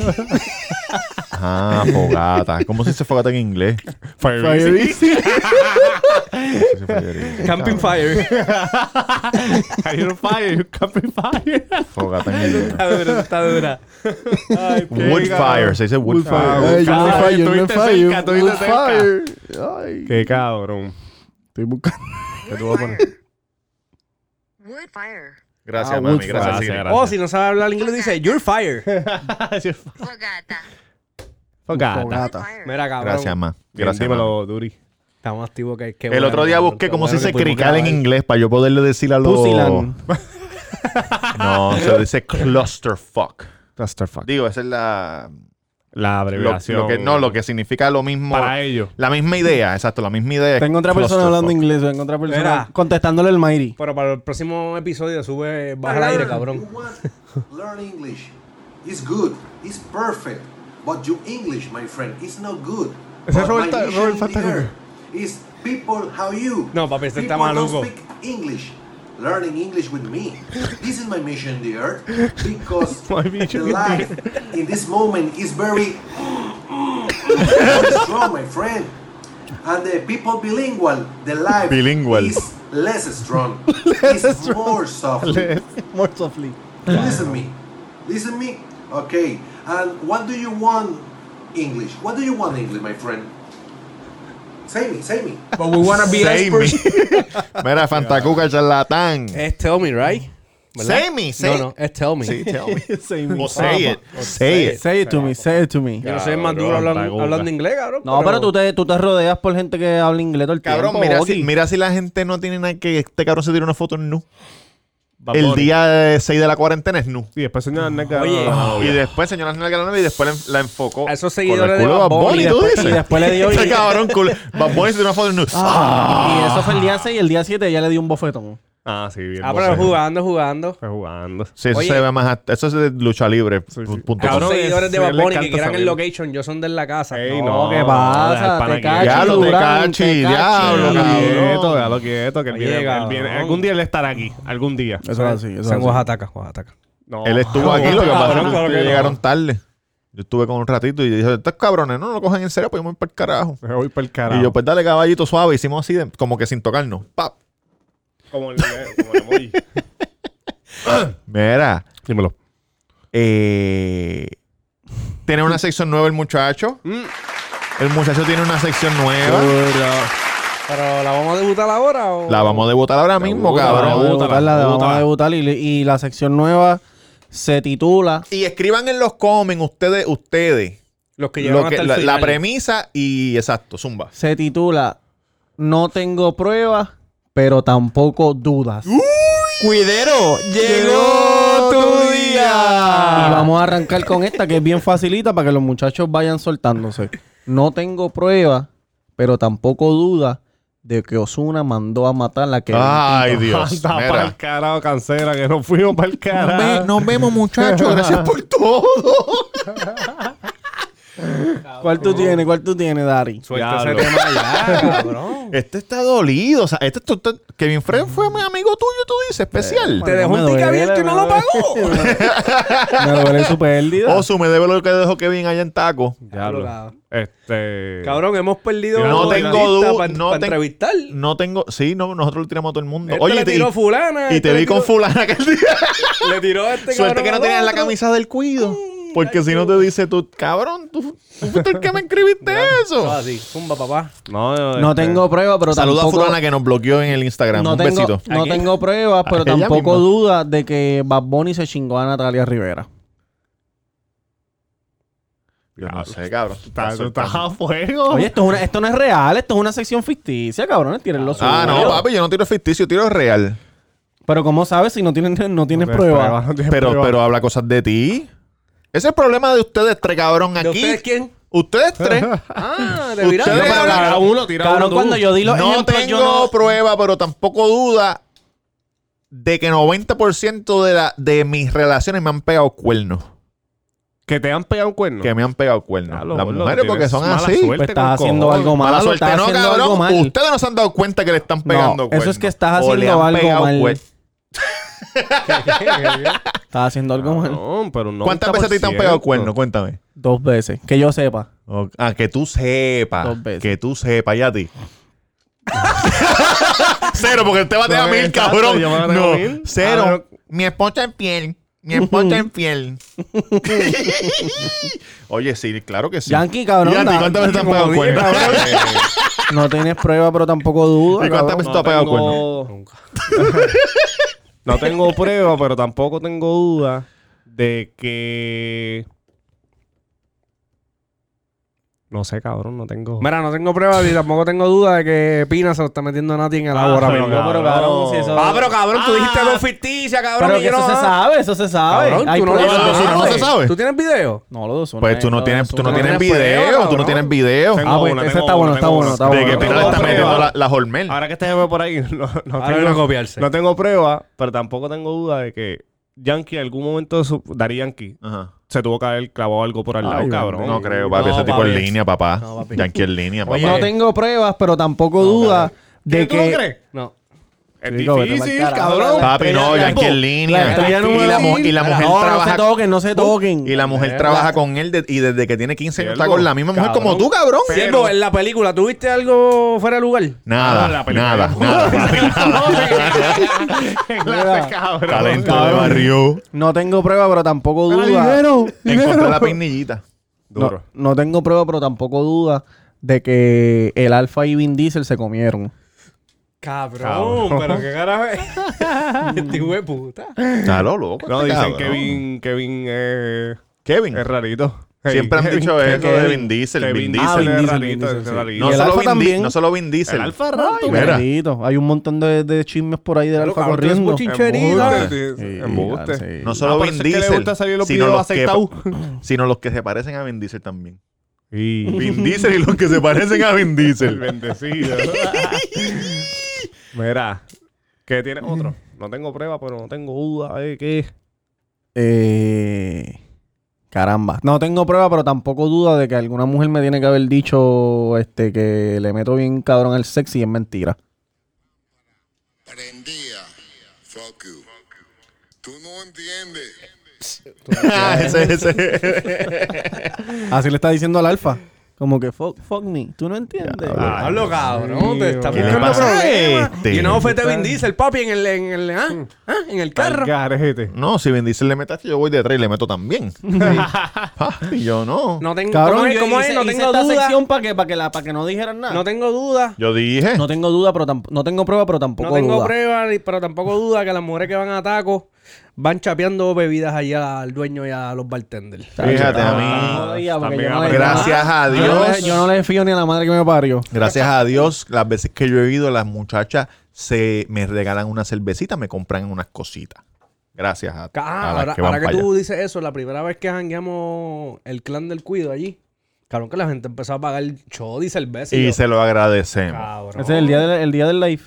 [SPEAKER 3] Ah, fogata. ¿Cómo se dice fogata en inglés?
[SPEAKER 2] Fire easy.
[SPEAKER 3] Sí, sí, fire.
[SPEAKER 1] Camping Fire.
[SPEAKER 2] Are you on fire? You camping fire.
[SPEAKER 3] Fogata en inglés.
[SPEAKER 1] Está dura, está dura.
[SPEAKER 3] Wood fire. Se dice wood fire.
[SPEAKER 4] Ay, yo no
[SPEAKER 2] Cabrón,
[SPEAKER 4] fallo, yo no
[SPEAKER 2] estuviste
[SPEAKER 4] fallo.
[SPEAKER 2] cerca, estuviste
[SPEAKER 4] Wood
[SPEAKER 2] cerca.
[SPEAKER 4] fire. Ay,
[SPEAKER 2] Qué cabrón.
[SPEAKER 4] estoy buscando.
[SPEAKER 2] ¿Qué tú vas a poner?
[SPEAKER 9] Wood fire.
[SPEAKER 3] Gracias,
[SPEAKER 4] Ah,
[SPEAKER 3] mami.
[SPEAKER 4] wood
[SPEAKER 3] Gracias,
[SPEAKER 2] fire.
[SPEAKER 3] Siri.
[SPEAKER 2] Gracias.
[SPEAKER 1] Oh, si no sabe hablar inglés, dice, You're fire.
[SPEAKER 9] Fogata.
[SPEAKER 2] Fogata.
[SPEAKER 4] Fogata.
[SPEAKER 9] Fire.
[SPEAKER 1] Mira, cabrón.
[SPEAKER 3] Gracias, ma.
[SPEAKER 2] Bien,
[SPEAKER 3] Gracias, ma.
[SPEAKER 2] Dímelo, Duri.
[SPEAKER 1] Estamos activos que que
[SPEAKER 3] El
[SPEAKER 1] bueno,
[SPEAKER 3] otro día
[SPEAKER 1] cabrón,
[SPEAKER 3] busqué
[SPEAKER 1] qué
[SPEAKER 3] cómo se
[SPEAKER 1] bueno Pues, que
[SPEAKER 3] dice
[SPEAKER 1] pudimos
[SPEAKER 3] crical en
[SPEAKER 1] grabar.
[SPEAKER 3] inglés para yo poderle decir a los...
[SPEAKER 4] Pusilan.
[SPEAKER 3] No, se dice clusterfuck.
[SPEAKER 2] Clusterfuck.
[SPEAKER 3] Digo, esa es la...
[SPEAKER 2] La
[SPEAKER 3] Lo,
[SPEAKER 2] abreviación.
[SPEAKER 3] lo que, no, lo que significa lo mismo...
[SPEAKER 2] Para ellos.
[SPEAKER 3] La misma idea, exacto, la misma idea. es
[SPEAKER 4] Tengo otra persona hablando
[SPEAKER 3] clusterfuck.
[SPEAKER 4] inglés. Tengo otra persona
[SPEAKER 1] Mira.
[SPEAKER 4] contestándole el Mayri.
[SPEAKER 1] Pero para el próximo episodio sube baja el aire, cabrón.
[SPEAKER 10] Learn English. It's good. It's perfect. But your English, my friend, is not good.
[SPEAKER 4] Ese es
[SPEAKER 10] But my
[SPEAKER 4] Roberta-
[SPEAKER 10] mission
[SPEAKER 4] Robert
[SPEAKER 10] in
[SPEAKER 4] Fatagudo.
[SPEAKER 10] the air Is people how you?
[SPEAKER 1] No, papi, este está
[SPEAKER 10] People don't
[SPEAKER 1] maluco.
[SPEAKER 10] speak English. Learning English with me. This is my mission in the earth because the life in this moment is very strong, my friend. And the people bilingual, the life
[SPEAKER 3] Bilingual.
[SPEAKER 10] is less strong. it's more soft.
[SPEAKER 4] More softly.
[SPEAKER 10] Listen me. Listen me. Okay. And what do you want English? What do you want English, my friend? Say me, say me.
[SPEAKER 8] But we wanna be
[SPEAKER 3] Sammy.
[SPEAKER 8] experts.
[SPEAKER 3] Mira, Fantacuca, charlatán.
[SPEAKER 1] Es tell me, right? ¿Verdad?
[SPEAKER 3] Say me, say-
[SPEAKER 1] No, no, es tell me.
[SPEAKER 3] Sí, tell me.
[SPEAKER 4] Say me.
[SPEAKER 3] O say it. Say it.
[SPEAKER 4] Say it to me, say it to me.
[SPEAKER 1] Yo no soy más
[SPEAKER 2] Cabrón,
[SPEAKER 1] duro hablando,
[SPEAKER 2] Tacuca.
[SPEAKER 1] hablando inglés, cabrón.
[SPEAKER 4] No, pero tú te, tú te rodeas por gente que habla inglés todo el
[SPEAKER 3] Cabrón,
[SPEAKER 4] tiempo.
[SPEAKER 3] mira
[SPEAKER 4] Oki.
[SPEAKER 3] si, mira si la gente no tiene nada que... Este cabrón se tiró una foto en nu.
[SPEAKER 2] Bad
[SPEAKER 3] El
[SPEAKER 2] Bunny.
[SPEAKER 3] día de 6 de la cuarentena es nu.
[SPEAKER 2] Sí, después señalan nalga.
[SPEAKER 1] Oye.
[SPEAKER 2] Ah,
[SPEAKER 3] Y después señora Nelga la novia y después la, la enfocó.
[SPEAKER 1] A esos
[SPEAKER 3] con el
[SPEAKER 1] seguidores de
[SPEAKER 3] culo
[SPEAKER 1] Bad Bunny,
[SPEAKER 3] ¿tú
[SPEAKER 4] después-
[SPEAKER 3] dices?
[SPEAKER 4] y después le dio-
[SPEAKER 3] Este cabrón culo. Bad Bunny se dio una foto en nu.
[SPEAKER 1] Ah.
[SPEAKER 4] Y eso fue el día 6 y el día 7 ya le di un bofetón.
[SPEAKER 2] Ah, sí, bien.
[SPEAKER 1] Ah, pero
[SPEAKER 2] bocero.
[SPEAKER 1] jugando, jugando.
[SPEAKER 2] Fue jugando.
[SPEAKER 3] Sí, eso
[SPEAKER 1] Oye.
[SPEAKER 3] se ve más... Eso es de lucha libre. pu- punto com.
[SPEAKER 1] Cabrón,
[SPEAKER 2] Cabrón,
[SPEAKER 1] seguidores de
[SPEAKER 2] ese
[SPEAKER 1] Bad
[SPEAKER 2] le
[SPEAKER 1] Bunny que
[SPEAKER 2] encanta
[SPEAKER 1] quieran el
[SPEAKER 2] salir.
[SPEAKER 1] location, yo son de la casa.
[SPEAKER 2] Ey,
[SPEAKER 1] No.
[SPEAKER 2] no,
[SPEAKER 4] ¿qué
[SPEAKER 2] no,
[SPEAKER 4] pasa?
[SPEAKER 2] deja el pana
[SPEAKER 4] Te
[SPEAKER 2] aquí.
[SPEAKER 4] cachi,
[SPEAKER 3] Diablo, te
[SPEAKER 4] Durán,
[SPEAKER 3] cachi,
[SPEAKER 4] te cachi.
[SPEAKER 3] diablo,
[SPEAKER 2] Déjalo quieto,
[SPEAKER 3] cabrón.
[SPEAKER 2] déjalo quieto, que él
[SPEAKER 1] Oye,
[SPEAKER 2] viene, él
[SPEAKER 1] cabrón.
[SPEAKER 2] viene- Algún día él estará aquí. Algún día.
[SPEAKER 4] Eso es así, eso es
[SPEAKER 1] Son
[SPEAKER 4] así.
[SPEAKER 1] Oaxaca, Oaxaca.
[SPEAKER 2] No.
[SPEAKER 3] Él estuvo aquí, lo que
[SPEAKER 2] Cabrón,
[SPEAKER 3] pasa es que
[SPEAKER 2] claro
[SPEAKER 3] ustedes
[SPEAKER 2] no.
[SPEAKER 3] llegaron tarde. Yo estuve con un ratito y dije, estos cabrones no lo cogen en serio, pues yo me voy para el carajo.
[SPEAKER 2] Me voy para el carajo.
[SPEAKER 3] Y yo, pues dale caballito suave, hicimos así, de- como que sin tocarnos. ¡Pap!
[SPEAKER 2] como el, como el emoji.
[SPEAKER 3] Mira,
[SPEAKER 2] Dímelo.
[SPEAKER 3] eh, tiene una sección nueva el muchacho. El muchacho tiene una sección nueva.
[SPEAKER 1] Pero la vamos a debutar ahora o.
[SPEAKER 3] La vamos a debutar ahora mismo,
[SPEAKER 2] debútala,
[SPEAKER 3] cabrón.
[SPEAKER 4] Vamos a debutar, la
[SPEAKER 2] Bótala,
[SPEAKER 4] vamos
[SPEAKER 2] bótala.
[SPEAKER 4] a debutar y, y la sección nueva se titula
[SPEAKER 3] Y escriban en los comments ustedes, ustedes,
[SPEAKER 1] Los que
[SPEAKER 3] lo
[SPEAKER 1] llegaron
[SPEAKER 3] que-
[SPEAKER 1] hasta el
[SPEAKER 3] la, la
[SPEAKER 1] final.
[SPEAKER 3] premisa y exacto, zumba.
[SPEAKER 4] se titula No tengo pruebas, pero tampoco dudas.
[SPEAKER 1] Cuidero,
[SPEAKER 4] llegó tu
[SPEAKER 1] día.
[SPEAKER 4] Y vamos a arrancar con esta que es bien facilita para que los muchachos vayan soltándose. No tengo pruebas, pero tampoco duda de que Osuna mandó a matar a la que
[SPEAKER 3] Ay, Dios.
[SPEAKER 2] Anda para el
[SPEAKER 3] Mira.
[SPEAKER 2] carajo, cancela, que nos fuimos para el carajo.
[SPEAKER 3] Nos vemos, muchachos. Gracias por todo.
[SPEAKER 4] ¿Cuál tú tienes? ¿Cuál tú tienes, Dari?
[SPEAKER 1] Suelta ese
[SPEAKER 2] Diablo.
[SPEAKER 1] tema ya, cabrón.
[SPEAKER 3] Este está dolido. O sea, este, tú- tú- Kevin Fred fue mi amigo tuyo, tú dices, especial.
[SPEAKER 1] Te dejó
[SPEAKER 4] me
[SPEAKER 1] un tique
[SPEAKER 4] duele,
[SPEAKER 1] abierto y no
[SPEAKER 4] me
[SPEAKER 1] lo pagó.
[SPEAKER 4] Me duele su pérdida.
[SPEAKER 3] Osu, me debe lo que dejó Kevin allá en taco.
[SPEAKER 2] Diablo.
[SPEAKER 1] Cabrón.
[SPEAKER 2] Este.
[SPEAKER 1] Cabrón, hemos perdido.
[SPEAKER 3] No
[SPEAKER 1] una
[SPEAKER 3] tengo
[SPEAKER 1] artista
[SPEAKER 3] duda.
[SPEAKER 1] pa-
[SPEAKER 3] no
[SPEAKER 1] pa'
[SPEAKER 3] ten-
[SPEAKER 1] entrevistar.
[SPEAKER 3] No tengo. Sí, no, nosotros lo tiramos a todo el mundo.
[SPEAKER 1] Este
[SPEAKER 3] Oye,
[SPEAKER 1] le
[SPEAKER 3] y te-
[SPEAKER 1] tiró fulana.
[SPEAKER 3] y
[SPEAKER 1] este
[SPEAKER 3] te
[SPEAKER 1] le
[SPEAKER 3] vi con
[SPEAKER 1] tiró-
[SPEAKER 3] fulana aquel día.
[SPEAKER 1] Le tiró a este
[SPEAKER 3] Suerte que no
[SPEAKER 1] cabrón
[SPEAKER 3] tenías
[SPEAKER 1] al
[SPEAKER 3] la
[SPEAKER 1] otro. Mm,
[SPEAKER 3] camisa del cuido. Porque si no te dice tú, cabrón, tú, tú fuiste el que me escribiste eso.
[SPEAKER 1] Ah, sí. Zumba, papá.
[SPEAKER 2] No, este,
[SPEAKER 4] No tengo pruebas, pero
[SPEAKER 3] Saluda
[SPEAKER 4] tampoco...
[SPEAKER 3] a fulana que nos bloqueó en el Instagram.
[SPEAKER 4] No
[SPEAKER 3] Un
[SPEAKER 4] tengo,
[SPEAKER 3] besito.
[SPEAKER 4] no tengo pruebas, pero
[SPEAKER 3] ella
[SPEAKER 4] tampoco
[SPEAKER 3] misma.
[SPEAKER 4] duda de que Bad Bunny se chingó a Natalia Rivera.
[SPEAKER 3] Yo no sé, cabrón.
[SPEAKER 2] Estás a fuego.
[SPEAKER 3] Oh.
[SPEAKER 4] Oye, esto, es una- esto no es real, esto es una sección ficticia, cabrones. Tienen los
[SPEAKER 3] Ah, no, papi, yo no tiro ficticio, tiro real.
[SPEAKER 4] Pero ¿cómo sabes si no tienen, no tienen
[SPEAKER 2] No tienes
[SPEAKER 4] pruebas?
[SPEAKER 2] prueba, no tienes
[SPEAKER 3] Pero,
[SPEAKER 2] prueba.
[SPEAKER 3] pero habla cosas de ti. Ese es el problema de ustedes tres, cabrón,
[SPEAKER 1] ¿De
[SPEAKER 3] aquí.
[SPEAKER 1] ustedes quién?
[SPEAKER 3] Ustedes tres.
[SPEAKER 1] Ah, de
[SPEAKER 3] Ustedes
[SPEAKER 1] Virán.
[SPEAKER 3] hablan-
[SPEAKER 1] Pero,
[SPEAKER 3] hablan-
[SPEAKER 2] Tira uno, tira
[SPEAKER 4] Cabrón,
[SPEAKER 2] uno tú.
[SPEAKER 4] cuando yo di los
[SPEAKER 3] No
[SPEAKER 4] ejemplos,
[SPEAKER 3] tengo
[SPEAKER 4] yo no-
[SPEAKER 3] prueba, pero tampoco duda de que 90% de, la, de mis relaciones me han pegado cuernos.
[SPEAKER 2] Que te han pegado un cuerno.
[SPEAKER 3] Que me han pegado cuernos.
[SPEAKER 2] Diablo,
[SPEAKER 3] Las
[SPEAKER 2] boludo,
[SPEAKER 3] mujeres porque
[SPEAKER 2] tienes
[SPEAKER 3] son
[SPEAKER 2] mala
[SPEAKER 3] así.
[SPEAKER 2] suerte
[SPEAKER 4] Pues
[SPEAKER 2] con
[SPEAKER 4] estás haciendo
[SPEAKER 2] cojones.
[SPEAKER 4] algo
[SPEAKER 3] Mala
[SPEAKER 4] malo,
[SPEAKER 3] suerte,
[SPEAKER 4] estás
[SPEAKER 3] no,
[SPEAKER 4] haciendo algo
[SPEAKER 3] cabrón.
[SPEAKER 4] mal.
[SPEAKER 3] Ustedes no se han dado cuenta que le están pegando
[SPEAKER 4] eso es
[SPEAKER 3] cuernos.
[SPEAKER 4] que estás
[SPEAKER 3] O le
[SPEAKER 4] haciendo
[SPEAKER 3] han
[SPEAKER 4] algo
[SPEAKER 3] pegado
[SPEAKER 4] mal.
[SPEAKER 3] cuer-
[SPEAKER 4] Estás haciendo algo mal.
[SPEAKER 2] No, pero no.
[SPEAKER 3] ¿Cuántas veces a ti te han pegado cuernos? Cuéntame.
[SPEAKER 4] Dos veces. Que yo sepa.
[SPEAKER 3] O- ah, que tú sepas.
[SPEAKER 4] Dos veces.
[SPEAKER 3] Que tú sepas, ya a ti. cero, porque él te va a
[SPEAKER 2] No,
[SPEAKER 3] tener mil,
[SPEAKER 2] exacto,
[SPEAKER 3] cabrón.
[SPEAKER 2] yo me bateo
[SPEAKER 3] No,
[SPEAKER 2] mil. Ah,
[SPEAKER 3] cero. Mi esposa es fiel. Mi esposa es fiel. Oye, sí, claro que sí.
[SPEAKER 4] Yankee, cabrón,
[SPEAKER 3] ¿Y a ti
[SPEAKER 4] da-
[SPEAKER 3] cuántas veces te han
[SPEAKER 4] como
[SPEAKER 3] pegado
[SPEAKER 4] dije,
[SPEAKER 3] cuernos?
[SPEAKER 4] No tienes prueba, pero tampoco duda.
[SPEAKER 3] ¿Y cuántas
[SPEAKER 4] cabrón.
[SPEAKER 3] veces tú has pegado cuernos?
[SPEAKER 2] tengo- no tengo prueba, pero tampoco tengo duda de que. No sé, cabrón, no tengo.
[SPEAKER 7] Mira, no tengo pruebas y tampoco tengo duda de que Pina se lo está metiendo a Nati en el agua
[SPEAKER 3] Ah,
[SPEAKER 7] ahora
[SPEAKER 2] pero
[SPEAKER 7] mismo.
[SPEAKER 2] cabrón.
[SPEAKER 4] si eso-
[SPEAKER 7] Ah, pero cabrón, tú dijiste
[SPEAKER 4] Ah,
[SPEAKER 7] dos ficticias, cabrón.
[SPEAKER 4] Pero
[SPEAKER 7] y
[SPEAKER 4] que
[SPEAKER 7] yo
[SPEAKER 4] eso
[SPEAKER 7] no-
[SPEAKER 4] se
[SPEAKER 7] ah,
[SPEAKER 4] sabe, eso se sabe.
[SPEAKER 7] Cabrón,
[SPEAKER 4] Hay
[SPEAKER 7] tú no,
[SPEAKER 3] Pero
[SPEAKER 4] pruebas.
[SPEAKER 7] lo
[SPEAKER 3] eso no se sabe.
[SPEAKER 7] ¿Tú tienes video?
[SPEAKER 4] No, lo de Osuna
[SPEAKER 3] Pues
[SPEAKER 4] es-
[SPEAKER 3] tú no
[SPEAKER 4] lo de
[SPEAKER 3] tienes, tú
[SPEAKER 4] Osuna
[SPEAKER 3] no
[SPEAKER 4] es-
[SPEAKER 3] tienes
[SPEAKER 7] tienes prueba,
[SPEAKER 3] video, tú no
[SPEAKER 7] cabrón.
[SPEAKER 3] tienes video.
[SPEAKER 2] Tengo
[SPEAKER 4] Ah, pues
[SPEAKER 2] una,
[SPEAKER 4] ese
[SPEAKER 2] tengo
[SPEAKER 4] está
[SPEAKER 2] una,
[SPEAKER 4] bueno, está
[SPEAKER 2] tengo
[SPEAKER 4] bueno,
[SPEAKER 2] una.
[SPEAKER 4] está
[SPEAKER 3] De
[SPEAKER 4] bueno.
[SPEAKER 3] que Pina le
[SPEAKER 2] tengo
[SPEAKER 3] está
[SPEAKER 2] prueba.
[SPEAKER 3] metiendo la, la Hormel.
[SPEAKER 4] Ah,
[SPEAKER 2] Ahora que este jefe por ahí, no, no
[SPEAKER 7] Ahora
[SPEAKER 2] tengo,
[SPEAKER 7] viene a copiarse.
[SPEAKER 2] no tengo prueba, pero tampoco tengo duda de que Yankee en algún momento, de su, Dari Yankee,
[SPEAKER 3] Ajá.
[SPEAKER 2] se tuvo que haber clavado algo por al lado, cabrón.
[SPEAKER 3] No creo, papi.
[SPEAKER 4] No,
[SPEAKER 3] ese tipo
[SPEAKER 4] papi.
[SPEAKER 3] en línea, papá. Yankee en línea, papá.
[SPEAKER 4] Oye, no tengo pruebas, pero tampoco duda de
[SPEAKER 2] ¿Tú no
[SPEAKER 4] que.
[SPEAKER 2] crees?
[SPEAKER 7] No.
[SPEAKER 2] Es
[SPEAKER 4] Chico, vete
[SPEAKER 2] difícil,
[SPEAKER 4] pa'l carajo.
[SPEAKER 2] cabrón.
[SPEAKER 3] Papi, no, Yankee
[SPEAKER 2] Estrella
[SPEAKER 3] en
[SPEAKER 2] Lambo.
[SPEAKER 4] La
[SPEAKER 3] línea.
[SPEAKER 4] estrella
[SPEAKER 3] Y la, mu- y la mujer
[SPEAKER 4] no, no se
[SPEAKER 3] trabaja.
[SPEAKER 4] toquen, no se toquen.
[SPEAKER 3] y la mujer trabaja con él de- y desde que tiene 15 años está con la misma mujer
[SPEAKER 2] Cabrón.
[SPEAKER 3] como tú, cabrón.
[SPEAKER 7] pues,
[SPEAKER 1] Siervo, en la película, ¿tuviste algo fuera de lugar?
[SPEAKER 3] Nada,
[SPEAKER 2] Ah, la película.
[SPEAKER 3] nada, nada, papi, nada.
[SPEAKER 4] Mira,
[SPEAKER 2] cabrón.
[SPEAKER 3] Talento de barrio.
[SPEAKER 4] No tengo prueba, pero tampoco duda.
[SPEAKER 3] Encontré la peinillita.
[SPEAKER 4] No, no tengo prueba, pero tampoco duda de que el Alfa y Vin Diesel se comieron.
[SPEAKER 1] Cabrón, pero qué carajo es. este hijo de puta.
[SPEAKER 3] Está lo loco.
[SPEAKER 2] No,
[SPEAKER 3] este
[SPEAKER 2] dicen
[SPEAKER 3] cabrón.
[SPEAKER 2] Kevin, Kevin eh,
[SPEAKER 3] Kevin.
[SPEAKER 2] es rarito.
[SPEAKER 3] Siempre han
[SPEAKER 2] Kevin-
[SPEAKER 3] dicho
[SPEAKER 2] Kevin-
[SPEAKER 3] eso de Vin Diesel, Vin Diesel.
[SPEAKER 2] Ah, Vin
[SPEAKER 4] Vin
[SPEAKER 2] Diesel es
[SPEAKER 4] Diesel,
[SPEAKER 2] rarito,
[SPEAKER 4] Vin
[SPEAKER 2] es
[SPEAKER 4] Diesel, sí.
[SPEAKER 2] rarito.
[SPEAKER 3] No
[SPEAKER 4] Y el
[SPEAKER 3] solo
[SPEAKER 4] Alfa
[SPEAKER 3] Vin Di-
[SPEAKER 4] también.
[SPEAKER 3] No solo Vin Diesel.
[SPEAKER 2] El alfa
[SPEAKER 4] Ay,
[SPEAKER 2] rato.
[SPEAKER 3] mira.
[SPEAKER 4] bendito. Hay un montón de, de chismes por ahí del
[SPEAKER 1] Claro,
[SPEAKER 4] Alfa
[SPEAKER 1] cabrón, tú eres
[SPEAKER 4] corriendo.
[SPEAKER 1] bochincherito.
[SPEAKER 4] Sí,
[SPEAKER 2] Embuste.
[SPEAKER 4] claro, sí.
[SPEAKER 3] No solo
[SPEAKER 2] Ah, por
[SPEAKER 3] Vin
[SPEAKER 2] eso es que le
[SPEAKER 3] Diesel,
[SPEAKER 2] gusta salir los
[SPEAKER 3] sino,
[SPEAKER 2] videos
[SPEAKER 3] los que,
[SPEAKER 2] aceitado.
[SPEAKER 3] sino los que se parecen a Vin Diesel también.
[SPEAKER 2] Y
[SPEAKER 3] Vin Diesel y los que se parecen a Vin
[SPEAKER 2] el
[SPEAKER 3] Diesel.
[SPEAKER 2] bendecido. Mira, ¿qué tiene otro? No tengo prueba, pero no tengo duda de que...
[SPEAKER 4] Eh, caramba. No tengo prueba, pero tampoco duda de que alguna mujer me tiene que haber dicho este que le meto bien cabrón al sexy y es mentira.
[SPEAKER 11] Prendía. Fuck you. Tú no entiendes.
[SPEAKER 3] Ah, ese, ese.
[SPEAKER 4] Así le está diciendo al alfa. Como que fuck, fuck me. ¿Tú no entiendes?
[SPEAKER 3] Ah,
[SPEAKER 1] Hablo, cabrón. Te está
[SPEAKER 3] ¿Qué le
[SPEAKER 1] buscando
[SPEAKER 3] pasa a
[SPEAKER 1] problemas.
[SPEAKER 3] este?
[SPEAKER 1] Y una oferta Vin Diesel, papi, en el, en el, ah,
[SPEAKER 7] Mm.
[SPEAKER 1] ah, en el carro.
[SPEAKER 2] Carete.
[SPEAKER 3] No, si Vin Diesel le metaste, yo voy detrás y le meto también. Papi, yo no.
[SPEAKER 1] No tengo, ¿cómo
[SPEAKER 4] cabrón,
[SPEAKER 1] es?
[SPEAKER 4] yo
[SPEAKER 1] ¿Cómo es?
[SPEAKER 4] hice-
[SPEAKER 1] No
[SPEAKER 4] hice
[SPEAKER 1] tengo
[SPEAKER 4] esta
[SPEAKER 1] duda.
[SPEAKER 4] sección para que, para que, la- para que no dijeran nada.
[SPEAKER 1] No tengo duda.
[SPEAKER 3] Yo dije.
[SPEAKER 4] No tengo duda, pero tampoco. No tengo prueba, pero tampoco
[SPEAKER 1] No tengo
[SPEAKER 4] duda.
[SPEAKER 1] pruebas, ni- pero tampoco duda que las mujeres que van a tacos van chapeando bebidas allá al dueño y a los bartenders.
[SPEAKER 3] Fíjate a mí.
[SPEAKER 4] No diga, porque
[SPEAKER 2] También
[SPEAKER 4] yo no le-
[SPEAKER 3] Gracias a
[SPEAKER 4] yo no le-
[SPEAKER 3] Dios.
[SPEAKER 4] Yo no le fío ni a la madre que me parió.
[SPEAKER 3] Gracias a Dios, las veces que yo he ido, las muchachas se me regalan una cervecita, me compran unas cositas. Gracias a,
[SPEAKER 1] Ah,
[SPEAKER 3] a las
[SPEAKER 1] ahora
[SPEAKER 3] que
[SPEAKER 1] que,
[SPEAKER 3] van
[SPEAKER 1] ahora que
[SPEAKER 3] para allá.
[SPEAKER 1] tú dices eso, la primera vez que jangueamos el clan del cuido allí, cabrón, que la gente empezó a pagar show y cerveza.
[SPEAKER 3] Y
[SPEAKER 1] yo,
[SPEAKER 3] se lo agradecemos.
[SPEAKER 1] Cabrón.
[SPEAKER 4] Ese es el día del, el día del live.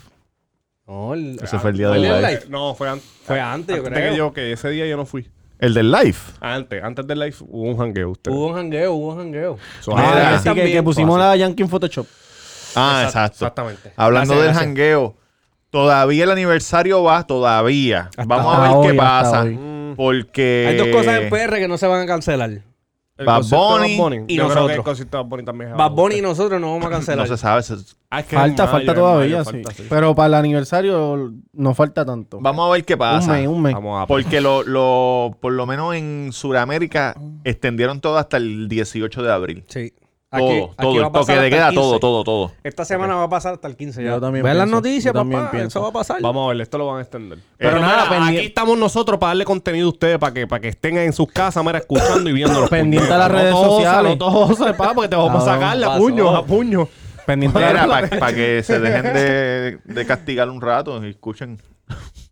[SPEAKER 1] No, el-
[SPEAKER 3] Ese fue el día
[SPEAKER 1] ¿fue
[SPEAKER 3] del
[SPEAKER 1] el
[SPEAKER 3] live.
[SPEAKER 1] live?
[SPEAKER 2] No, fue antes.
[SPEAKER 1] ah, Fue antes, yo
[SPEAKER 2] Antes
[SPEAKER 1] creo.
[SPEAKER 2] que yo, que ese día yo no fui.
[SPEAKER 3] El del live.
[SPEAKER 2] Antes, antes del live hubo un jangueo. ustedes.
[SPEAKER 1] Hubo un jangueo, hubo un jangueo.
[SPEAKER 2] So,
[SPEAKER 3] Ah,
[SPEAKER 2] ahora-
[SPEAKER 3] ya.
[SPEAKER 4] Así que,
[SPEAKER 1] También.
[SPEAKER 4] que pusimos la Yankee en Photoshop.
[SPEAKER 3] Ah, exacto.
[SPEAKER 2] Exactamente.
[SPEAKER 3] Hablando
[SPEAKER 2] Gracias,
[SPEAKER 3] del
[SPEAKER 2] gracias.
[SPEAKER 3] jangueo, todavía el aniversario va, todavía. Vamos a ver
[SPEAKER 4] hasta
[SPEAKER 3] qué
[SPEAKER 4] hoy, hasta
[SPEAKER 3] pasa.
[SPEAKER 4] hoy.
[SPEAKER 3] Porque.
[SPEAKER 1] Hay dos cosas en PR que no se van a cancelar.
[SPEAKER 2] El
[SPEAKER 3] Bad
[SPEAKER 2] concierto de
[SPEAKER 3] Bunny
[SPEAKER 1] y
[SPEAKER 2] Yo creo que
[SPEAKER 1] nosotros.
[SPEAKER 2] el concierto de Bad Bunny también es
[SPEAKER 1] Bad
[SPEAKER 2] algo.
[SPEAKER 1] Bunny y nosotros no vamos a
[SPEAKER 3] No
[SPEAKER 1] cancelar.
[SPEAKER 3] se sabe. se-
[SPEAKER 2] Ah, es que es
[SPEAKER 4] Falta,
[SPEAKER 2] en mayo,
[SPEAKER 4] falta
[SPEAKER 2] en
[SPEAKER 4] todavía,
[SPEAKER 2] mayo,
[SPEAKER 4] sí. Pues,
[SPEAKER 2] falta, sí.
[SPEAKER 4] Pero para el aniversario no falta tanto.
[SPEAKER 3] Vamos a ver qué
[SPEAKER 4] un
[SPEAKER 3] pasa.
[SPEAKER 4] mes, un mes.
[SPEAKER 2] Vamos a
[SPEAKER 3] Porque lo, lo- por lo menos en Sudamérica extendieron todo hasta el 18 de abril.
[SPEAKER 1] Sí.
[SPEAKER 3] Todo,
[SPEAKER 1] Aquí-
[SPEAKER 3] todo,
[SPEAKER 1] aquí va a
[SPEAKER 3] el toque
[SPEAKER 1] pasar
[SPEAKER 3] de
[SPEAKER 1] hasta
[SPEAKER 3] queda,
[SPEAKER 1] el 15.
[SPEAKER 3] todo, todo, todo.
[SPEAKER 1] Esta semana va a pasar hasta el 15 ya.
[SPEAKER 4] Yo también
[SPEAKER 1] Ve las
[SPEAKER 4] pienso, yo
[SPEAKER 1] noticias,
[SPEAKER 4] también
[SPEAKER 1] papá.
[SPEAKER 4] pienso.
[SPEAKER 1] Eso va a pasar.
[SPEAKER 2] Vamos a ver, esto lo van a extender.
[SPEAKER 4] Pero
[SPEAKER 2] Pero
[SPEAKER 4] nada,
[SPEAKER 2] nada,
[SPEAKER 4] pendiente-
[SPEAKER 2] aquí estamos nosotros para darle contenido a ustedes, para que, para que estén en sus casas, mira, escuchando y viéndonos.
[SPEAKER 4] Pendiente a las redes sociales.
[SPEAKER 2] No tosas, pa, porque te vamos a
[SPEAKER 4] Cabrón,
[SPEAKER 2] sacarle a
[SPEAKER 4] pasó.
[SPEAKER 2] puño, a puño.
[SPEAKER 4] Pendiente,
[SPEAKER 3] Era para que se dejen de, de castigar un rato y escuchen.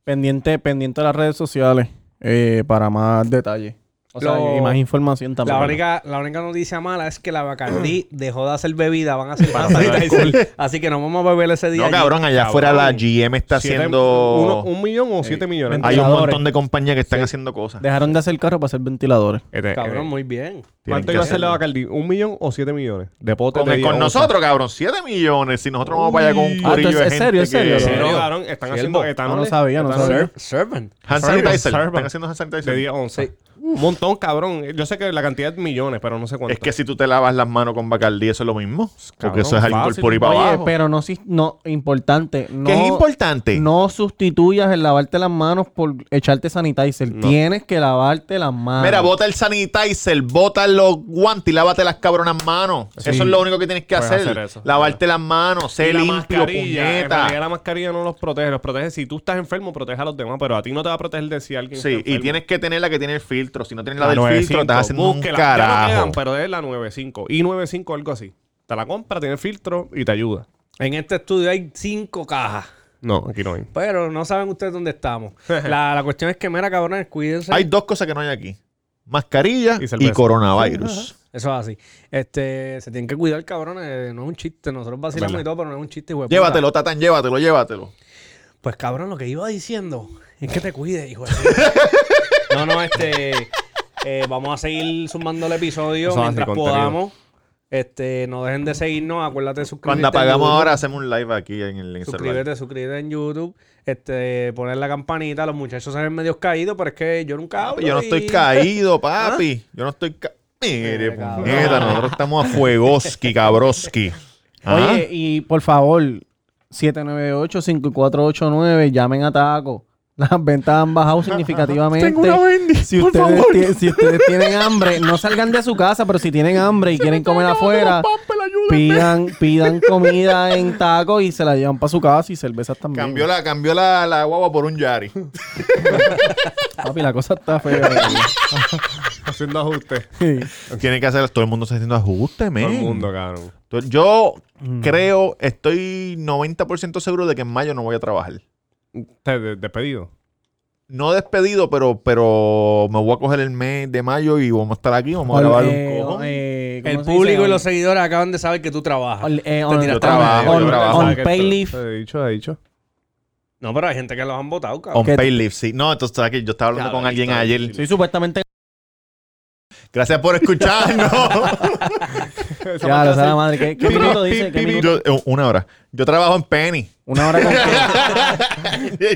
[SPEAKER 4] pendiente, pendiente a las redes sociales eh, para más detalles. O sea,
[SPEAKER 1] Lo-
[SPEAKER 4] y más información también.
[SPEAKER 1] La única, la única noticia mala es que la Bacardí dejó de hacer bebida, van a hacer
[SPEAKER 2] Para
[SPEAKER 1] taza de
[SPEAKER 2] hacer
[SPEAKER 1] alcohol. Así que no vamos a beber ese día.
[SPEAKER 3] No,
[SPEAKER 1] allí.
[SPEAKER 3] cabrón, allá afuera la
[SPEAKER 2] Cabrón.
[SPEAKER 3] GM está
[SPEAKER 2] Siete-
[SPEAKER 3] haciendo.
[SPEAKER 2] uno- un millón o siete millones.
[SPEAKER 4] Mentira.
[SPEAKER 3] hay un
[SPEAKER 4] ventiladores.
[SPEAKER 3] montón de compañías que están haciendo cosas.
[SPEAKER 4] Dejaron de hacer carro para hacer ventiladores.
[SPEAKER 2] Este-
[SPEAKER 1] Cabrón,
[SPEAKER 2] eh,
[SPEAKER 1] muy bien.
[SPEAKER 3] Tienen
[SPEAKER 2] ¿Cuánto
[SPEAKER 3] que
[SPEAKER 2] iba a ser la
[SPEAKER 3] hacerlo.
[SPEAKER 2] Bacardi? ¿Un millón o siete millones? De pote
[SPEAKER 3] Con,
[SPEAKER 2] de
[SPEAKER 3] el-
[SPEAKER 2] día,
[SPEAKER 3] con
[SPEAKER 2] once.
[SPEAKER 3] nosotros, cabrón, 7 millones. Si nosotros vamos para allá con un
[SPEAKER 4] Ah,
[SPEAKER 3] corillo de
[SPEAKER 4] entonces, ¿es
[SPEAKER 3] gente
[SPEAKER 4] serio, es
[SPEAKER 2] Eh,
[SPEAKER 4] serio?
[SPEAKER 3] que-
[SPEAKER 2] sí, no,
[SPEAKER 1] serio?
[SPEAKER 2] cabrón, están
[SPEAKER 1] Siervo.
[SPEAKER 2] haciendo
[SPEAKER 4] No,
[SPEAKER 2] etanoles.
[SPEAKER 4] no sabía, no
[SPEAKER 2] etanoles
[SPEAKER 4] sabía.
[SPEAKER 1] Servant.
[SPEAKER 3] Hand
[SPEAKER 2] Servant,
[SPEAKER 3] sanitizer.
[SPEAKER 2] servant.
[SPEAKER 3] Están haciendo hand
[SPEAKER 2] De
[SPEAKER 3] sanitizer.
[SPEAKER 2] día 11. Un montón, cabrón. Yo sé que la cantidad es millones, pero no sé cuánto.
[SPEAKER 3] Es que si tú te lavas las manos con Bacardí, eso es lo mismo. Porque eso es
[SPEAKER 2] fácil.
[SPEAKER 3] alcohol por y para
[SPEAKER 2] Oye,
[SPEAKER 3] abajo.
[SPEAKER 4] Pero no, sis- no importante. No,
[SPEAKER 3] ¿Qué es importante?
[SPEAKER 4] No sustituyas el lavarte las manos por echarte sanitizer. Tienes que lavarte las manos.
[SPEAKER 3] Mira, bota el sanitizer, bota los guantes y lávate las cabronas manos.
[SPEAKER 2] Sí.
[SPEAKER 3] Eso es lo único que tienes que
[SPEAKER 2] Puedes
[SPEAKER 3] hacer.
[SPEAKER 2] hacer eso.
[SPEAKER 3] Lavarte las manos,
[SPEAKER 2] Y
[SPEAKER 3] sé
[SPEAKER 2] la
[SPEAKER 3] limpio,
[SPEAKER 2] mascarilla, en realidad
[SPEAKER 3] puñeta.
[SPEAKER 2] la mascarilla no los protege, los protege. Si tú estás enfermo, protege a los demás, pero a ti no te va a proteger de si alguien
[SPEAKER 3] Sí,
[SPEAKER 2] está
[SPEAKER 3] y
[SPEAKER 2] enfermo.
[SPEAKER 3] tienes que tener la que tiene el filtro. Si no tienes la,
[SPEAKER 2] La
[SPEAKER 3] del
[SPEAKER 2] 95,
[SPEAKER 3] filtro, estás haciendo un
[SPEAKER 2] búsquela. Ya no
[SPEAKER 3] carajo.
[SPEAKER 2] quedan, pero es la 95. Y 95 algo así. Te la compra, tiene filtro y te ayuda.
[SPEAKER 1] En este estudio hay cinco cajas.
[SPEAKER 2] No, aquí no hay.
[SPEAKER 1] Pero no saben ustedes dónde estamos. La, la cuestión es que, mira, cabrones, cuídense.
[SPEAKER 3] Hay dos cosas que no hay aquí. Mascarilla
[SPEAKER 2] Y
[SPEAKER 3] y,
[SPEAKER 2] cerveza.
[SPEAKER 3] coronavirus.
[SPEAKER 1] Eso es así. Este, se tienen que cuidar, cabrones. No es un chiste. Nosotros vacilamos
[SPEAKER 2] Verdad.
[SPEAKER 1] y todo, pero no es un chiste, hijo de puta.
[SPEAKER 3] Llévatelo, Tatán, llévatelo, llévatelo.
[SPEAKER 1] Pues cabrón, lo que iba diciendo es que te cuides, hijo de No, no, este. eh, vamos a seguir sumando el episodio
[SPEAKER 2] Eso va a ser
[SPEAKER 1] mientras
[SPEAKER 2] contenido.
[SPEAKER 1] podamos. Este, no dejen de seguirnos, acuérdate de suscribirte.
[SPEAKER 3] Cuando
[SPEAKER 1] en
[SPEAKER 3] apagamos
[SPEAKER 1] YouTube.
[SPEAKER 3] ahora, hacemos un live aquí en el en celular.
[SPEAKER 1] Suscríbete, suscríbete en YouTube. Este, poner la campanita. Los muchachos se ven medio caídos, Ah, pero es que yo nunca hablo.
[SPEAKER 3] Papi, yo no
[SPEAKER 1] y-
[SPEAKER 3] estoy caído, papi. Yo no estoy caído. Mire,
[SPEAKER 1] Eh, cabrón.
[SPEAKER 3] puñeta, nosotros estamos a fuegoski, cabroski. ¿Ah?
[SPEAKER 4] Oye, y por favor, 798-5489, llamen a Taco. Las ventas han bajado significativamente. si, ustedes tie- si ustedes tienen hambre, no salgan de su casa, pero si tienen hambre y quieren comer afuera, pidan, pidan comida en Taco y se la llevan para su casa y cervezas también.
[SPEAKER 3] cambió la, cambió la, la guagua por un Yari.
[SPEAKER 4] Papi, la cosa está fea.
[SPEAKER 2] Haciendo ajustes.
[SPEAKER 4] Sí.
[SPEAKER 3] Tiene que hacer, todo el mundo está haciendo ajustes, men.
[SPEAKER 2] Todo el mundo, cabrón.
[SPEAKER 3] Tú- Yo creo, estoy 90% seguro de que en mayo no voy a trabajar.
[SPEAKER 2] Te de- despedido.
[SPEAKER 3] No despedido, pero, pero me voy a coger el mes de mayo y vamos a estar aquí, vamos a grabar
[SPEAKER 4] Eh,
[SPEAKER 3] un cojón.
[SPEAKER 4] eh, ¿cómo
[SPEAKER 1] El
[SPEAKER 4] se
[SPEAKER 1] público
[SPEAKER 4] dice?
[SPEAKER 1] y los seguidores acaban de saber que tú trabajas.
[SPEAKER 4] On- eh,
[SPEAKER 1] Te
[SPEAKER 4] on-
[SPEAKER 1] tiraste
[SPEAKER 4] on-
[SPEAKER 3] la mano.
[SPEAKER 4] on-
[SPEAKER 3] Yo trabajo.
[SPEAKER 4] on
[SPEAKER 2] Sabes que
[SPEAKER 4] pay
[SPEAKER 2] esto-
[SPEAKER 4] leave.
[SPEAKER 2] Te he dicho, te he dicho.
[SPEAKER 1] No, pero hay gente que los han votado, cabrón.
[SPEAKER 3] On
[SPEAKER 4] que-
[SPEAKER 3] pay leave, sí. No, entonces ¿sabes qué? yo estaba hablando
[SPEAKER 2] Claro,
[SPEAKER 3] con alguien
[SPEAKER 2] está
[SPEAKER 3] ayer.
[SPEAKER 2] difícil.
[SPEAKER 4] Sí, supuestamente.
[SPEAKER 3] Gracias por escucharnos.
[SPEAKER 2] Esa
[SPEAKER 4] Ya,
[SPEAKER 2] parte
[SPEAKER 4] lo sabe la
[SPEAKER 2] la sé.
[SPEAKER 4] madre. ¿Qué, qué
[SPEAKER 3] Yo
[SPEAKER 4] minuto
[SPEAKER 3] traba-
[SPEAKER 4] dice?
[SPEAKER 3] pi-
[SPEAKER 4] ¿Qué
[SPEAKER 3] pi-
[SPEAKER 4] minuto?
[SPEAKER 3] yo- eh, una hora. Yo trabajo en Penny.
[SPEAKER 4] Una hora con qué.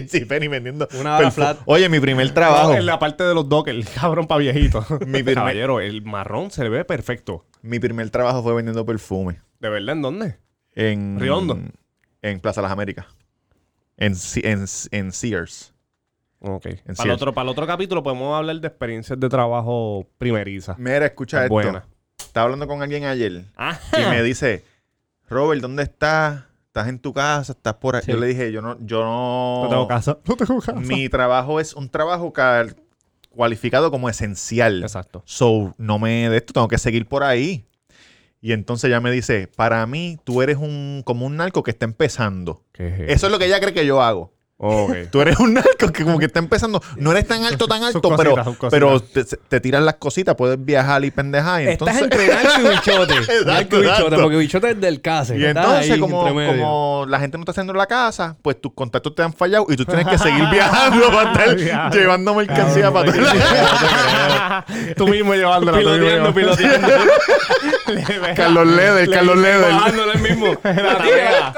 [SPEAKER 3] sí, Penny vendiendo.
[SPEAKER 1] Una hora
[SPEAKER 3] perfu-
[SPEAKER 1] flat.
[SPEAKER 3] Oye, mi primer trabajo.
[SPEAKER 2] No, en la parte de los dockers, cabrón pa' viejito.
[SPEAKER 3] Mi primer-
[SPEAKER 2] Caballero, el marrón se le ve perfecto.
[SPEAKER 3] Mi primer trabajo fue vendiendo perfume.
[SPEAKER 2] ¿De verdad en dónde?
[SPEAKER 3] En.
[SPEAKER 2] Riondo.
[SPEAKER 3] En Plaza Las Américas. En, C- en, C- en Sears.
[SPEAKER 2] Ok. Para el,
[SPEAKER 3] cierto.
[SPEAKER 2] otro, para el otro capítulo podemos hablar de experiencias de trabajo primerizas.
[SPEAKER 3] Mira, escucha esto.
[SPEAKER 2] Buena.
[SPEAKER 3] Estaba hablando con alguien ayer y me dice, Robert, ¿dónde estás? ¿Estás en tu casa? ¿Estás por ahí?
[SPEAKER 2] Sí.
[SPEAKER 3] Yo le dije, yo no, yo no.
[SPEAKER 2] No tengo casa. No tengo casa.
[SPEAKER 3] Mi trabajo es un trabajo cal- cualificado como esencial.
[SPEAKER 2] Exacto.
[SPEAKER 3] So, no me de esto, tengo que seguir por ahí. Y entonces ella me dice, para mí, tú eres un como un narco que está empezando.
[SPEAKER 2] ¿Qué es
[SPEAKER 3] Eso es lo que ella cree que yo hago.
[SPEAKER 2] Ok.
[SPEAKER 3] Tú eres un narco que como que está empezando. No eres tan alto, tan
[SPEAKER 2] Sus
[SPEAKER 3] alto,
[SPEAKER 2] cositas,
[SPEAKER 3] pero,
[SPEAKER 2] sus cositas.
[SPEAKER 3] pero te, te tiras las cositas, puedes viajar y pendejar. Y entonces,
[SPEAKER 1] Estás entre narco y bichote. Narco y bichote,
[SPEAKER 3] exacto.
[SPEAKER 1] porque bichote es del case.
[SPEAKER 3] y
[SPEAKER 1] Estás
[SPEAKER 3] entonces
[SPEAKER 1] ahí
[SPEAKER 3] como,
[SPEAKER 1] entre medio.
[SPEAKER 3] como la gente no está haciendo la casa, pues tus contactos te han fallado y tú tienes que seguir viajando para estar
[SPEAKER 2] Diablo.
[SPEAKER 3] llevando mercancía para todos lados.
[SPEAKER 2] tú mismo llevándola.
[SPEAKER 1] Piloteando, piloteando.
[SPEAKER 3] Carlos Leder, Carlos Leder.
[SPEAKER 2] Bajándole el mismo. La tarea.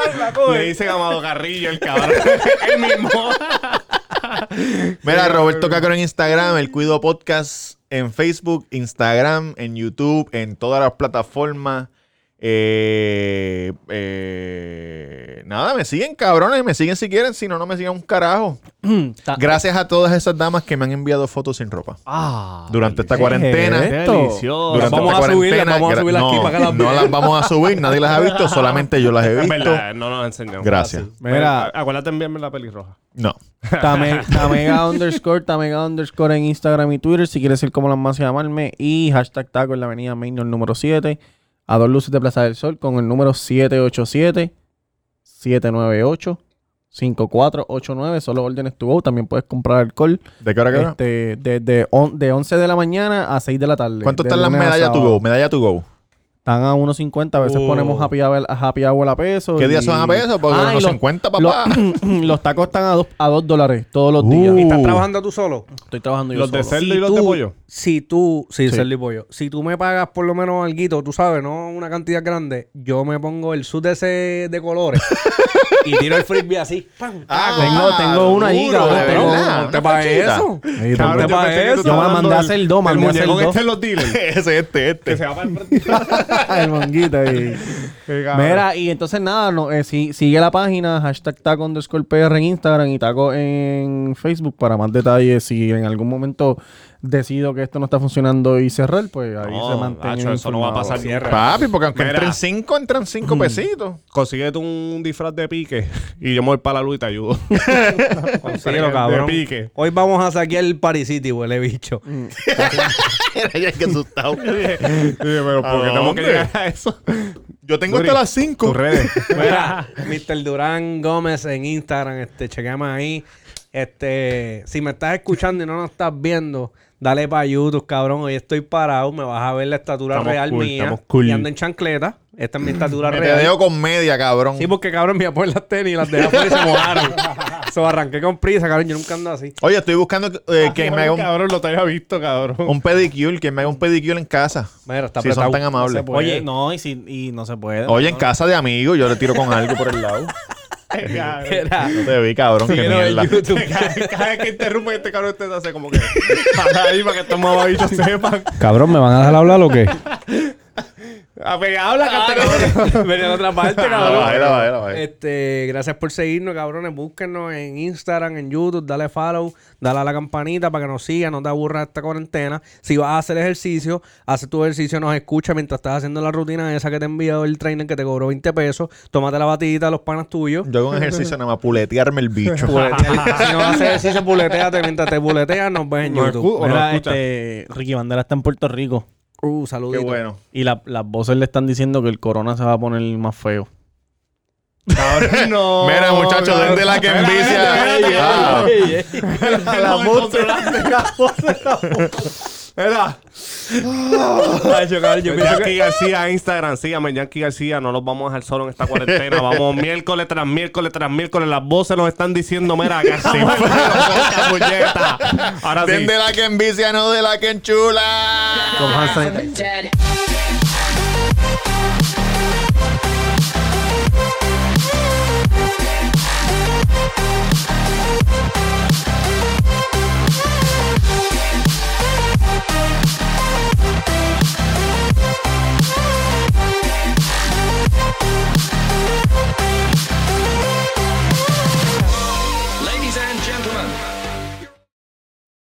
[SPEAKER 2] Le dicen Amado Carrillo, el cabrón. el mismo.
[SPEAKER 3] Mira, Roberto Cacro en Instagram, el Cuido Podcast en Facebook, Instagram, en YouTube, en todas las plataformas. Eh, eh, nada, me siguen cabrones, me siguen si quieren, si no, no me sigan un carajo.
[SPEAKER 4] Mm, Ta-
[SPEAKER 3] Gracias a todas esas damas que me han enviado fotos sin ropa.
[SPEAKER 2] Ah.
[SPEAKER 3] Durante esta cuarentena.
[SPEAKER 2] Delicioso.
[SPEAKER 3] Durante
[SPEAKER 1] vamos
[SPEAKER 3] esta
[SPEAKER 1] a subir, las vamos a
[SPEAKER 3] gra-
[SPEAKER 1] subir aquí
[SPEAKER 3] no,
[SPEAKER 1] para que las
[SPEAKER 3] no
[SPEAKER 1] vean.
[SPEAKER 3] las vamos a subir, nadie las ha visto, solamente yo las he
[SPEAKER 2] Es
[SPEAKER 3] visto.
[SPEAKER 2] verdad, no nos enseñó.
[SPEAKER 3] Gracias.
[SPEAKER 4] Mira.
[SPEAKER 2] Pero, acuérdate de enviarme la pelirroja.
[SPEAKER 3] No.
[SPEAKER 4] Tame- Tamega underscore, Tamega underscore en Instagram y Twitter si quieres ser como las más y llamarme. Y hashtag taco en la avenida Main, el número 7. A dos luces de Plaza del Sol con el número 787-798-5489. Solo órdenes to go. También puedes comprar alcohol
[SPEAKER 3] ¿De qué hora que hora?
[SPEAKER 4] este, de, de, on- de 11 de la mañana a 6 de la tarde.
[SPEAKER 3] ¿Cuánto
[SPEAKER 4] de
[SPEAKER 3] están las
[SPEAKER 4] lunes a
[SPEAKER 3] medallas to
[SPEAKER 4] sábado.
[SPEAKER 3] go? Medalla to go.
[SPEAKER 4] Están a 1.50. A veces
[SPEAKER 1] Oh.
[SPEAKER 4] ponemos happy hour, happy hour a peso.
[SPEAKER 3] ¿Qué
[SPEAKER 4] y-
[SPEAKER 3] días son a peso? Porque
[SPEAKER 4] Ah, y
[SPEAKER 3] unos
[SPEAKER 4] los-
[SPEAKER 3] 50,
[SPEAKER 4] los,
[SPEAKER 3] papá.
[SPEAKER 4] los tacos están a 2 a dos dólares todos los
[SPEAKER 3] Uh.
[SPEAKER 4] días.
[SPEAKER 3] Y
[SPEAKER 1] ¿Estás trabajando tú solo?
[SPEAKER 4] Estoy trabajando yo
[SPEAKER 2] Los de
[SPEAKER 4] solo.
[SPEAKER 2] cerdo y los de
[SPEAKER 1] tú-
[SPEAKER 2] pollo.
[SPEAKER 1] Si tú, sí,
[SPEAKER 4] Sí.
[SPEAKER 1] cerdo y pollo. Si tú me pagas por lo menos algo, tú sabes, no una cantidad grande, yo me pongo el sud ese de colores. y tiro el frisbee así. ¡Pam!
[SPEAKER 3] Ah,
[SPEAKER 4] Tengo, tengo uno allí,
[SPEAKER 3] duro,
[SPEAKER 4] cabrón.
[SPEAKER 3] de
[SPEAKER 4] Tengo
[SPEAKER 3] verdad,
[SPEAKER 4] uno.
[SPEAKER 3] una pachita.
[SPEAKER 4] Ey,
[SPEAKER 3] Cabrón,
[SPEAKER 4] tampoco-
[SPEAKER 3] yo pensé que tú
[SPEAKER 4] Yo
[SPEAKER 3] estabas
[SPEAKER 4] me
[SPEAKER 3] hablando
[SPEAKER 4] mandé a
[SPEAKER 3] del-
[SPEAKER 4] hacer dos,
[SPEAKER 3] del
[SPEAKER 4] mandé a hacer
[SPEAKER 3] muñeco que
[SPEAKER 4] dos.
[SPEAKER 3] está en los dealers. Ese, este, este.
[SPEAKER 4] el monguito ahí. Mira, y entonces nada, no, eh, si- sigue la página, hashtag taco underscore PR en Instagram y taco en Facebook para más detalles. Si en algún momento decido que esto no está funcionando y cerrar, pues ahí
[SPEAKER 2] No,
[SPEAKER 4] se mantiene.
[SPEAKER 2] Nacho, eso no va a
[SPEAKER 4] informado.
[SPEAKER 2] pasar cierre.
[SPEAKER 3] Papi, porque aunque
[SPEAKER 2] Mira.
[SPEAKER 3] entren cinco, entran cinco pesitos.
[SPEAKER 2] Consíguete un disfraz de pique y yo me voy para la luz y te ayudo. Consíguelo,
[SPEAKER 1] Pero, cabrón.
[SPEAKER 2] De pique.
[SPEAKER 1] Hoy vamos a saquear el Paricity, huele bicho.
[SPEAKER 3] Era ya que asustado.
[SPEAKER 2] Sí, pero
[SPEAKER 3] ¿A
[SPEAKER 2] porque tenemos
[SPEAKER 3] dónde?
[SPEAKER 2] que llegar a eso.
[SPEAKER 3] Yo tengo
[SPEAKER 2] Duri,
[SPEAKER 3] hasta las cinco.
[SPEAKER 2] Tus redes.
[SPEAKER 1] Mira,
[SPEAKER 2] Ah.
[SPEAKER 1] Mr. Durán Gómez en Instagram, este, chequeame ahí. Este, si me estás escuchando y no nos estás viendo, dale para YouTube, cabrón. Hoy estoy parado, me vas a ver la estatura
[SPEAKER 2] Estamos
[SPEAKER 1] real
[SPEAKER 2] cool,
[SPEAKER 1] mía.
[SPEAKER 2] estamos cool.
[SPEAKER 1] Y ando en chancleta. Esta es mi estatura
[SPEAKER 3] Me te
[SPEAKER 1] real.
[SPEAKER 3] dejo con media, cabrón.
[SPEAKER 1] Sí, porque cabrón, me apoyé las tenis y las dejé afuera y se mojaron. so, arranqué con prisa, cabrón. Yo nunca ando así.
[SPEAKER 3] Oye, estoy buscando eh, que me haga un,
[SPEAKER 2] Cabrón, lo te haya visto, cabrón.
[SPEAKER 3] un pedicure, que me haga un pedicure en casa.
[SPEAKER 1] Mira, está
[SPEAKER 3] si son
[SPEAKER 1] apretado.
[SPEAKER 3] tan amables.
[SPEAKER 4] Se
[SPEAKER 2] Pues,
[SPEAKER 4] puede.
[SPEAKER 1] Oye.
[SPEAKER 4] no, y, si- y no se puede.
[SPEAKER 3] Oye, en casa de amigos, yo le tiro con algo por el lado.
[SPEAKER 1] Mira,
[SPEAKER 3] No te vi, cabrón, que
[SPEAKER 1] quiero ver
[SPEAKER 3] mierda.
[SPEAKER 1] YouTube.
[SPEAKER 2] Cada vez que interrumpe este cabrón, te hace como que. Para ahí, para que estos mamabichos sepan.
[SPEAKER 4] Cabrón, ¿me van a dejar hablar o qué?
[SPEAKER 1] Ah,
[SPEAKER 2] A ver, habla,
[SPEAKER 1] pues, Venía de otra
[SPEAKER 2] Ah,
[SPEAKER 1] parte,
[SPEAKER 3] La bajé, la bajé, la
[SPEAKER 1] cabrón.
[SPEAKER 3] bajé.
[SPEAKER 1] Este, gracias por seguirnos, cabrones. Búsquenos en Instagram, en YouTube, dale follow, dale a la campanita para que nos siga, no te aburra esta cuarentena. Si vas a hacer ejercicio, hace tu ejercicio, nos escucha mientras estás haciendo la rutina esa que te envió el trainer que te cobró 20 pesos. Tómate la batidita de los panas tuyos.
[SPEAKER 3] Yo hago un ejercicio nada más, puletearme el bicho.
[SPEAKER 1] Puletea- si no haces ejercicio, puleteate. Mientras te puleteas, nos ves en
[SPEAKER 2] Nos
[SPEAKER 1] YouTube.
[SPEAKER 2] escu- o nos
[SPEAKER 4] Mira,
[SPEAKER 2] escucha.
[SPEAKER 4] este, Ricky Bandera está en Puerto Rico
[SPEAKER 1] Uh,
[SPEAKER 3] Qué
[SPEAKER 1] saludito.
[SPEAKER 3] bueno.
[SPEAKER 4] y la- las voces le están diciendo que el corona se va a poner más feo.
[SPEAKER 2] Cabrón, no.
[SPEAKER 3] Mira, muchachos,
[SPEAKER 2] Cabrón.
[SPEAKER 3] desde la que
[SPEAKER 2] Mira, mira, mira,
[SPEAKER 3] envicia.
[SPEAKER 2] mira.
[SPEAKER 3] Ah.
[SPEAKER 2] la voz de la Era. Yankee García, Instagram, síganme, Yankee García. No los vamos a dejar solos en esta cuarentena. Vamos miércoles tras miércoles tras miércoles. Las voces nos están diciendo, mira, que sin poca puñeta. Ahora sí.
[SPEAKER 3] Desde la que envicia, no de la que enchula.
[SPEAKER 12] Dead.